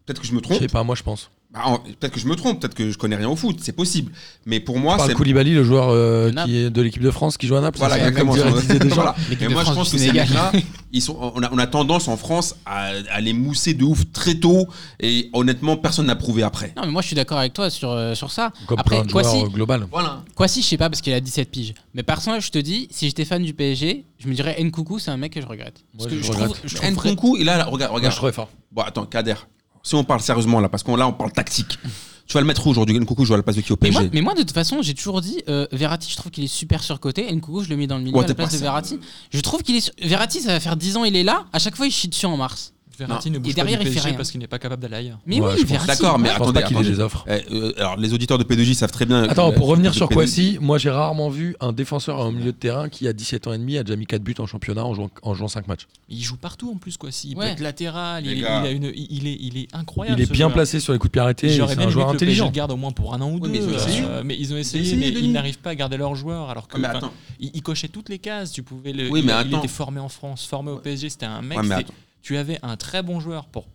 S5: Peut-être que je me
S4: Je
S5: trompe.
S4: sais pas, moi je pense.
S5: Bah, en- peut-être que je me trompe, peut-être que je connais rien au foot, c'est possible. Mais pour moi,
S4: Par
S5: Ah, c'est.
S4: Koulibaly, le joueur euh,
S6: De Naples.
S4: qui est de l'équipe de France qui joue à Naples.
S5: Voilà,
S4: ça, c'est
S5: exactement.
S4: comme dire l'idée des gens.
S5: Voilà.
S6: L'équipe
S5: Et
S6: de
S5: moi, je
S6: France
S5: pense
S6: du
S5: que ces
S6: Sénégal.
S5: mecs-là, ils sont, on, a, on a tendance en France à, à les mousser de ouf très tôt. Et honnêtement, personne n'a prouvé après.
S6: Non, mais moi, je suis d'accord avec toi sur, euh, sur ça.
S4: Comme
S6: Après,
S4: plein de joueurs
S6: Kwasi,
S4: euh, global.
S5: Voilà.
S6: Kwasi, je sais pas parce qu'il a 17 piges. Mais par contre, je te dis, si j'étais fan du PSG, je me dirais Nkunku, c'est un mec que je regrette. Parce
S4: Ouais,
S6: que
S4: je
S6: je,
S4: regrette.
S6: trouve, je trouve vrai-
S5: Nkunku, il a. Regarde,
S4: Moi, je
S5: regarde.
S4: trouvais fort.
S5: Bon, attends, Kader. Si on parle sérieusement là, parce qu'on là, on parle tactique. Tu vas le mettre où aujourd'hui Nkunku joue à la place de qui au
S6: Mais moi,
S5: PSG
S6: mais moi, de toute façon, j'ai toujours dit euh, Verratti, je trouve qu'il est super surcoté. Nkunku, je le mets dans le milieu
S5: Ouais,
S6: à
S5: t'es
S6: la place
S5: pas
S6: de
S5: ça.
S6: Verratti. Je trouve qu'il est. sur- Verratti, ça va faire 10 ans, il est là. À chaque fois, il chie dessus en mars.
S7: Verratti ne
S6: Et
S7: bouge
S6: derrière,
S7: pas
S6: il
S7: du
S6: fait
S7: PSG
S6: rien.
S7: parce qu'il n'est pas capable d'aller ailleurs.
S6: Mais
S4: Ouais, je
S6: oui,
S4: pense-
S6: Verratti.
S5: D'accord, mais
S4: Je pense
S5: attendez,
S4: pas qu'il ait
S5: attendez. Euh,
S4: des offres.
S5: Eh, euh, alors, les auditeurs de P2J savent très bien.
S4: Attends,
S5: que-
S4: pour revenir
S5: de
S4: sur
S5: P2J
S4: Kwasi, moi j'ai rarement vu un défenseur à un milieu de terrain qui, à 17 ans et demi, a déjà mis 4 buts en championnat en jouant, en jouant 5 matchs.
S7: Mais Il joue partout en plus quoi. Il
S6: Ouais.
S7: peut être latéral,
S5: Les
S7: il, il
S5: gars.
S7: a une, il, il est, il est incroyable.
S4: Il est
S7: ce
S4: bien
S7: joueur.
S4: placé sur les coups de pied arrêtés. et
S7: J'aurais
S4: C'est
S7: bien
S4: un
S7: joueur
S4: joueur
S7: que intelligent.
S4: intelligent.
S7: le garde au moins pour un an ou deux.
S5: Oui, mais ils ont
S7: euh,
S5: essayé.
S7: mais ils ont
S5: Ils
S7: essayé,
S5: ont essayé,
S7: mais
S5: Denis.
S7: ils n'arrivent pas à garder leurs joueurs. Alors que
S5: Ah, Mais
S7: enfin,
S5: attends.
S7: il, il cochait toutes les cases. Tu pouvais le.
S5: Oui, mais
S7: il, il
S5: attends.
S7: était formé en France, formé au PSG. C'était un mec.
S5: Ouais, mais
S7: c'était-
S5: attends.
S7: tu avais un très bon joueur pour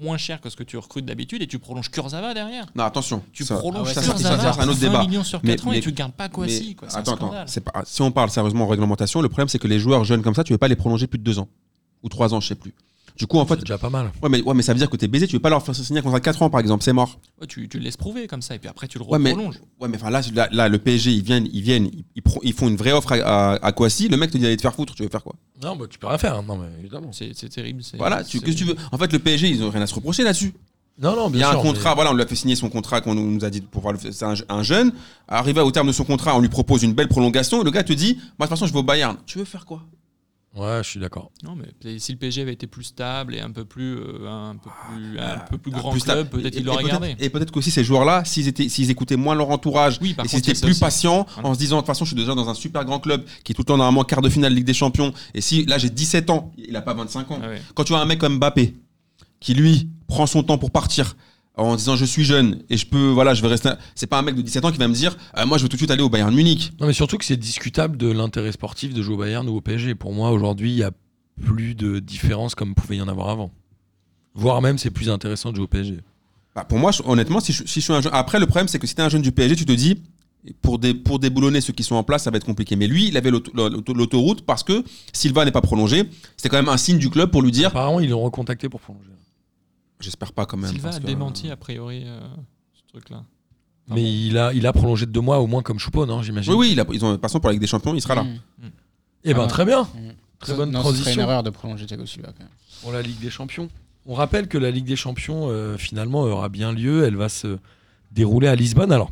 S7: moins cher que ce que tu recrutes d'habitude et tu prolonges Kurzawa derrière.
S5: Non, attention.
S7: Tu
S5: Ça- Ah
S7: prolonges
S5: ça, ça, ça,
S7: Kurzawa
S5: ça, c'est un autre débat.
S7: millions sur
S5: Mais-
S7: 4 ans
S5: mais-
S7: et tu ne gardes pas quoi
S5: Mais-
S7: si. quoi. C'est un
S5: attends, attends,
S7: scandale.
S5: c'est pas- si on parle sérieusement en réglementation, le problème c'est que les joueurs jeunes comme ça, tu ne veux pas les prolonger plus de deux ans ou trois ans, je sais plus. Du coup, en
S4: C'est
S5: fait,
S4: déjà pas mal.
S5: ouais, mais, ouais, mais ça veut dire que t'es baisé, tu veux pas leur faire signer un contrat de 4 ans par exemple, c'est mort.
S7: Ouais, tu, tu le laisses prouver comme ça et puis après tu le
S5: Ouais, mais-
S7: reprolonges.
S5: Ouais, mais enfin là, là, là, le PSG, ils viennent, ils viennent, ils, ils pro- ils font une vraie offre à, à, à Kouassi, le mec te dit d'aller te faire foutre, tu veux faire quoi
S4: Non, bah, tu peux rien faire. hein. Non, mais évidemment.
S7: C'est c'est terrible. c'est-
S5: Voilà, tu-
S7: c'est-
S5: qu'est-ce que tu veux En fait, le PSG, ils ont rien à se reprocher là-dessus.
S4: Non, non,
S5: Il y a
S4: bien
S5: un
S4: sûr. mais-
S5: contrat, voilà, on lui a fait signer son contrat qu'on nous nous a dit pour voir le- c'est un, un jeune. Arrivé au terme de son contrat, on lui propose une belle prolongation. et Le gars te dit, moi de toute façon, je vais au Bayern. Tu veux faire quoi
S4: Ouais, je suis d'accord.
S7: Non, mais si le PSG avait été plus stable et un peu plus, euh, un peu plus, un
S5: Ah,
S7: peu plus
S5: ah,
S7: grand
S5: plus
S7: club,
S5: tard.
S7: peut-être
S5: Et-
S7: qu'il
S5: et
S7: l'aurait
S5: peut-être-
S7: gardé.
S5: Et peut-être qu'aussi ces joueurs-là, s'ils étaient- s'ils écoutaient moins leur entourage,
S7: Oui, par
S5: et
S7: contre,
S5: s'ils
S7: il y a
S5: étaient
S7: ça
S5: plus
S7: aussi.
S5: patients,
S7: Voilà.
S5: en se disant, de toute façon, je suis déjà dans un super grand club qui est tout le temps normalement quart de finale Ligue des Champions, et si là j'ai 17 ans, il a pas 25 ans.
S7: Ah ouais.
S5: Quand tu vois un mec comme Mbappé, qui lui prend son temps pour partir, en disant je suis jeune et je peux, voilà, je vais rester. C'est pas un mec de 17 ans qui va me dire, Euh, moi je veux tout de suite aller au Bayern Munich.
S4: Non, mais surtout que c'est discutable de l'intérêt sportif de jouer au Bayern ou au PSG. Pour moi, aujourd'hui, il n'y a plus de différence comme pouvait y en avoir avant. Voire même, c'est plus intéressant de jouer au PSG.
S5: Bah, pour moi, je- honnêtement, si je, si je suis un jeune. Après, le problème, c'est que si tu es un jeune du PSG, tu te dis, pour, dé- pour déboulonner ceux qui sont en place, ça va être compliqué. Mais lui, il avait l'auto- l'auto- l'autoroute parce que Silva n'est pas prolongé. C'était quand même un signe du club pour lui dire.
S4: Apparemment, ils l'ont recontacté pour prolonger.
S5: J'espère pas quand même.
S7: Silva
S5: parce
S7: a
S5: que-
S7: démenti, a priori, euh, ce truc-là. Ah
S4: Mais
S7: bon.
S4: il, a, il a prolongé de deux mois au moins comme Choupo, non J'imagine.
S5: euh, Oui, oui, il a, ils ont, passons pour la Ligue des Champions, il sera là.
S6: Mm.
S4: Eh ben,
S6: Ah.
S4: très bien.
S6: Mm.
S4: Très bonne
S6: non, ce serait une
S4: transition
S6: erreur de prolonger Thiago Silva. quand même.
S4: pour la Ligue des Champions. On rappelle que la Ligue des Champions, euh, finalement, aura bien lieu. Elle va se dérouler à Lisbonne. Alors,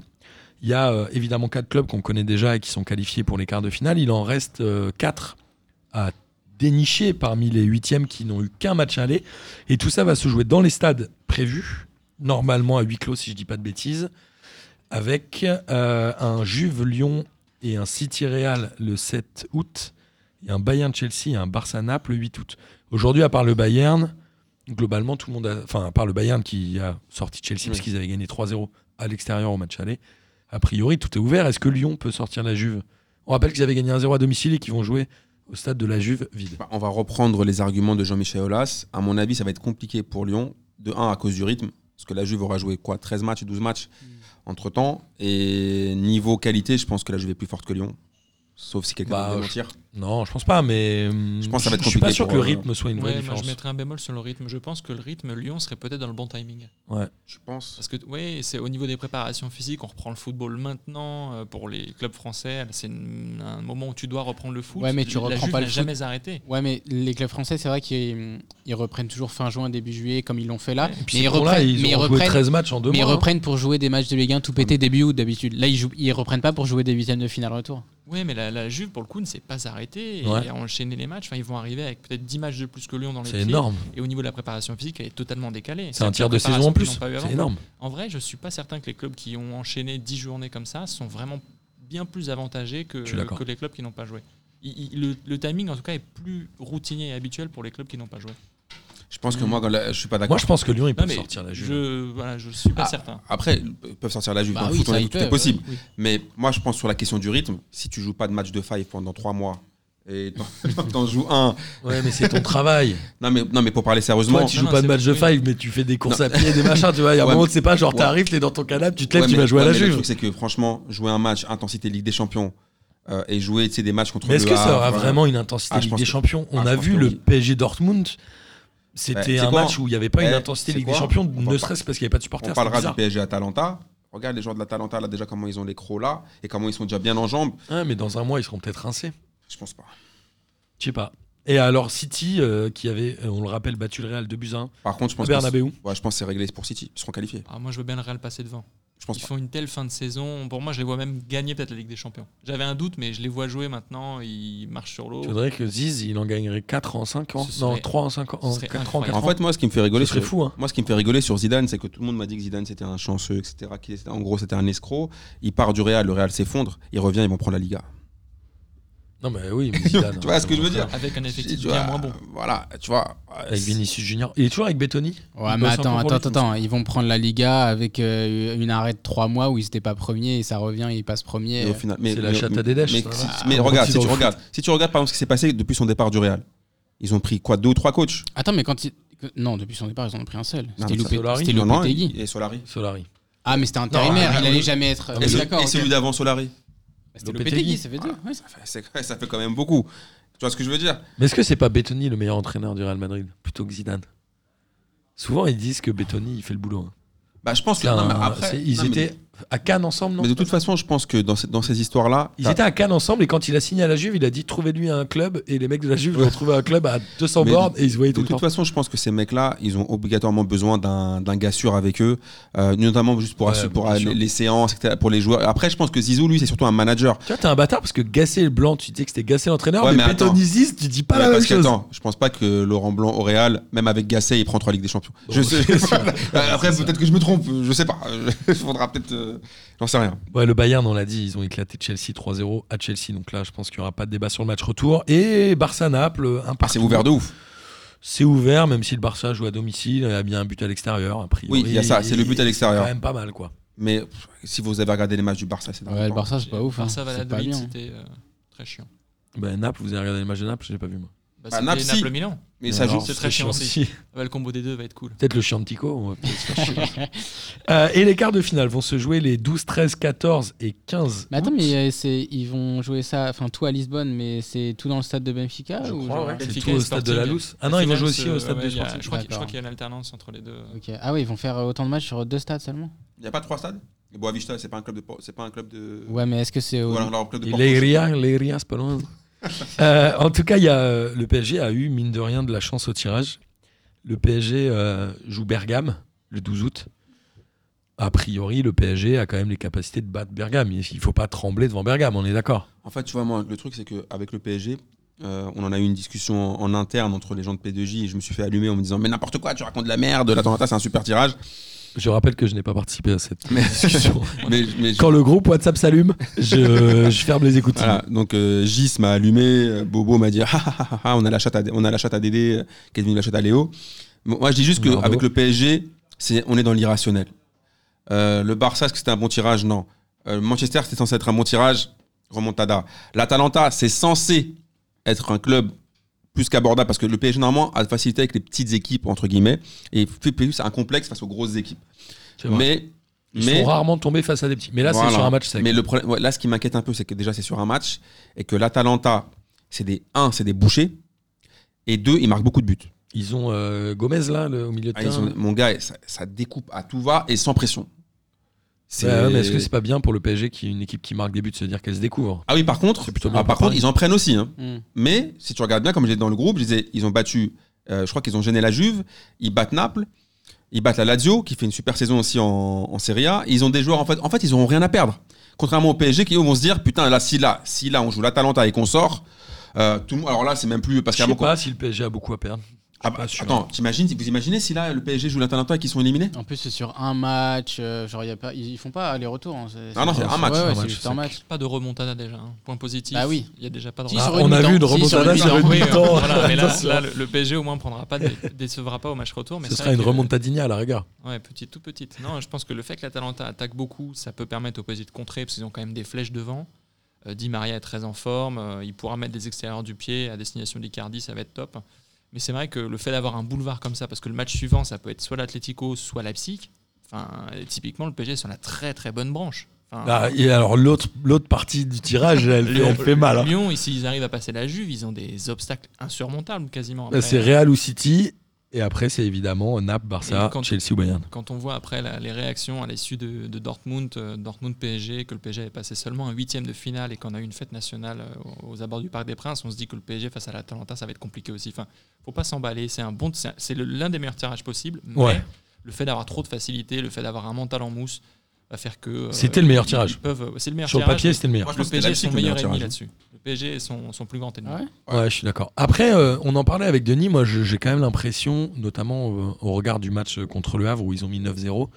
S4: il y a euh, évidemment quatre clubs qu'on connaît déjà et qui sont qualifiés pour les quarts de finale. Il en reste euh, quatre à dénicher parmi les huitièmes qui n'ont eu qu'un match aller. Et tout ça va se jouer dans les stades prévus, normalement à huis clos si je dis pas de bêtises, avec euh, un Juve Lyon et un City Real le 7 août, et un Bayern Chelsea et un Barça Naples le 8 août. Aujourd'hui, à part le Bayern, globalement, tout le monde a. Enfin, à part le Bayern qui a sorti Chelsea parce
S5: Oui.
S4: qu'ils avaient gagné 3-0 à l'extérieur au match aller, a priori, tout est ouvert. Est-ce que Lyon peut sortir la Juve On rappelle qu'ils avaient gagné 1-0 à domicile et qu'ils vont jouer au stade de la Juve vide.
S5: Bah, on va reprendre les arguments de Jean-Michel Aulas. À mon avis, ça va être compliqué pour Lyon. De 1 à cause du rythme, parce que la Juve aura joué quoi 13 matchs, 12 matchs entre temps. Et niveau qualité, je pense que la Juve est plus forte que Lyon. Sauf si quelqu'un
S4: Bah,
S5: veut
S4: je-
S5: mentir.
S4: Non, je pense pas, mais hum,
S5: Je pense que ça va être
S4: suis pas
S5: compliqué
S4: sûr que
S5: pour,
S4: le
S5: euh,
S4: rythme soit une vraie
S7: Ouais, moi,
S4: différence.
S7: je mettrais un bémol sur le rythme. Je pense que le rythme Lyon serait peut-être dans le bon timing.
S5: Je pense.
S7: Parce que ouais, c'est au niveau des préparations physiques, on reprend le football maintenant euh, pour les clubs français. C'est une- un moment où tu dois reprendre le foot.
S6: Ouais, mais tu
S7: La
S6: reprends
S7: Juve
S6: pas le
S7: n'a
S6: foot.
S7: jamais arrêté.
S6: Ouais, mais les clubs français, c'est vrai qu'ils ils reprennent toujours fin juin, début juillet, comme ils l'ont fait là.
S7: Ouais, et
S4: Et puis
S6: mais ils
S4: ces gens-là,
S6: reprennent, mais
S4: ils
S6: ils
S4: ont joué
S6: reprennent-
S4: 13 matchs en deux
S6: mais ils
S4: mois. hein.
S6: reprennent pour jouer des matchs de Ligue 1 tout pété début août d'habitude. Là, ils, jouent, ils reprennent pas pour jouer des huitièmes de finale retour.
S7: Oui, mais la, la Juve, pour le coup, ne s'est pas arrêtée et
S4: Ouais.
S7: a enchaîné les matchs. Enfin, ils vont arriver avec peut-être 10 matchs de plus que Lyon dans les
S4: C'est
S7: pieds.
S4: énorme.
S7: Et au niveau de la préparation physique, elle est totalement décalée.
S4: C'est un tiers de
S7: préparation
S4: saison en
S7: qu'ils
S4: plus.
S7: n'ont pas eu avant.
S4: C'est énorme.
S7: En vrai, je suis pas certain que les clubs qui ont enchaîné 10 journées comme ça sont vraiment bien plus avantagés que,
S4: Je suis d'accord.
S7: que les clubs qui n'ont pas joué. Il- il- le, le timing, en tout cas, est plus routinier et habituel pour les clubs qui n'ont pas joué.
S5: Je pense que moi, quand la- je suis pas d'accord.
S4: Moi, je pense que Lyon, ils
S7: Non,
S4: peuvent sortir la Juve.
S7: Je, voilà, je suis pas
S5: Ah.
S7: certain.
S5: Après, ils peuvent sortir la Juve.
S6: Bah
S5: Dans le
S6: oui,
S5: foot, on
S6: ça,
S5: est-
S6: ils
S5: tout est
S6: peuvent,
S5: possible.
S7: oui.
S5: Mais moi, je pense sur la question du rythme. Si tu joues pas de match de faille pendant trois mois et t'en- t'en joues un.
S4: Ouais, mais c'est ton travail.
S5: Non mais, non, mais pour parler sérieusement.
S4: Toi, tu
S7: Non,
S4: joues
S7: non,
S4: pas de
S7: c'est-
S4: match de
S7: oui.
S4: five, mais tu fais des courses à pied, des machins. Tu vois, il y a un
S5: Ouais,
S4: moment,
S5: mais-
S4: c'est pas genre
S5: ouais.
S4: t'arrives, t'es dans ton canapé, tu te lèves,
S5: Ouais,
S4: tu
S5: mais-
S4: vas jouer à la
S5: ouais, mais Le
S4: Juve.
S5: truc, c'est que franchement, jouer un match intensité Ligue des Champions euh, et jouer tu sais, des matchs contre
S4: Mais est-ce
S5: le
S4: que ça
S5: Havre,
S4: aura
S5: euh,
S4: vraiment une intensité
S5: Ah, je
S4: Ligue
S5: pense
S4: des
S5: que-
S4: Champions On
S5: Ah, je
S4: a
S5: pense
S4: vu
S5: que
S4: le
S5: oui.
S4: PSG Dortmund.
S5: Ouais,
S4: C'était
S5: c'est
S4: un
S5: quoi
S4: match où il n'y avait pas une
S5: Eh,
S4: intensité
S5: c'est
S4: Ligue des
S5: quoi
S4: Champions,
S5: On
S4: ne
S5: par-
S4: serait-ce parce qu'il n'y avait pas de
S5: On
S4: supporters.
S5: parlera
S4: c'est
S5: du
S4: bizarre.
S5: PSG Atalanta. Regarde les joueurs de l'Atalanta là déjà comment ils ont les crocs là et comment ils sont déjà bien en jambes.
S4: Ouais, mais dans un mois, ils seront peut-être rincés.
S5: Je pense pas.
S4: Je sais pas. Et alors City, euh, qui avait, euh, on le rappelle, battu le Real 2 buts à 1
S5: Par contre,
S4: au
S5: je pense que c'est-
S4: Bernabeu.
S5: ouais, je pense que c'est réglé pour City. Ils seront qualifiés.
S7: Ah, moi, je veux bien le Real passer devant.
S5: Je pense
S7: Ils
S5: pas.
S7: font une telle fin de saison. Pour moi, je les vois même gagner peut-être la Ligue des Champions. J'avais un doute, mais je les vois jouer maintenant. Ils marchent sur l'eau.
S4: Tu voudrais que Ziz, il en gagnerait 4 en 5 ans
S7: Ce
S4: Non,
S7: serait-
S4: 3 en 5 ans.
S7: ce serait
S4: 4 ans,
S7: incroyable.
S4: 4
S5: En
S4: ans.
S5: fait, moi, ce qui me fait rigoler,
S4: Ce serait
S5: sur-
S4: fou, hein.
S5: Moi, ce qui me fait rigoler sur Zidane, c'est que tout le monde m'a dit que Zidane c'était un chanceux, etc. qu'il était- En gros, c'était un escroc. Il part du Real, le Real s'effondre, il revient, ils vont prendre la Liga.
S4: Non, mais oui, mais Zidane,
S5: Tu vois ce que je veux
S4: c'est
S5: dire
S7: Avec un effectif
S5: Tu
S7: bien
S5: vois,
S7: moins bon.
S5: Voilà, tu vois.
S4: Avec Vinicius Junior. Il est toujours avec Bettoni
S6: Ouais,
S4: Il bosse
S6: mais
S4: un peu
S6: attends,
S4: pour
S6: attends,
S4: lui,
S6: attends. Ils vont prendre la Liga avec euh, une arrêt de trois mois où ils n'étaient pas premiers et ça revient, ils passent
S5: Et
S6: premiers.
S5: au final- mais-
S4: C'est la
S5: mais-
S4: chatte à
S5: mais-
S4: Dédèche,
S5: Mais,
S4: ça,
S5: si-
S4: là.
S5: mais
S4: On continue
S5: regarde, si tu
S4: dans le
S5: regardes, si tu regardes par exemple ce qui s'est passé depuis son départ du Real, ils ont pris quoi deux ou trois coachs.
S6: Attends, mais quand ils... Non, depuis son départ, ils en ont pris un seul. C'était
S5: mais
S6: loupé.
S4: Solari,
S6: C'était
S5: Non, non,
S6: Lopetegui.
S5: et Solari.
S4: Solari.
S6: Ah, mais c'était intérimaire,
S4: Non,
S6: il
S4: non,
S6: allait
S4: non.
S6: jamais être.
S5: Et,
S6: Oui,
S5: ce-
S6: d'accord,
S5: et
S6: ok.
S5: celui d'avant Solari.
S6: C'était
S4: Lopetegui.
S6: Lopetegui, ça fait deux. ouais, ça-
S5: Enfin, c'est- ça fait quand même beaucoup. Tu vois ce que je veux dire
S4: Mais est-ce que c'est pas Bettoni le meilleur entraîneur du Real Madrid plutôt que Zidane Souvent, ils disent que Bettoni, il fait le boulot. hein.
S5: Bah, je pense que
S4: C'est un-
S5: non, mais après,
S4: c'est- ils
S5: non, mais-
S4: étaient À Cannes ensemble, non
S5: Mais de toute façon, je pense que dans, ces- dans ces histoires-là,
S4: Ils
S5: t'as-
S4: étaient à Cannes ensemble et quand il a signé à la Juve, il a dit trouvez-lui un club et les mecs de la Juve lui ont trouvé un club à 200
S5: Mais
S4: bornes et ils se voyaient tout
S5: de
S4: le temps.
S5: toute façon, je pense que ces mecs-là, ils ont obligatoirement besoin d'un d'un gars sûr avec eux, euh, notamment juste pour,
S4: Ouais,
S5: assurer- pour
S4: bien
S5: euh,
S4: sûr.
S5: les, les séances, etc., pour les joueurs. Après, je pense que Zizou, lui, c'est surtout un manager.
S4: Tu vois, t'es un bâtard parce que Gassé le Blanc, tu disais que c'était Gassé l'entraîneur,
S5: Ouais,
S4: mais,
S5: mais attends.
S4: Bétonizis, tu dis pas
S5: Mais
S4: la même
S5: parce que,
S4: chose.
S5: attends, je pense pas que Laurent Blanc au Real, même avec Gasset, il prend trois Ligues des Champions.
S4: Bon,
S5: je sais
S4: c'est
S5: pas.
S4: sûr.
S5: Euh, Après, peut-être que je me trompe, euh, je sais pas. Il faudra peut-être. euh, J'en sais rien.
S4: Ouais, le Bayern, on l'a dit, ils ont éclaté Chelsea 3-0 à Chelsea, donc là, je pense qu'il n'y aura pas de débat sur le match retour. Et Barça-Naples, un
S5: Ah, c'est ouvert de ouf.
S4: C'est ouvert, même si le Barça joue à domicile, il y a bien un but à l'extérieur, a priori.
S5: Oui, il y a ça, c'est le but à
S4: Et
S5: l'extérieur.
S4: C'est quand même pas mal, quoi.
S5: Mais pff, si vous avez regardé les matchs du Barça, c'est
S6: Ouais, le Barça, c'est pas ouf. hein.
S7: Barça
S6: C'est pas
S7: Valladolid,
S6: bien.
S7: c'était euh, très chiant.
S4: Ben, Naples, vous avez regardé les matchs de Naples, je l'ai pas vu, moi.
S7: Bah,
S5: Bah,
S7: c'était
S5: Naples, si.
S7: Milan.
S5: Mais ça joue.
S4: Alors,
S7: c'est très chiant aussi. Ah bah, le combo des deux va être cool.
S4: Peut-être le chien de Tico, on va peut-être se faire chier. Euh, et les quarts de finale vont se jouer les 12, 13, 14 et 15.
S6: Mais attends,
S4: août.
S6: mais euh, c'est- ils vont jouer ça, enfin tout à Lisbonne, mais c'est tout dans le stade de Benfica
S4: Je
S6: ou
S4: crois,
S6: genre-
S4: ouais. C'est
S7: Benfica
S4: tout
S7: et
S4: au stade de la
S7: Sporting.
S4: Lousse. Ah non, ils vont
S7: Finals,
S4: jouer aussi
S7: euh,
S4: au stade
S7: ouais,
S4: de
S7: il y a-
S4: Sporting.
S7: Je crois qu'il je
S6: D'accord.
S7: crois qu'il y a une alternance entre les deux.
S6: Ok. Ah oui, ils vont faire autant de matchs sur deux stades seulement
S5: Il n'y a pas trois stades Et Boavista, c'est pas un club de. por- C'est pas un club de.
S6: Ouais, mais est-ce que c'est au...
S5: Euh, Ou alors leur club de.
S4: Et
S5: Porto.
S4: Leiria, Leiria, c'est pas loin. Euh, en tout cas, il y a, euh, le PSG a eu, mine de rien, de la chance au tirage. Le PSG euh, joue Bergame le 12 août. A priori, le PSG a quand même les capacités de battre Bergame. Il il faut pas trembler devant Bergame, on est d'accord.
S5: En fait, tu vois, moi, le truc, c'est qu'avec le PSG, euh, on en a eu une discussion en, en interne entre les gens de P2J et je me suis fait allumer en me disant Mais n'importe quoi, tu racontes de la merde, l'Atalanta, c'est un super tirage.
S4: Je rappelle que je n'ai pas participé à cette
S5: Mais,
S4: discussion.
S5: mais, mais je-
S4: Quand le groupe WhatsApp s'allume, je, je ferme les écoutilles.
S5: Voilà, donc euh, Gis m'a allumé, euh, Bobo m'a dit ah, ah, ah, ah, ah, on a la chatte à, on a la chatte à Dédé euh, qui est devenue la chatte à Léo. Bon, moi je dis juste
S4: Nardo.
S5: qu'avec le PSG, c'est on est dans l'irrationnel. Euh, le Barça, est-ce que c'était un bon tirage Non. Euh, Manchester, c'était censé être un bon tirage. Remontada. L'Atalanta, c'est censé être un club plus qu'abordable parce que le PSG normalement a de facilité avec les petites équipes entre guillemets et plus un complexe face aux grosses équipes.
S4: C'est vrai.
S5: Mais
S4: Ils
S5: mais
S4: sont rarement tombés face à des petits. Mais là, c'est
S5: Voilà.
S4: sur un match sec.
S5: Mais le problème, ouais, là, ce qui m'inquiète un peu, c'est que déjà, c'est sur un match et que l'Atalanta, c'est des un, c'est des bouchers et deux, ils marquent beaucoup de buts.
S4: Ils ont euh, Gomez là, le- au milieu de
S5: Ah, ils
S4: terrain.
S5: ont- mon gars, ça, ça découpe à tout va et sans pression. C'est-
S4: Ouais, ouais, mais est-ce que c'est pas bien pour le PSG qui est une équipe qui marque des buts de se dire qu'elle se découvre
S5: Ah oui, par contre,
S4: C'est plutôt bien
S5: ah, par
S4: préparé.
S5: contre, ils en prennent aussi. hein.
S6: Hmm.
S5: Mais si tu regardes bien, comme j'ai dit dans le groupe, je disais, ils ont battu. euh, je crois qu'ils ont gêné la Juve. Ils battent Naples. Ils battent la Lazio, qui fait une super saison aussi en, en Serie A. Ils ont des joueurs en fait. En fait, ils n'auront rien à perdre. Contrairement au PSG, qui eux vont se dire, putain, là, si là, si là, on joue l'Atalanta et qu'on sort, euh, tout le monde. Alors là, c'est même plus parce
S4: Je sais
S5: qu'avant. qu'on-
S4: pas si le PSG a beaucoup à perdre.
S5: Ah
S4: pas
S5: bah,
S4: sûr.
S5: attends, t'imagines, vous imaginez si là le PSG joue l'Atalanta et qu'ils sont éliminés
S6: En plus, c'est sur un match, euh, genre y a pas... ils ils font pas aller-retour. hein,
S5: Ah non, c'est un match,
S6: Ouais,
S4: un
S6: ouais,
S4: match,
S6: c'est juste un
S4: c'est
S6: match.
S7: Pas de remontada déjà. hein. Point positif.
S6: Bah oui.
S7: Il y a déjà pas de
S6: Si,
S7: remontada.
S6: sur
S4: Ah, on
S6: une
S4: a
S6: mi-temps.
S4: vu une
S6: Si, sur
S4: remontada
S6: une
S4: sur
S6: mi-temps.
S4: une
S7: Oui, euh,
S4: mi-temps.
S7: voilà, mais là,
S4: Attention.
S7: là, le, le PSG au moins prendra pas, dé- décevra pas au match retour. Mais
S4: Ce
S7: c'est
S4: sera
S7: vrai
S4: une
S7: que-
S4: remontadinha à la rigueur.
S7: Ouais, petite, tout petite. Non, je pense que le fait que l'Atalanta attaque beaucoup, ça peut permettre au PSG de contrer parce qu'ils ont quand même des flèches devant. Euh, Di Maria est très en forme, euh, il pourra mettre des extérieurs du pied à destination d'Icardi, ça va être top. Mais c'est vrai que le fait d'avoir un boulevard comme ça, parce que le match suivant, ça peut être soit l'Atlético, soit Leipzig. Enfin, et typiquement, le PSG est sur la très très bonne branche. Enfin,
S4: Ah, et alors l'autre l'autre partie du tirage, elle, fait-
S7: Lyon-
S4: elle fait mal. hein.
S7: Lyon, et s'ils arrivent à passer la Juve, ils ont des obstacles insurmontables quasiment.
S4: Là,
S7: Après,
S4: Bah, C'est Real ou City. Et après, c'est évidemment Naples, Barça,
S7: Et quand-
S4: Chelsea ou Bayern.
S7: Quand on voit après la- les réactions à l'issue de, de Dortmund, euh, Dortmund PSG, que le PSG avait passé seulement un huitième de finale et qu'on a eu une fête nationale euh, aux abords du Parc des Princes, on se dit que le PSG face à l'Atalanta, ça va être compliqué aussi. Enfin, faut pas s'emballer. C'est un bon, c'est un- c'est le- l'un des meilleurs tirages possibles. Mais
S4: Ouais.
S7: le fait d'avoir trop de facilité, le fait d'avoir un mental en mousse, va faire que. euh,
S4: C'était le meilleur
S7: ils-
S4: tirage.
S7: ils peuvent- C'est le meilleur
S4: Sur le
S7: tirage.
S4: papier, c'était le meilleur.
S5: Moi, je
S7: Le
S5: pense que
S7: PSG est
S5: Leipzig,
S7: son
S5: le
S7: meilleur
S5: meilleur
S7: ennemi
S5: tirage.
S7: là-dessus. Le PSG est son, son plus grand ennemi.
S6: Ah ouais
S4: Ouais, je suis d'accord. Après, euh, on en parlait avec Denis. Moi, je- j'ai quand même l'impression, notamment euh, au regard du match euh, contre Le Havre où ils ont mis 9-0,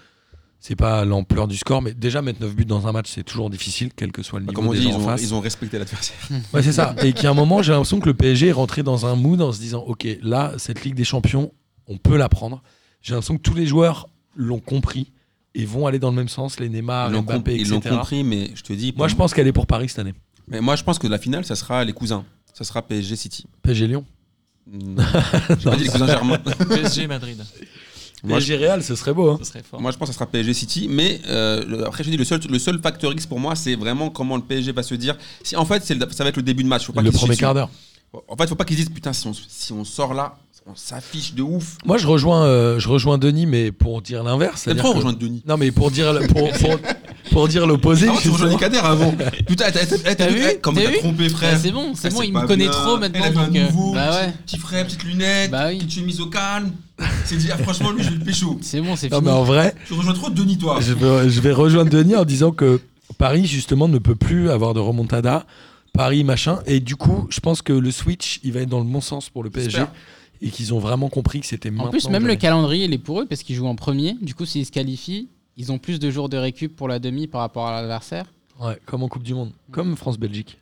S4: c'est pas l'ampleur du score, mais déjà mettre 9 buts dans un match, c'est toujours difficile, quel que soit le
S5: Bah,
S4: niveau
S5: Comme on
S4: des
S5: dit,
S4: gens
S5: ils
S4: en
S5: ont,
S4: face.
S5: ils ont respecté l'adversaire.
S4: Ouais, c'est ça. Et qu'à un moment, j'ai l'impression que le PSG est rentré dans un mood en se disant Ok, là, cette Ligue des Champions, on peut la prendre. J'ai l'impression que tous les joueurs l'ont compris et vont aller dans le même sens, les Neymar,
S5: Ils l'ont
S4: Ah, Mbappé,
S5: compris- ils l'ont
S4: etc.
S5: compris, mais je te dis.
S4: Moi, je pense qu'elle est pour Paris cette année.
S5: Mais moi, je pense que la finale, ça sera les cousins. Ça sera PSG City.
S4: PSG Lyon.
S5: Mm. J'ai pas dit les cousins germains.
S7: PSG Madrid,
S5: Moi,
S4: PSG Real, ce serait beau. hein.
S7: ce serait fort.
S5: Moi, je pense que ça sera PSG City, mais euh, le- après, je dis le seul, le seul facteur X pour moi, c'est vraiment comment le PSG va se dire. Si, en fait, c'est le- ça va être le début de match. Faut pas
S4: Le
S5: qu'ils se
S4: premier
S5: chient
S4: quart d'heure.
S5: dessus. En fait, faut pas qu'ils se disent putain, si on, si on sort là, on s'affiche de ouf.
S4: Moi, je rejoins, euh, je rejoins Denis, mais pour dire l'inverse.
S5: Même
S4: c'est-à-dire
S5: trop
S4: que-
S5: rejoindre Denis.
S4: Non, mais pour dire, pour, pour, pour dire l'opposé.
S5: Ah, tu
S4: justement.
S5: rejoignais Kader avant. Putain, t'as- t'as- t'as
S6: T'as
S5: vu
S6: vu
S5: eh, Comment
S6: T'as
S5: t'as
S6: vu
S5: trompé, frère
S6: Bah, c'est bon, c'est
S5: Ah,
S6: bon,
S5: c'est
S6: il
S5: pas
S6: me connaît
S5: bien.
S6: trop maintenant.
S5: Elle a vu un
S6: donc, euh,
S5: nouveau,
S6: bah ouais,
S5: Petit frère, petite lunette,
S6: Bah oui.
S5: petite chemise au calme. C'est dit, ah, franchement, lui, je vais le pécho.
S6: c'est bon, c'est
S4: Non,
S6: fini.
S4: mais en vrai,
S5: Tu rejoins trop Denis, toi.
S4: je vais, je vais rejoindre Denis en disant que Paris, justement, ne peut plus avoir de remontada. Paris, machin. Et du coup, je pense que le switch, il va être dans le bon sens pour le PSG.
S7: J'espère.
S4: Et qu'ils ont vraiment compris que c'était maintenant.
S6: En plus,
S4: que
S6: même le
S4: j'allais-
S6: calendrier, il est pour eux parce qu'ils jouent en premier. Du coup, s'ils se qualifient, ils ont plus de jours de récup pour la demi par rapport à l'adversaire.
S4: Ouais, comme en Coupe du Monde. Comme France-Belgique.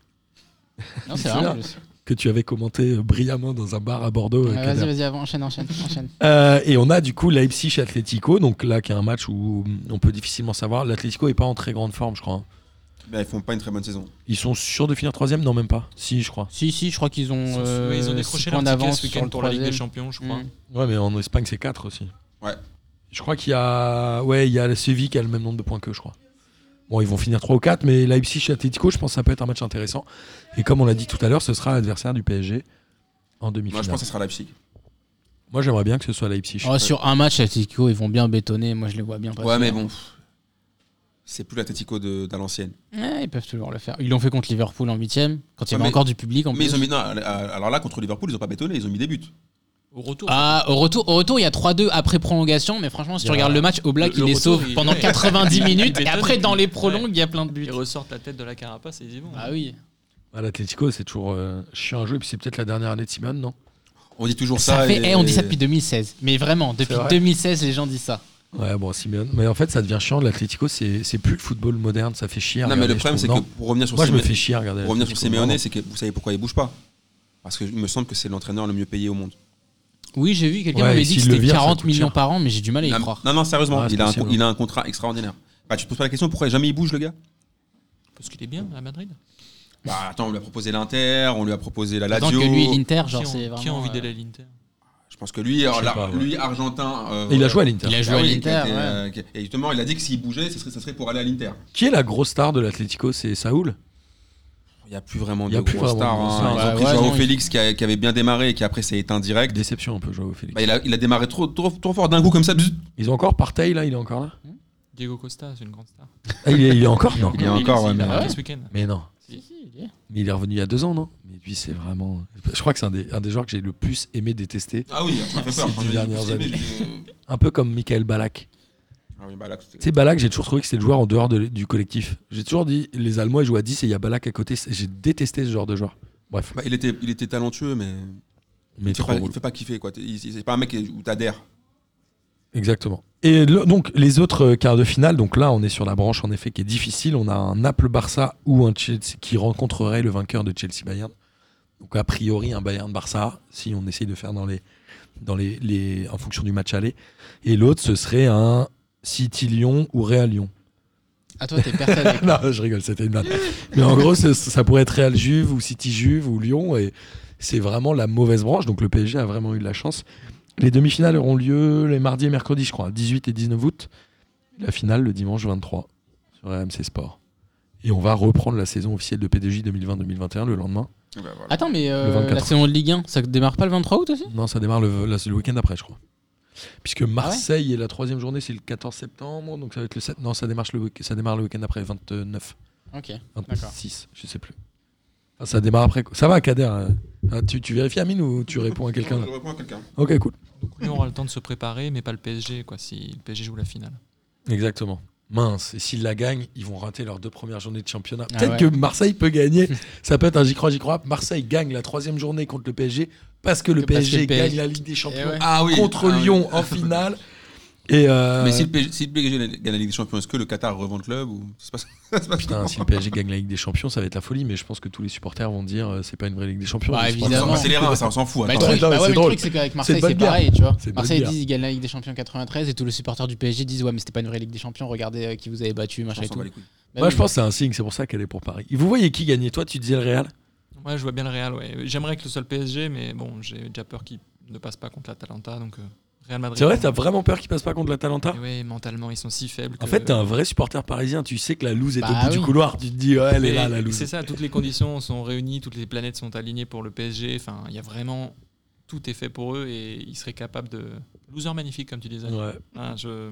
S6: Non, c'est
S4: C'est
S6: vrai. en
S4: là.
S6: plus.
S4: Que tu avais commenté euh, brillamment dans un bar à Bordeaux. euh,
S6: Ouais,
S4: Kader.
S6: Vas-y, vas-y, avant, enchaîne, enchaîne, enchaîne.
S4: Euh, et on a du coup Leipzig Atlético, donc là qui est un match où on peut difficilement savoir. L'Atlético est pas en très grande forme, je crois. hein.
S5: Bah, ils font pas une très bonne saison.
S4: Ils sont sûrs de finir troisième, non même pas. Si, je crois.
S6: Si, si, je crois qu'ils
S7: Ils
S6: ont.
S7: ont,
S6: euh,
S7: ils ont
S6: six
S7: décroché
S6: points
S7: leur ticket
S6: d'avance
S7: ce
S6: sur
S7: week-end
S6: le
S7: pour la Ligue des
S6: troisième.
S7: Champions, je crois.
S6: Mm.
S4: Ouais, mais en Espagne c'est 4 aussi.
S5: Ouais.
S4: Je crois qu'il y a, ouais, il y a la Séville qui a le même nombre de points que je crois. Bon, ils vont finir 3 ou 4, mais Leipzig Atlético, je pense que ça peut être un match intéressant. Et comme on l'a dit tout à l'heure, ce sera l'adversaire du PSG en
S5: Moi,
S4: demi-finale.
S5: je
S4: Moi,
S5: pense que ça sera Leipzig.
S4: j'aimerais bien que ce soit Leipzig.
S6: Oh, sur un match, Atletico, ils vont bien bétonner. Moi, je les vois bien passer. hein.
S5: Ouais, mais bon. pff, C'est plus l'Atletico de, de l'ancienne.
S6: Ouais, ils peuvent toujours le faire. Ils l'ont fait contre Liverpool en 8ème, quand il
S5: Ouais,
S6: y avait
S5: mais-
S6: encore du public en
S5: Mais
S6: plus.
S5: ils ont mis. non, à- à- alors là, contre Liverpool, ils ont pas bétonné, ils ont mis des buts.
S7: Au retour,
S6: Ah, au retour, au retour, il y a 3-2 après prolongation, mais franchement, si
S4: Il
S6: tu
S4: y a-
S6: regardes le match, Oblak,
S7: Le-
S6: il
S7: le
S6: les
S7: retour,
S6: sauve
S7: il-
S6: pendant
S7: ouais.
S6: 90
S7: Il- il
S6: minutes, et
S7: bétonne,
S6: après,
S7: et
S6: dans
S7: puis-
S6: les prolongues, il y a plein de buts.
S7: ils ressortent la tête de la carapace et ils y vont.
S6: Ah oui.
S4: Ah, L'Atlético, c'est toujours euh, chiant à jouer, puis c'est peut-être la dernière année de Simone, non
S5: On dit toujours ça.
S6: Ça fait,
S5: et-
S6: eh, on dit ça depuis 2016. Mais vraiment, depuis
S4: vrai.
S6: 2016, les gens disent ça.
S4: Ouais, bon, Simeone. Mais en fait, ça devient chiant. L'Atlético, c'est c'est plus le football moderne. Ça fait chier. à
S5: Non, mais
S4: regarder,
S5: le
S4: je
S5: problème, c'est que
S4: trouve.
S5: pour revenir sur
S4: Moi, je me
S5: Simeone-
S4: fais chier à regarder.
S5: pour revenir sur
S4: l'Atlético,
S5: Simeone,
S4: vraiment.
S5: c'est que vous savez pourquoi il bouge pas. Parce qu'il me semble que c'est l'entraîneur le mieux payé au monde.
S6: Oui, j'ai vu, quelqu'un
S4: Ouais,
S6: m'avait
S4: et
S6: dit que
S4: s'il le
S6: c'était
S4: vire, ça
S6: 40
S4: coûte
S6: millions
S4: cher.
S6: par an, mais j'ai du mal à y
S5: Non,
S6: croire.
S5: non, non, sérieusement,
S4: Ouais, c'est
S5: il, a un,
S4: possible.
S5: il a un contrat extraordinaire. Bah, tu te poses pas la question pourquoi jamais il bouge, le gars
S7: Parce qu'il est bien à Madrid.
S5: Bah, attends, on lui a proposé l'Inter, on lui a proposé la
S6: Tant
S5: Lazio.
S6: que Bah, lui, l'Inter,
S7: Qui
S6: genre,
S7: en-
S6: c'est
S7: Qui a
S6: vraiment.
S7: envie
S6: euh,
S7: d'aller à l'Inter
S5: Je pense que lui, alors,
S4: sais
S5: la-
S4: pas, ouais.
S5: lui argentin. euh,
S4: Et il a
S5: voilà.
S4: joué à l'Inter.
S6: Il a joué
S5: Ah
S6: à
S5: oui, qui
S6: l'Inter,
S5: était,
S6: ouais.
S5: euh, qui- Et justement, il a dit que s'il bougeait, ce serait, ça serait pour aller à l'Inter.
S4: Qui est la grosse star de l'Atlético C'est Saoul
S5: Il n'y a plus vraiment
S4: Il
S5: de
S4: y a plus
S5: gros
S4: vraiment de
S5: stars.
S4: gros
S5: hein.
S4: stars.
S5: Ils ont
S6: Ouais,
S5: pris
S6: ouais,
S5: Joao
S6: non, ils-
S5: Félix qui, a- qui avait bien démarré et qui après s'est éteint direct.
S4: Déception un peu, Joao Félix.
S5: Bah, il, a, il a démarré trop, trop, trop fort d'un coup comme ça. bzzz.
S4: Ils ont encore Partey, là Il est encore là
S7: Diego Costa, c'est une grande star.
S4: Ah, il, est, il est encore Non.
S5: Il y a encore, ouais,
S7: Il a
S5: mais-
S7: marqué ce week-end.
S4: Mais non. Mais il est revenu il y a deux ans, non Mais lui, c'est vraiment. Je crois que c'est un des, un des joueurs que j'ai le plus aimé détester.
S5: Ah oui, ça m'a fait peur.
S4: Ces
S5: Quand je l'ai
S4: dernières
S5: dit,
S4: années.
S5: je-
S4: Un peu comme Michael Balak.
S5: Ah oui, bah là,
S4: Tu sais, Balak, j'ai toujours trouvé que c'était le joueur en dehors de- du collectif. J'ai toujours dit, les Allemands, ils jouent à 10 et il y a Balak à côté. C'est- J'ai détesté ce genre de joueur. Bref.
S5: Bah, il, était, il était talentueux, mais,
S4: Mais
S5: il, te fait
S4: trop
S5: pas, il
S4: relou.
S5: te fait pas kiffer. quoi. T'es- il- C'est pas un mec où t'adhères.
S4: Exactement. Et le- donc les autres euh, quarts de finale, donc là on est sur la branche en effet qui est difficile. On a un Naples-Barça ou un Chelsea qui rencontrerait le vainqueur de Chelsea-Bayern. Donc a priori un Bayern-Barça si on essaye de faire dans les, dans les, les- en fonction du match aller. Et l'autre ce serait un City-Lyon ou Real-Lyon.
S6: Ah, toi, t'es persuadé.
S4: non, je rigole, c'était une blague. Mais en gros ce- ça pourrait être Real-Juve ou City-Juve ou Lyon et c'est vraiment la mauvaise branche. Donc le PSG a vraiment eu de la chance. Les demi-finales auront lieu les mardis et mercredis, je crois, 18 et 19 août. La finale le dimanche 23 sur RMC Sport. Et on va reprendre la saison officielle de PDJ 2020-2021 le lendemain.
S6: Attends, mais euh,
S4: Le 24.
S6: la saison de Ligue 1, ça démarre pas le 23 août aussi
S4: Non, ça démarre le, la- le week-end après, je crois. Puisque Marseille et la troisième journée, c'est le 14 septembre, donc ça va être le 7. Non, ça, démarche le week- ça démarre le week-end après, 29,
S6: Ok.
S4: 26, je sais plus. Enfin, ça démarre après. Ça va, Kader hein Ah, tu, tu vérifies, Amine, ou tu réponds à quelqu'un là
S5: Je réponds à quelqu'un.
S4: Ok, cool.
S7: Donc lui aura le temps de se préparer, mais pas le PSG, quoi, si le PSG joue la finale.
S4: Exactement. Mince, et s'ils la gagnent, ils vont rater leurs deux premières journées de championnat.
S6: Ah
S4: Peut-être
S6: ouais.
S4: que Marseille peut gagner. Ça peut être un j'y crois, j'y crois. Marseille gagne la troisième journée contre le PSG parce que le
S6: Parce que
S4: PSG
S6: le PSG
S4: gagne la Ligue des Champions
S6: Eh ouais.
S5: Ah oui.
S4: contre
S5: ah oui.
S4: Lyon en finale. Et euh,
S5: Mais si le PSG si le PSG gagne la Ligue des Champions, est-ce que le Qatar revend le club ou... Ça se passe- ça se passe
S4: putain,
S5: comment
S4: si le PSG gagne la Ligue des Champions, ça va être la folie. Mais je pense que tous les supporters vont dire euh, c'est pas une vraie Ligue des Champions.
S6: Bah,
S4: Je pense
S5: On s'en
S6: évidemment.
S4: que-
S5: passe les reins, ça, on s'en fout.
S6: Bah, le
S5: attends.
S6: truc,
S4: non, mais
S6: bah ouais,
S4: c'est
S6: mais le
S4: drôle.
S6: truc, c'est qu'avec
S4: C'est
S6: Marseille,
S4: une bonne
S6: c'est pareil, tu vois.
S4: C'est une bonne
S6: Marseille
S4: guerre.
S6: dit, ils gagnent la Ligue des Champions 93 et tous les supporters du PSG disent, ouais, mais c'était pas une vraie Ligue des Champions, regardez euh, qui vous avez battu, machin
S5: On
S6: et
S5: s'en
S6: tout.
S5: bat les couilles.
S6: Bah
S4: Moi,
S6: oui.
S4: je pense que c'est un signe. C'est pour ça qu'elle est pour Paris. Vous voyez qui gagner Toi, tu disais le Real.
S7: Ouais, je vois bien le Real, ouais. J'aimerais que le seul PSG, mais bon, j'ai déjà peur qu'il ne passe pas contre l'Atalanta, donc euh, Real Madrid.
S4: C'est vrai, t'as vraiment peur qu'il passe pas contre l'Atalanta
S7: Et ouais, mentalement, ils sont si faibles.
S4: En
S7: que-
S4: fait, t'es un vrai supporter parisien. Tu sais que la loose est
S6: Bah
S4: au bout du
S6: oui.
S4: couloir. Tu te dis ouais, elle est
S7: Mais
S4: là, la loose.
S7: C'est ça, toutes les conditions sont réunies, toutes les planètes sont alignées pour le PSG. Enfin, il y a vraiment. Tout est fait pour eux et ils seraient capables de. Loser magnifique, comme tu disais.
S4: Ouais.
S7: Ah, je,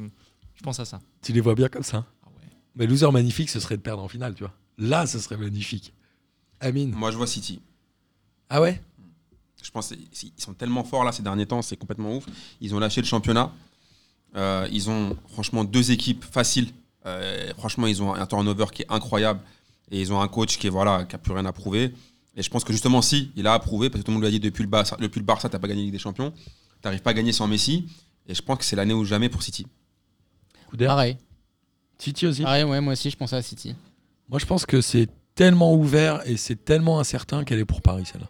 S7: je pense à ça.
S4: Tu les vois bien comme ça. hein.
S7: Ah ouais.
S4: Mais loser magnifique, ce serait de perdre en finale, tu vois. Là, ce serait magnifique. Amine.
S5: Moi, je vois City.
S4: Ah ouais
S5: Je pense qu'ils sont tellement forts là ces derniers temps, c'est complètement ouf. Ils ont lâché le championnat. Euh, ils ont franchement deux équipes faciles. Euh, franchement, ils ont un turnover qui est incroyable et ils ont un coach qui est voilà qui a plus rien à prouver. Et je pense que justement si il a approuvé parce que tout le monde lui a dit depuis le Barça, depuis le Barça, t'as pas gagné la Ligue des Champions, t'arrives pas à gagner sans Messi. Et je pense que c'est l'année ou jamais pour City.
S4: Coup d'air.
S6: Pareil.
S4: Titi aussi.
S6: Pareil, ouais, moi aussi, je pensais à City.
S4: Moi, je pense que c'est tellement ouvert et c'est tellement incertain qu'elle est pour Paris, celle-là.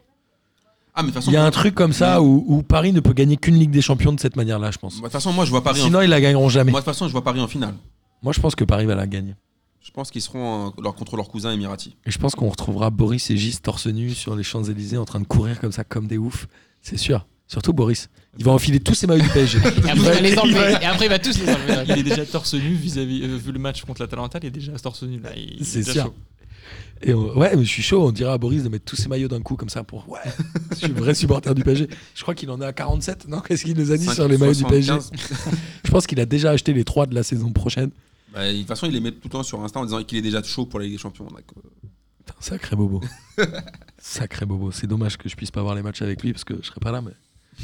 S5: Ah mais de toute façon,
S4: Il y a un truc comme ça où, où Paris ne peut gagner qu'une Ligue des Champions de cette manière-là, je pense.
S5: de toute façon, moi je vois Paris. En...
S4: Sinon, ils la gagneront jamais.
S5: Moi de
S4: Moi,
S5: toute façon, je vois Paris en finale.
S4: je pense que Paris va la gagner.
S5: Je pense qu'ils seront euh, leur, contre leur cousin Emirati.
S4: Et je pense qu'on retrouvera Boris et Gis torse nu sur les Champs-Élysées en train de courir comme ça, comme des oufs. C'est sûr. Surtout Boris. Il va enfiler tous ses maillots du PSG.
S6: Et après, il va les enlever. Et après, il va tous les enlever.
S7: Il est déjà torse nu vis-à-vis euh, vu le match contre l'Atalanta, il est déjà torse nu là. Il- il est
S4: C'est
S7: déjà
S4: sûr.
S7: chaud.
S4: Et on- ouais, mais je suis chaud. On dira à Boris de mettre tous ses maillots d'un coup comme ça pour. Ouais, je suis vrai supporter du PSG. Je crois qu'il en est à 47. Non, qu'est-ce qu'il nous a dit sur les maillots du PSG
S5: 75.
S4: Je pense qu'il a déjà acheté les trois de la saison prochaine.
S5: Bah, de toute façon, ils les mettent tout le temps sur Insta en disant qu'il est déjà chaud pour la Ligue des Champions. Donc, euh,
S4: Putain, sacré bobo. sacré bobo. C'est dommage que je puisse pas voir les matchs avec lui parce que je serai pas là. Mais...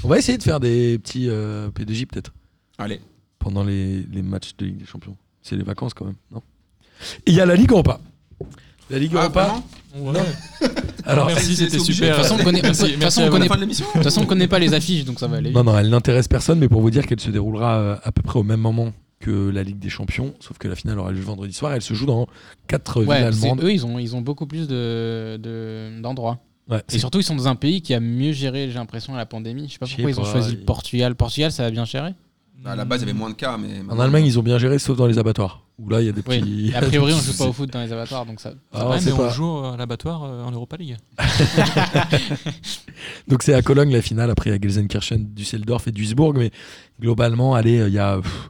S4: On va essayer de faire des petits euh, P2J peut-être
S5: Allez.
S4: pendant les, les matchs de Ligue des Champions. C'est les vacances quand même, non Et Il y a la Ligue Europa. La Ligue
S5: Ah,
S4: Europa.
S5: vraiment
S7: Ouais.
S4: Alors,
S7: Merci,
S5: c'est-
S7: c'était
S5: c'est obligé.
S7: super.
S6: De toute façon, on connaît-
S7: Merci,
S6: de toute
S7: merci à
S6: façon, on
S7: vous.
S5: On
S6: connaît-
S5: est fin de l'émission
S6: De toute façon, on connaît pas les affiches, donc ça va aller. vite.
S4: Non, non, elle n'intéresse personne, mais pour vous dire qu'elle se déroulera euh, à peu près au même moment que la Ligue des Champions, sauf que la finale aura lieu vendredi soir. Elle se joue dans quatre villes
S6: Ouais, c'est-
S4: allemandes.
S6: eux, ils ont, ils ont beaucoup plus de- de- d'endroits.
S4: Ouais,
S6: et
S4: c'est-
S6: surtout, ils sont dans un pays qui a mieux géré, j'ai l'impression, la pandémie. Je sais pas
S4: Je sais
S6: pourquoi ils ont
S4: pas,
S6: choisi
S4: ils-
S6: le Portugal. Portugal, ça a bien géré.
S7: Ah,
S5: À la base, il y avait moins de cas, mais.
S4: en Allemagne, ils ont bien géré, sauf dans les abattoirs. Où là, il y a des petits.
S6: Oui. Et a priori, on joue pas au foot dans les abattoirs, donc ça.
S4: Ah,
S7: Ouais,
S4: on sait
S7: mais
S4: pas.
S7: on joue euh, à l'abattoir euh, en Europa League.
S4: Donc c'est à Cologne la finale, après il y a Gelsenkirchen, Düsseldorf et Duisbourg, mais globalement, allez, euh, il y a, pff,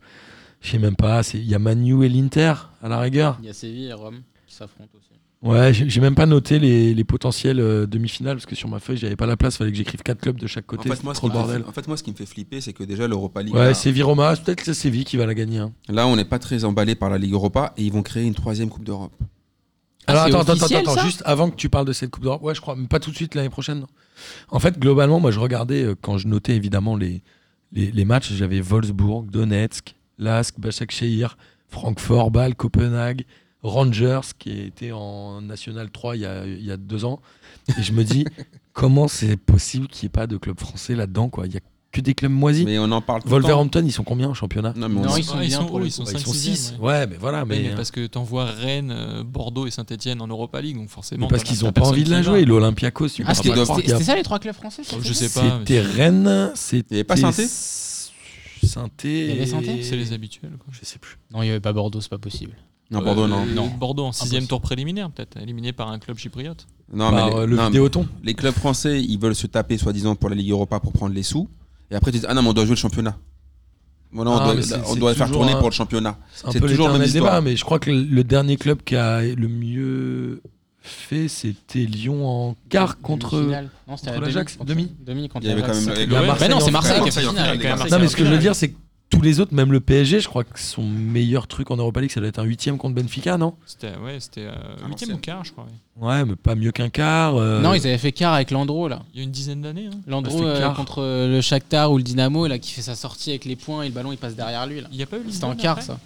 S4: je sais même pas, c'est- il y a Manu et l'Inter à la rigueur.
S6: Il y a Séville et Rome qui s'affrontent aussi.
S4: Ouais, j'ai j'ai même pas noté les, les potentielles euh, demi-finales, parce que sur ma feuille, j'avais pas la place, fallait que j'écrive quatre clubs de chaque
S5: En
S4: côté,
S5: fait,
S4: c'est
S5: moi, ce
S4: trop
S5: qui
S4: le
S5: me fait-
S4: bordel.
S5: en fait, moi, ce qui me fait flipper, c'est que déjà l'Europa League. là,
S4: Ouais, Séville Roma, c'est peut-être que c'est Séville qui va la gagner. hein.
S5: là, on n'est pas très emballé par la Ligue Europa et ils vont créer une troisième Coupe d'Europe.
S6: Ah,
S4: Alors
S6: c'est
S4: attends, attends,
S6: officiel,
S4: attends,
S6: ça
S4: juste avant que tu parles de cette Coupe d'Europe, ouais, je crois, mais pas tout de suite l'année prochaine. non. En fait, globalement, moi, je regardais euh, quand je notais évidemment les, les, les matchs, j'avais Wolfsburg, Donetsk, Lask, Bachak Shehir, Francfort, Bâle, Copenhague, Rangers, qui était en National 3 il y a, il y a deux ans. Et je me dis, comment c'est possible qu'il n'y ait pas de club français là-dedans, quoi Il n'y a que des clubs moisis.
S5: Mais on en parle tout le temps.
S4: Wolverhampton, ils sont combien en championnat
S5: Non, mais on
S6: Non,
S5: en-
S6: ils sont
S7: Ouais,
S6: bien pour
S7: hauts,
S6: le
S7: ils sont
S4: Bah, Ils
S7: 5
S4: sont 6. Ouais. mais voilà.
S7: Ouais,
S4: Ah, Mais, euh,
S7: mais parce que t'envoies Rennes, euh, Bordeaux et Saint-Etienne en Europa League, donc forcément.
S4: mais parce
S7: t'as-
S4: qu'ils
S7: t'as
S4: n'ont pas
S7: personne
S4: envie de
S7: qui
S4: la
S7: y va.
S4: jouer. L'Olympiakos, tu
S6: Ah,
S4: peux
S6: c'était
S4: pas croire qu'il y a
S6: c'était ça les trois clubs français ça,
S7: Je sais
S6: c'était ça
S7: pas. mais
S4: C'était Rennes, c'était.
S5: Il y avait pas Sainté
S4: Sainté
S6: Il y avait Sainté
S7: C'est les habituels. Quoi.
S4: Je sais plus.
S6: Non, il y avait pas Bordeaux, c'est pas possible.
S5: Non, Ah, Bordeaux,
S7: Euh,
S5: non.
S6: Non.
S7: Bordeaux en 6
S6: Impossible.
S7: tour préliminaire, peut-être, éliminé par un club chypriote.
S5: Non, mais
S4: Par,
S5: les,
S4: euh, le
S5: non,
S4: Vidéoton.
S5: mais les clubs français, ils veulent se taper, soi-disant, pour la Ligue Europa pour prendre les sous. Et après, tu dis, ah non, mais on doit jouer le championnat. Voilà,
S4: Ah,
S5: on
S4: mais
S5: doit,
S4: c'est-
S5: là, on
S4: c'est
S5: doit faire
S4: toujours
S5: tourner
S4: un-
S5: pour le championnat.
S4: C'est un
S5: C'est
S4: peu
S5: toujours la même
S4: l'éternel débat,
S5: histoire.
S4: mais je crois que le- le dernier club qui a le mieux fait, c'était Lyon en quart contre.
S6: Demi-finale. Non, c'était
S4: contre
S6: la
S4: l'Ajax,
S6: contre-
S4: demi.
S6: Demi contre
S5: Il y avait quand
S6: l'Ajax.
S5: même
S4: Il
S5: les
S4: y a
S7: Bah
S6: Bah
S4: Marseille
S6: non, c'est
S4: en
S6: Marseille
S4: finale.
S6: qui a
S5: Marseille en
S6: fini.
S5: finale,
S6: avec
S5: les gars.
S6: Marseille.
S4: Non, mais ce que je veux dire, c'est que tous les autres, même le PSG, je crois que son meilleur truc en Europa League, ça doit être un huitième contre Benfica, non
S7: C'était ouais, c'était euh,
S5: À
S7: huitième
S5: l'ancienne.
S7: ou quart, je crois. ouais.
S4: Ouais, mais pas mieux qu'un quart. euh,
S6: Non, ils avaient fait quart avec Landro là.
S7: Il y a une dizaine d'années. hein.
S6: Landro
S4: C'était
S6: euh,
S4: quart.
S6: contre euh, le Shakhtar ou le Dynamo là qui fait sa sortie avec les points et le ballon il passe derrière lui là.
S7: Il n'y a pas eu
S6: C'était
S7: Lisbonne.
S6: en quart
S7: après
S6: ça.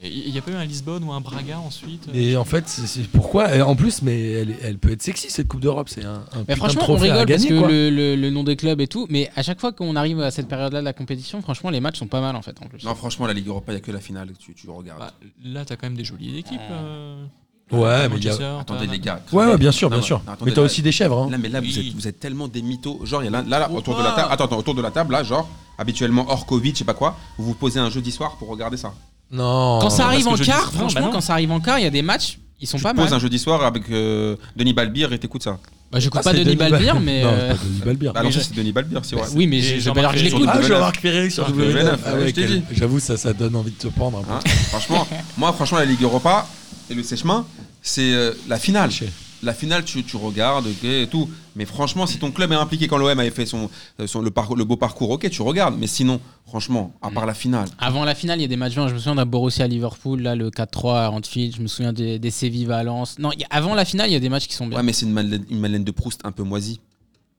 S7: Et Il n'y a pas eu un Lisbonne ou un Braga ensuite. euh,
S4: Et en fait, c'est c'est pourquoi. et En plus, mais elle, elle peut être sexy cette Coupe d'Europe. C'est un, un
S6: Mais
S4: putain
S6: franchement,
S4: de
S6: on
S4: trophée à
S6: rigole parce
S4: gagner.
S6: que
S4: quoi.
S6: le, le- le nom des clubs et tout, mais à chaque fois qu'on arrive à cette période-là de la compétition, franchement, les matchs sont pas mal en fait. En plus.
S5: Non, franchement, la Ligue Europa, il n'y a que la finale. Tu, tu regardes.
S7: bah, là, t'as quand même des jolies équipes. euh,
S4: Ah. Ouais, mais il y a-
S7: Manchester,
S5: Attendez,
S7: Tottenham.
S5: les gars.
S4: Ouais, ouais, bien sûr,
S5: Non,
S4: bien
S5: mais-
S4: sûr.
S5: Ah, non,
S4: Mais
S5: attendez,
S4: t'as
S5: là-
S4: aussi des chèvres. hein.
S5: Là, mais là, vous,
S7: euh, Oui.
S5: êtes, vous êtes tellement des mythos. Genre, il y a là, là, là, autour de la
S7: Pourquoi
S5: table. Attends, attends, autour de la table, là, genre, habituellement hors Covid, je sais pas quoi, vous vous posez un jeudi soir pour regarder ça.
S4: Non.
S6: Quand ça
S7: parce
S6: arrive
S7: que
S6: en
S7: je dis-
S6: quart,
S7: non,
S6: franchement,
S7: bah non.
S6: quand ça arrive en quart, il y a des matchs, ils sont
S5: Tu
S6: pas
S5: te poses
S6: mal.
S5: un jeudi soir avec euh, Denis Balbir et t'écoutes ça.
S6: Bah, je coupe
S4: Ah,
S6: pas
S4: c'est
S6: Denis Balbir, mais.
S4: Non,
S6: euh,
S4: c'est pas Denis Balbir.
S5: Bah, alors,
S7: je-
S5: ça, c'est Denis Balbir, c'est vrai.
S6: Oui, mais
S7: Et
S6: je- ça
S7: Jean-Marc
S6: veut pas dire que je
S7: Ferry.
S6: l'écoute.
S4: Ah,
S5: W9.
S4: Jean-Marc Ferré sur
S7: Jean-Marc
S4: W9.
S5: Ferré,
S4: Ah
S5: ouais, Ah,
S4: ouais,
S5: je t'ai
S4: quel-
S5: dit.
S4: J'avoue, ça, ça donne envie de te prendre. un peu.
S5: Hein franchement, moi, franchement, la Ligue Europa et le Sèchemin, c'est euh, la finale.
S4: Chez-
S5: la finale, tu, tu regardes ok, et tout. Mais franchement, si ton club est impliqué quand l'OM avait fait son, euh, son- le, parcours- le beau parcours, ok, tu regardes. Mais sinon, franchement, à part la finale,
S6: Avant la finale, il y a des matchs bien. Je me souviens d'un Borussia-Liverpool, là, le 4-3 à Anfield. Je me souviens des, des Séville-Valence. Non, il y a- avant la finale, il y a des matchs qui sont bien.
S5: ouais, mais c'est une madeleine, une madeleine de Proust un peu moisie.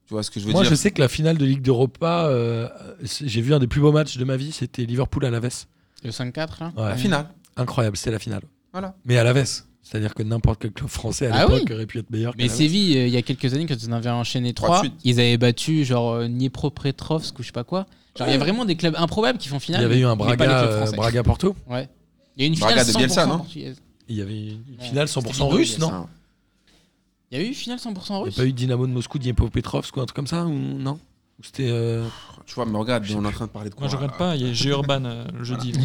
S5: Tu vois ce que je veux
S4: Moi,
S5: dire
S4: je sais que la finale de Ligue d'Europa, euh, c'est- j'ai vu un des plus beaux matchs de ma vie, c'était Liverpool à la veste.
S6: Le 5-4, là
S5: La finale.
S4: Incroyable, c'était la finale.
S5: Voilà.
S4: Mais à la veste. C'est-à-dire que n'importe quel club français à
S6: Ah
S4: l'époque
S6: oui.
S4: aurait pu être meilleur.
S6: Mais
S4: qu'Alavés.
S6: Séville, euh, il y a quelques années, quand ils en avaient enchaîné
S5: Trois de
S6: 3,
S5: suite.
S6: ils avaient battu genre euh, Dniepropetrovsk ou je sais pas quoi. Genre, il y a vraiment des clubs improbables qui font
S4: il
S6: finale.
S4: y avait eu un
S6: mais pas les
S4: Braga,
S6: clubs
S4: euh,
S6: français.
S4: Braga Porto.
S6: Ouais. Il y a eu une finale
S5: Braga de
S6: 100%
S5: Bielsa, non
S6: portugaise.
S4: Il y avait une
S6: Non,
S4: finale
S6: c'était
S4: 100%
S6: Ligue
S4: russe,
S6: deux,
S4: non
S5: ça.
S6: Il y a eu une finale 100%
S4: Il n'y a
S6: russe.
S4: pas eu Dynamo de Moscou, Dniepropetrovsk ou un truc comme ça ou Non Ou C'était. euh,
S5: Tu vois, mais regarde, on est en train de parler de quoi
S7: Moi, je
S5: là
S7: regarde pas. Il y a G-Urban euh, le jeudi.
S4: Tu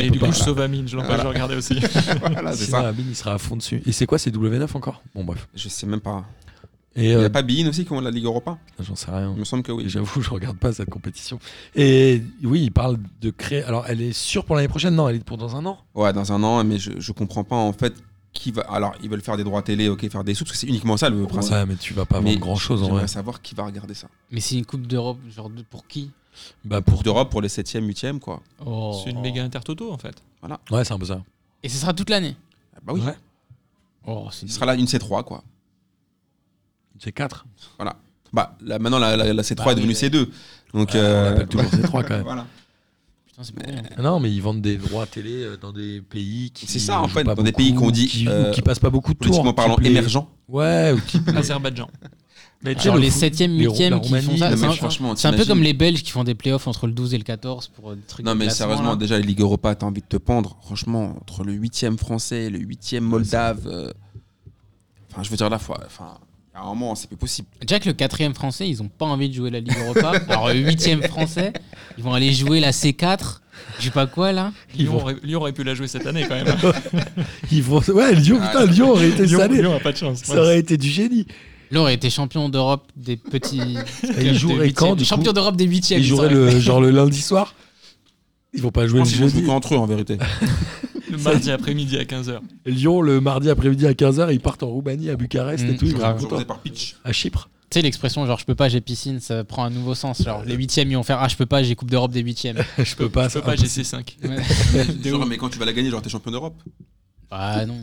S7: Et
S4: peux
S7: du
S4: pas, voilà.
S7: coup, je sauve Amine. Je l'empêche de regarder aussi.
S5: Voilà, Ah, c'est
S4: Sinon,
S5: ça.
S4: Amine, il sera à fond dessus. Et c'est quoi, c'est W9 encore Bon, bref.
S5: Je sais même pas.
S4: Et
S5: Il n'y
S4: euh,
S5: a pas Bein aussi qui ont la Ligue Europa
S4: j'en sais rien.
S5: Il me semble que oui.
S4: J'avoue, je regarde pas cette compétition. Et oui, il parle de créer. Alors, elle est sûre pour l'année prochaine Non, elle est pour dans un an.
S5: Ouais, dans un an, mais je, je comprends pas en fait qui va. Alors, ils veulent faire des droits télé, ok, faire des sous, parce que c'est uniquement ça le principe.
S4: Ouais, mais tu vas pas
S5: Mais
S4: vendre grand chose en vrai.
S5: J'aimerais savoir qui va regarder ça.
S6: Mais c'est une Coupe d'Europe, genre de- pour qui
S4: Bah pour
S5: D'Europe pour les 7e, 8e, quoi.
S6: oh.
S7: C'est une méga intertoto en fait.
S4: Ouais, c'est un peu ça.
S6: Et ce sera toute l'année
S5: Bah oui.
S4: Ouais.
S6: Oh, c'est
S5: Il sera là une C3, quoi.
S4: C'est 4.
S5: Bah, là, maintenant, la, la- la C3
S6: Bah
S5: est devenue
S6: oui,
S5: C2. Donc,
S4: Ah, On
S5: euh,
S4: l'appelle toujours C3 quand même.
S5: voilà.
S6: Putain, c'est pour rien.
S4: Non, mais ils vendent des droits télé euh, dans des pays qui.
S5: C'est ça, en
S4: jouent
S5: fait,
S4: pas
S5: dans des pays qu'on dit,
S4: Qui, ou
S5: euh,
S4: qui passent pas beaucoup de tours.
S5: Politiquement parlant,
S4: type les-
S5: émergent.
S4: Ouais, ou type.
S7: Azerbaïdjan.
S4: Mais tu sais,
S6: Genre
S4: le
S6: les
S4: foot-
S6: 7e,
S4: les Ro-
S6: 8e
S4: la
S6: qui
S4: Roumanie,
S6: font ça.
S4: le
S6: c'est
S5: mec,
S6: un-
S5: franchement,
S6: C'est un peu
S5: t'imagines-
S6: comme les Belges qui font des playoffs entre le 12 et le 14 pour euh, des trucs
S5: Non,
S6: de
S5: mais
S6: classement,
S5: sérieusement,
S6: là.
S5: déjà, les Ligue Europa, t'as envie de te pendre. Franchement, entre le 8e français et le 8e moldave. euh, Enfin, je veux dire, la fois. Enfin, à un moment, c'est plus possible.
S6: Déjà que le 4 français, ils ont pas envie de jouer la Ligue Europa. Alors, le 8 français, ils vont aller jouer la C4. Je sais pas quoi là.
S4: Ils
S7: Lyon
S4: vont-
S7: aurait, Lyon aurait pu la jouer cette année quand même.
S4: Ils vont... Ouais, Lyon,
S5: Ah,
S4: putain, Lyon aurait été
S7: Lyon,
S4: salé.
S7: Lyon a pas de chance.
S4: Ça aurait été du génie.
S6: Là, aurait été champion d'Europe des petits.
S4: Et ils joueraient quand du coup
S6: Champion d'Europe des 8
S4: Ils joueraient le, genre le lundi soir Ils vont pas
S5: Je
S4: jouer le
S5: pense qu'ils vont jouer
S4: jeudi.
S5: qu'entre eux, en vérité.
S7: Le mardi après-midi à 15h.
S4: Lyon, le mardi après-midi à 15h, ils partent en Roumanie, à Bucarest
S6: Mm,
S4: et tout. Ils
S6: grave.
S4: vont être contents.
S5: Proposé par Pitch.
S4: À Chypre.
S6: Tu sais, l'expression genre je peux pas, j'ai piscine, ça prend un nouveau sens. Genre les 8 ils vont faire Ah, je peux pas, j'ai Coupe d'Europe des 8
S4: Je peux pas.
S7: Je
S4: c'est
S7: peux pas,
S4: impossible.
S7: j'ai C5.
S6: Ouais.
S5: Genre, mais quand tu vas la gagner, genre, t'es champion d'Europe.
S6: Bah non.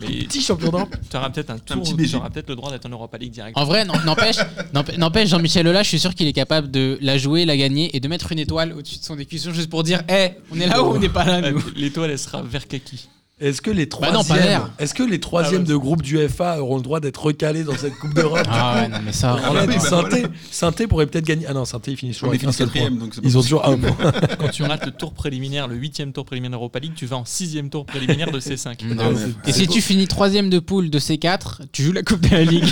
S7: Mais
S4: Petit champion d'Europe.
S7: tu auras peut-être un tour,
S5: petit
S7: où
S5: BG.
S7: t'auras peut-être le droit d'être en Europa League direct.
S6: En vrai, non- n'empêche, n'empê- n'empêche Jean-Michel Aulas, je suis sûr qu'il est capable de la jouer, la gagner et de mettre une étoile au-dessus de son écusson juste pour dire Hé, on est là ou on n'est pas là, Ah, nous
S7: Euh, L'étoile, elle sera vers Kaki.
S4: Est-ce que les
S6: Bah non, pas
S4: troisièmes,
S6: l'air.
S4: est-ce que les troisièmes
S7: Ah ouais.
S4: de groupe du FA auront le droit d'être recalés dans cette Coupe d'Europe
S6: Ah ouais, non, mais ça.
S4: En fait,
S5: oui, bah
S4: Saint-Thé- Saint-Thé pourrait peut-être gagner. Ah non, Saint-Thé, ils finissent toujours
S5: On est
S4: avec un
S5: fini
S4: seul point.
S5: quatrième, donc c'est pas
S4: Ils ont toujours un point.
S7: Quand tu rates le tour préliminaire, le huitième tour préliminaire d'Europa League, tu vas en sixième tour préliminaire de C5.
S6: Non,
S5: mais-
S6: Et si tu finis troisième de poule de ces quatre, tu joues la Coupe de la Ligue.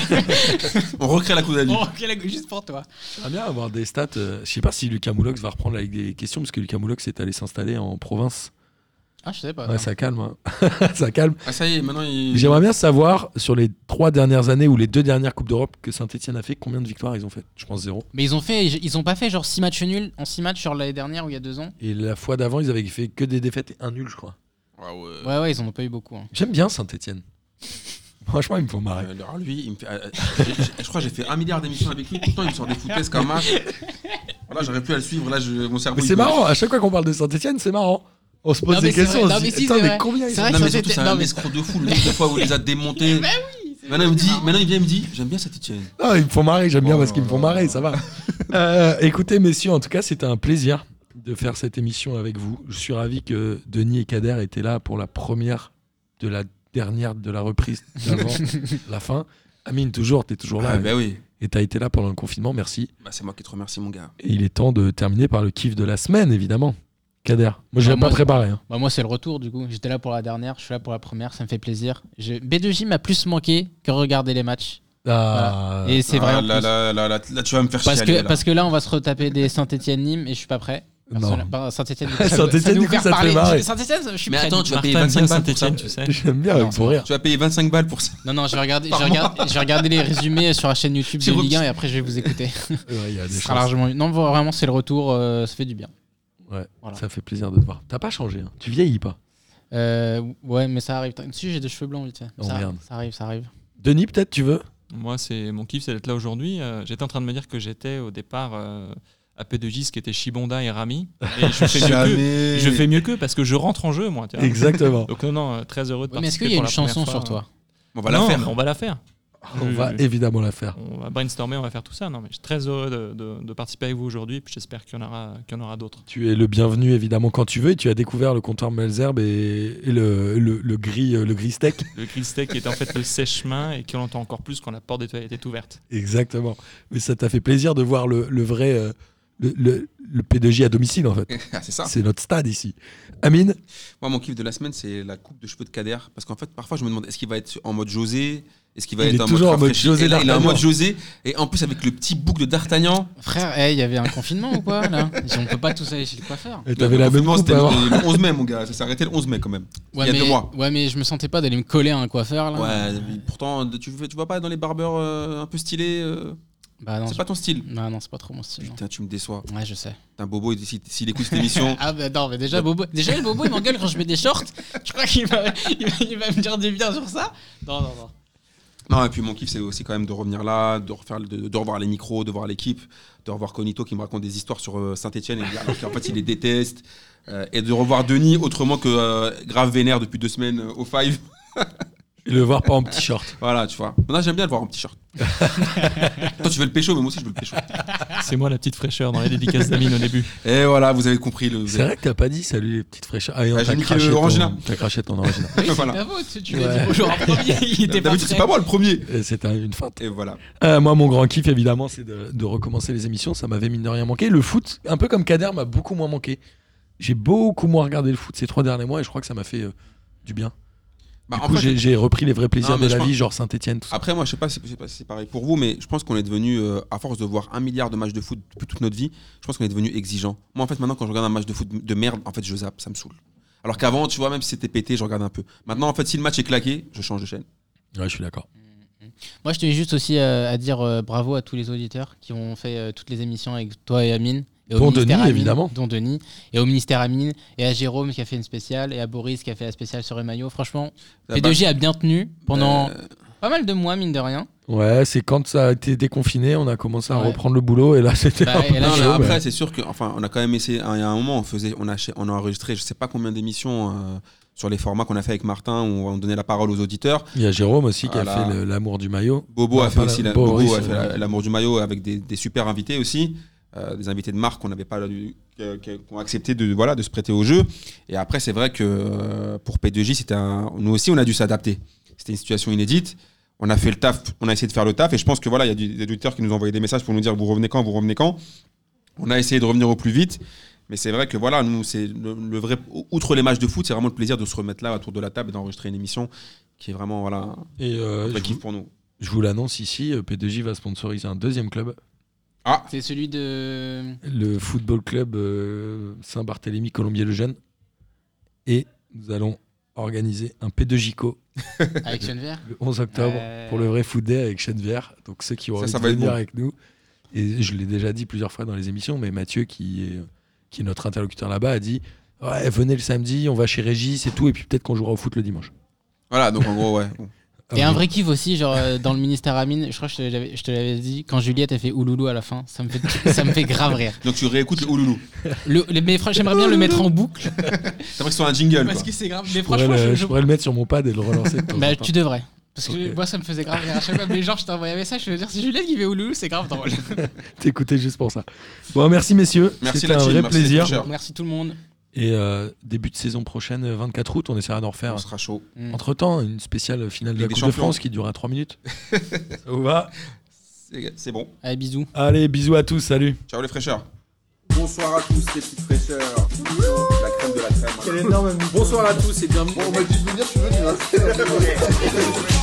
S5: On recrée la Coupe de la Ligue.
S6: Oh, ok, la- juste pour toi.
S4: J'aimerais bien avoir des stats. euh, je sais pas si Lucas Moulox va reprendre avec des questions, parce que Lucas Moulox est allé s'installer en province.
S6: Ah, je sais pas.
S4: Ouais, ça calme. hein. ça calme.
S5: Ah, ça y est, maintenant, il.
S4: J'aimerais bien savoir, sur les trois dernières années ou les deux dernières Coupes d'Europe que Saint-Etienne a fait, combien de victoires ils ont fait Je pense zéro.
S6: Mais ils ont fait, ils ont pas fait genre 6 matchs nuls en 6 matchs genre l'année dernière ou il y a 2 ans.
S4: Et la fois d'avant, ils avaient fait que des défaites et un nul, je crois.
S5: Ah ouais.
S6: Ouais ouais, ils en ont pas eu beaucoup. hein.
S4: J'aime bien Saint-Etienne. Franchement, ils me font marrer.
S5: Euh, alors lui, il me fait, euh, j'ai- j'ai- je crois que j'ai fait un milliard d'émissions avec lui. Tout le temps, il me sort des foutaises comme un. Voilà, j'aurais plus à le suivre. Là, je, mon cerveau.
S4: Mais
S5: il
S4: c'est
S5: peut-
S4: marrant, à chaque fois qu'on parle de Saint-Etienne, c'est marrant. On se pose
S6: Non, mais
S4: des
S6: c'est
S4: questions,
S6: vrai,
S4: on
S6: non,
S4: se
S6: mais
S4: dit,
S6: si,
S4: Attends,
S6: c'est
S4: mais
S6: vrai.
S4: combien ils
S6: C'est
S4: ont
S6: vrai
S5: Non,
S6: que
S5: mais
S6: ça,
S5: surtout, c'est
S6: non,
S5: un
S6: mais-
S5: escroc de fou. Le nombre de fois où il les a démontés. Maintenant, il me dit, maintenant, il vient, il me dit, j'aime bien cette Etienne.
S4: Non, ils me font marrer, j'aime bien
S5: Oh,
S4: parce qu'ils me
S5: non,
S4: font
S5: non,
S4: marrer,
S5: non.
S4: ça va.
S6: Oh.
S4: Euh, écoutez, messieurs, en tout cas, c'était un plaisir de faire cette émission avec vous. Je suis ravi que Denis et Kader étaient là pour la première de la dernière de la reprise d'avant la fin. Amine, toujours, t'es toujours là.
S6: ben
S5: Ah, bah oui.
S4: Et t'as été là pendant le confinement, merci.
S5: Bah, c'est moi qui te remercie, mon gars.
S4: Et il est temps de terminer par le kiff de la semaine, évidemment. Kader, moi, je
S6: Ah,
S4: l'ai pas
S6: moi-
S4: préparé. hein.
S6: Bah moi c'est le retour du coup. J'étais là pour la dernière, je suis là pour la première, ça me fait plaisir. Je- B2J m'a plus manqué que regarder les matchs.
S4: Ah,
S6: Et c'est
S5: Ah,
S6: vrai. en
S5: Là,
S6: plus.
S5: là, là, là, là, tu vas me faire
S6: Parce
S5: chialer.
S6: que
S5: là.
S6: parce que là on va se retaper des Saint-Étienne Nîmes et je suis pas prêt.
S4: non.
S6: Saint-Étienne
S4: Saint-Étienne, du coup, ça te fait marrer.
S6: Saint-Étienne, je suis
S5: Mais
S6: prêt.
S5: attends, tu
S6: du coup.
S5: vas payer 25
S7: Martin bien
S5: balles pour ça.
S7: Saint-Etienne, tu sais.
S4: J'aime bien,
S6: Non,
S4: il faut rire.
S5: Tu vas payer 25 balles pour ça.
S6: Non non, je vais regarder, je
S5: Par
S6: vais regarder, je vais regarder les résumés sur la chaîne YouTube
S5: Petit
S6: de Ligue
S5: repli.
S6: 1 et après je vais vous écouter.
S4: Ouais, il y a des
S6: Ce sera
S4: chances.
S6: largement. Non vraiment c'est le retour, euh, ça fait du bien.
S4: Ouais,
S6: Voilà.
S4: Ça fait plaisir de te voir. T'as pas changé, hein. tu vieillis pas.
S6: Euh, ouais, mais ça arrive. Si j'ai des cheveux blancs, vite fait.
S4: Oh,
S6: ça,
S4: merde.
S6: ça arrive, ça arrive.
S4: Denis, peut-être, tu veux
S7: Moi, c'est mon kiff, c'est d'être là aujourd'hui. Euh, j'étais en train de me dire que j'étais au départ euh, à P2J, ce qui était Shibonda et Rami. Et je fais mieux qu'eux.
S3: Jamais.
S7: Je fais mieux qu'eux parce que je rentre en jeu, moi. tu vois.
S4: Exactement.
S7: Donc non, non, euh, très heureux de
S6: mais est-ce qu'il
S7: participer
S6: y
S7: pour
S6: a une
S7: la première
S6: chanson
S7: fois.
S6: sur toi
S5: bah, On
S7: Non, mais On va la faire.
S4: On
S5: Mm.
S4: va
S7: Je-
S4: évidemment la faire.
S7: On va brainstormer, on va faire tout ça. Non, mais je suis très heureux de, de- de participer avec vous aujourd'hui. Puis j'espère qu'il y en aura, qu'il y en aura d'autres.
S4: Tu es le bienvenu évidemment quand tu veux et tu as découvert le comptoir Malzerbe et, et le, le, le gris, euh, le gris steak.
S7: Le grill steak est en fait le sèche-main et qu'on entend encore plus quand la porte des toilettes est ouverte.
S4: Exactement. Mais ça t'a fait plaisir de voir le, le vrai euh, le, le, le P2J à domicile en fait.
S5: Ah, c'est ça.
S4: C'est notre stade ici. Amine,
S5: Moi, mon kiff de la semaine, c'est la coupe de cheveux de Kader. Parce qu'en fait, parfois, je me demande, est-ce qu'il va être en mode José Est-ce qu'il va
S4: Il
S5: être
S4: est
S5: en
S4: toujours en mode
S5: rafraîchi
S4: José
S5: Et là, Il est en
S4: D'Artagnan.
S5: mode José. Et en plus, avec le petit bouc de D'Artagnan.
S6: Frère, eh, il y avait un confinement ou quoi là On peut pas tous aller chez le coiffeur.
S4: tu avais la
S5: Le
S4: même
S5: confinement,
S4: coupe
S5: c'était
S4: avant.
S5: le, le 11 mai, mon gars. Ça s'est arrêté le 11 mai, quand même. Il
S6: Ouais,
S5: y a
S6: mais,
S5: deux mois.
S6: Ouais, mais je me sentais pas d'aller me coller à un coiffeur là.
S5: Ouais, mais pourtant, tu, tu vois pas dans les barbeurs euh, un peu stylés euh,
S6: Bah non,
S5: C'est
S6: je-
S5: pas ton style.
S6: non, non, c'est pas trop mon style. non.
S5: Putain, tu me déçois.
S6: Ouais, je sais.
S5: T'es un bobo, il- si- s'il écoute cette émission.
S6: Ah bah non, mais déjà, Bobo, déjà le Bobo il m'engueule quand je mets des shorts. Je crois qu'il va, il va, il va me dire du bien sur ça. Non, non, non.
S5: Non, et puis mon kiff, c'est aussi quand même de revenir là, de, refaire, de, de revoir les micros, de voir l'équipe, de revoir Conito qui me raconte des histoires sur Saint-Etienne et me dire alors qu'en fait il les déteste, euh, et de revoir Denis autrement que euh, grave vénère depuis deux semaines euh, au Five.
S4: Et le voir pas en petit short.
S5: Voilà, tu vois. Moi j'aime bien le voir en petit short. Toi, tu veux le pécho, mais moi aussi je veux le pécho.
S7: C'est moi la petite fraîcheur dans les dédicaces d'Amine au début.
S5: Et voilà, vous avez compris le.
S4: C'est vrai que t'as pas dit salut les petites fraîcheurs. Ah, et non,
S5: Ah, j'ai
S4: t'as
S5: niqué
S4: craché
S5: le
S4: ton,
S5: Orangina.
S4: t'as craché ton Orangina.
S5: voilà.
S6: Bravo, tu, tu
S4: Ouais.
S6: l'as dit bonjour en premier, il était pas
S5: D'habitude, c'est
S6: prêt.
S5: pas moi le premier.
S4: Et C'était une feinte.
S5: Et voilà.
S4: Euh, moi, mon grand kiff, évidemment, c'est de, de recommencer les émissions. Ça m'avait mine de rien manqué. Le foot, un peu comme Kader, m'a beaucoup moins manqué. J'ai beaucoup moins regardé le foot ces trois derniers mois et je crois que ça m'a fait euh, du bien.
S5: Bah,
S4: du
S5: en
S4: coup,
S5: fait,
S4: j'ai- j'ai repris les vrais plaisirs
S5: Non,
S4: de
S5: mais
S4: la
S5: je
S4: vie,
S5: pense-
S4: genre Saint-Etienne, tout ça.
S5: Après, moi, je sais pas si je sais pas si c'est pareil pour vous, mais je pense qu'on est devenu, euh, à force de voir un milliard de matchs de foot depuis toute notre vie, je pense qu'on est devenu exigeant. Moi, en fait, maintenant, quand je regarde un match de foot de merde, en fait, je zappe, ça me saoule. Alors qu'avant, tu vois, même si c'était pété, je regarde un peu. Maintenant, en fait, si le match est claqué, je change de chaîne.
S4: Ouais, je suis d'accord.
S6: Moi, je tenais juste aussi euh, à dire euh, bravo à tous les auditeurs qui ont fait euh, toutes les émissions avec toi et Amine. Et au
S4: Dont
S6: ministère
S4: Denis,
S6: Amine,
S4: évidemment.
S6: Dont Denis. Et au ministère Amine. Et à Jérôme qui a fait une spéciale. Et à Boris qui a fait la spéciale sur Emmaillot. Franchement,
S5: Ça
S6: P2J a bien tenu
S5: va,
S6: pendant
S5: euh,
S6: pas mal de mois, mine de rien.
S4: Ouais, c'est quand ça a été déconfiné, on a commencé à
S6: Ouais.
S4: reprendre le boulot et là, c'était.
S6: Bah,
S4: un peu
S6: et là,
S5: non,
S4: chaud,
S5: mais
S6: j'ai-
S5: après, c'est sûr que, enfin, on a quand même essayé. à un moment, on faisait, on a, on a enregistré, je sais pas combien d'émissions euh, sur les formats qu'on a fait avec Martin, où on donnait la parole aux auditeurs.
S4: Il y a Jérôme aussi qui a
S5: Voilà.
S4: fait le- l'amour du maillot.
S5: Bobo
S4: Non,
S5: a fait
S4: Bah, pas
S5: aussi
S4: la-
S5: la-
S4: Boris, euh,
S5: Bobo a fait
S4: ouais.
S5: la- l'amour du maillot avec des, des super invités aussi, euh, des invités de marque qu'on n'avait pas eu- que- que- qui ont accepté de voilà de se prêter au jeu. Et après c'est vrai que euh, pour P2J c'était un- nous aussi on a dû s'adapter. C'était une situation inédite. On a fait le taf, on a essayé de faire le taf et je pense que voilà il y a du- des auditeurs qui nous ont envoyé des messages pour nous dire vous revenez quand, vous revenez quand. On a essayé de revenir au plus vite. Mais c'est vrai que voilà, nous, c'est le, le vrai. Outre les matchs de foot, c'est vraiment le plaisir de se remettre là autour de la table et d'enregistrer une émission qui est vraiment voilà,
S4: Et euh,
S5: un vrai
S4: je,
S5: kiff
S4: vous,
S5: pour nous.
S4: je vous l'annonce ici, euh, P2J va sponsoriser un deuxième club,
S5: Ah,
S6: C'est celui de.
S4: le football club euh, Saint-Barthélemy Colombier-le-Jeune. Et nous allons organiser un P2JCO
S6: Avec Schoenberg.
S4: le 11 octobre
S6: Ouais.
S4: pour le vrai Food Day avec Chêne Vert. Donc ceux qui ont
S5: Ça,
S4: envie
S5: ça
S4: de
S5: va être
S4: venir
S5: bon.
S4: avec nous. Et je l'ai déjà dit plusieurs fois dans les émissions, mais Mathieu, qui est, qui est notre interlocuteur là-bas, a dit Ouais, venez le samedi, on va chez Régis et tout, et puis peut-être qu'on jouera au foot le dimanche.
S5: Voilà, donc en gros, ouais.
S6: Et
S4: Ah
S6: un
S4: oui.
S6: vrai kiff aussi, genre euh, dans le ministère Amine, je crois que je te l'avais- je te l'avais dit, quand Juliette a fait Ouloulou à la fin, ça me fait, ça me fait grave rire.
S5: Donc tu réécoutes le Ouloulou.
S6: Le, les- mais fran- j'aimerais bien le mettre en boucle
S5: C'est vrai que c'est un jingle. Quoi.
S6: que c'est grave. Mais
S4: Je pourrais,
S6: franchement,
S4: le,
S6: je-
S4: je pourrais le mettre sur mon pad et le relancer. de temps en
S6: Bah,
S4: temps.
S6: tu devrais. Parce que
S4: Ok.
S6: moi, ça me faisait grave rire à chaque fois. Mais genre, je t'envoyais un message, je veux dire, si Juliette qui fait Ouloulou, c'est grave drôle.
S4: T'écoutais juste pour ça. Bon, merci messieurs.
S5: Merci
S4: C'était
S5: la
S4: un
S5: team,
S4: vrai
S5: merci les
S4: plaisir.
S5: tricheurs.
S6: Merci tout le monde.
S4: Et euh, début de saison prochaine, 24 août, on essaiera d'en refaire.
S5: On sera chaud.
S6: Mm.
S4: Entre temps, une spéciale finale de la
S5: Ligue des
S4: Coupe de
S5: Champions.
S4: France qui durera 3 minutes. ça vous va
S5: C'est c'est bon.
S6: Allez, bisous.
S4: Allez, bisous à tous, salut.
S5: Ciao les fraîcheurs.
S1: hein. Bonsoir à tous les petites fraîcheurs. La hein. crème de la crème. Bonsoir à tous et bienvenue.
S3: hein. On m'a dit de venir, tu veux, tu vas.
S1: Ouais.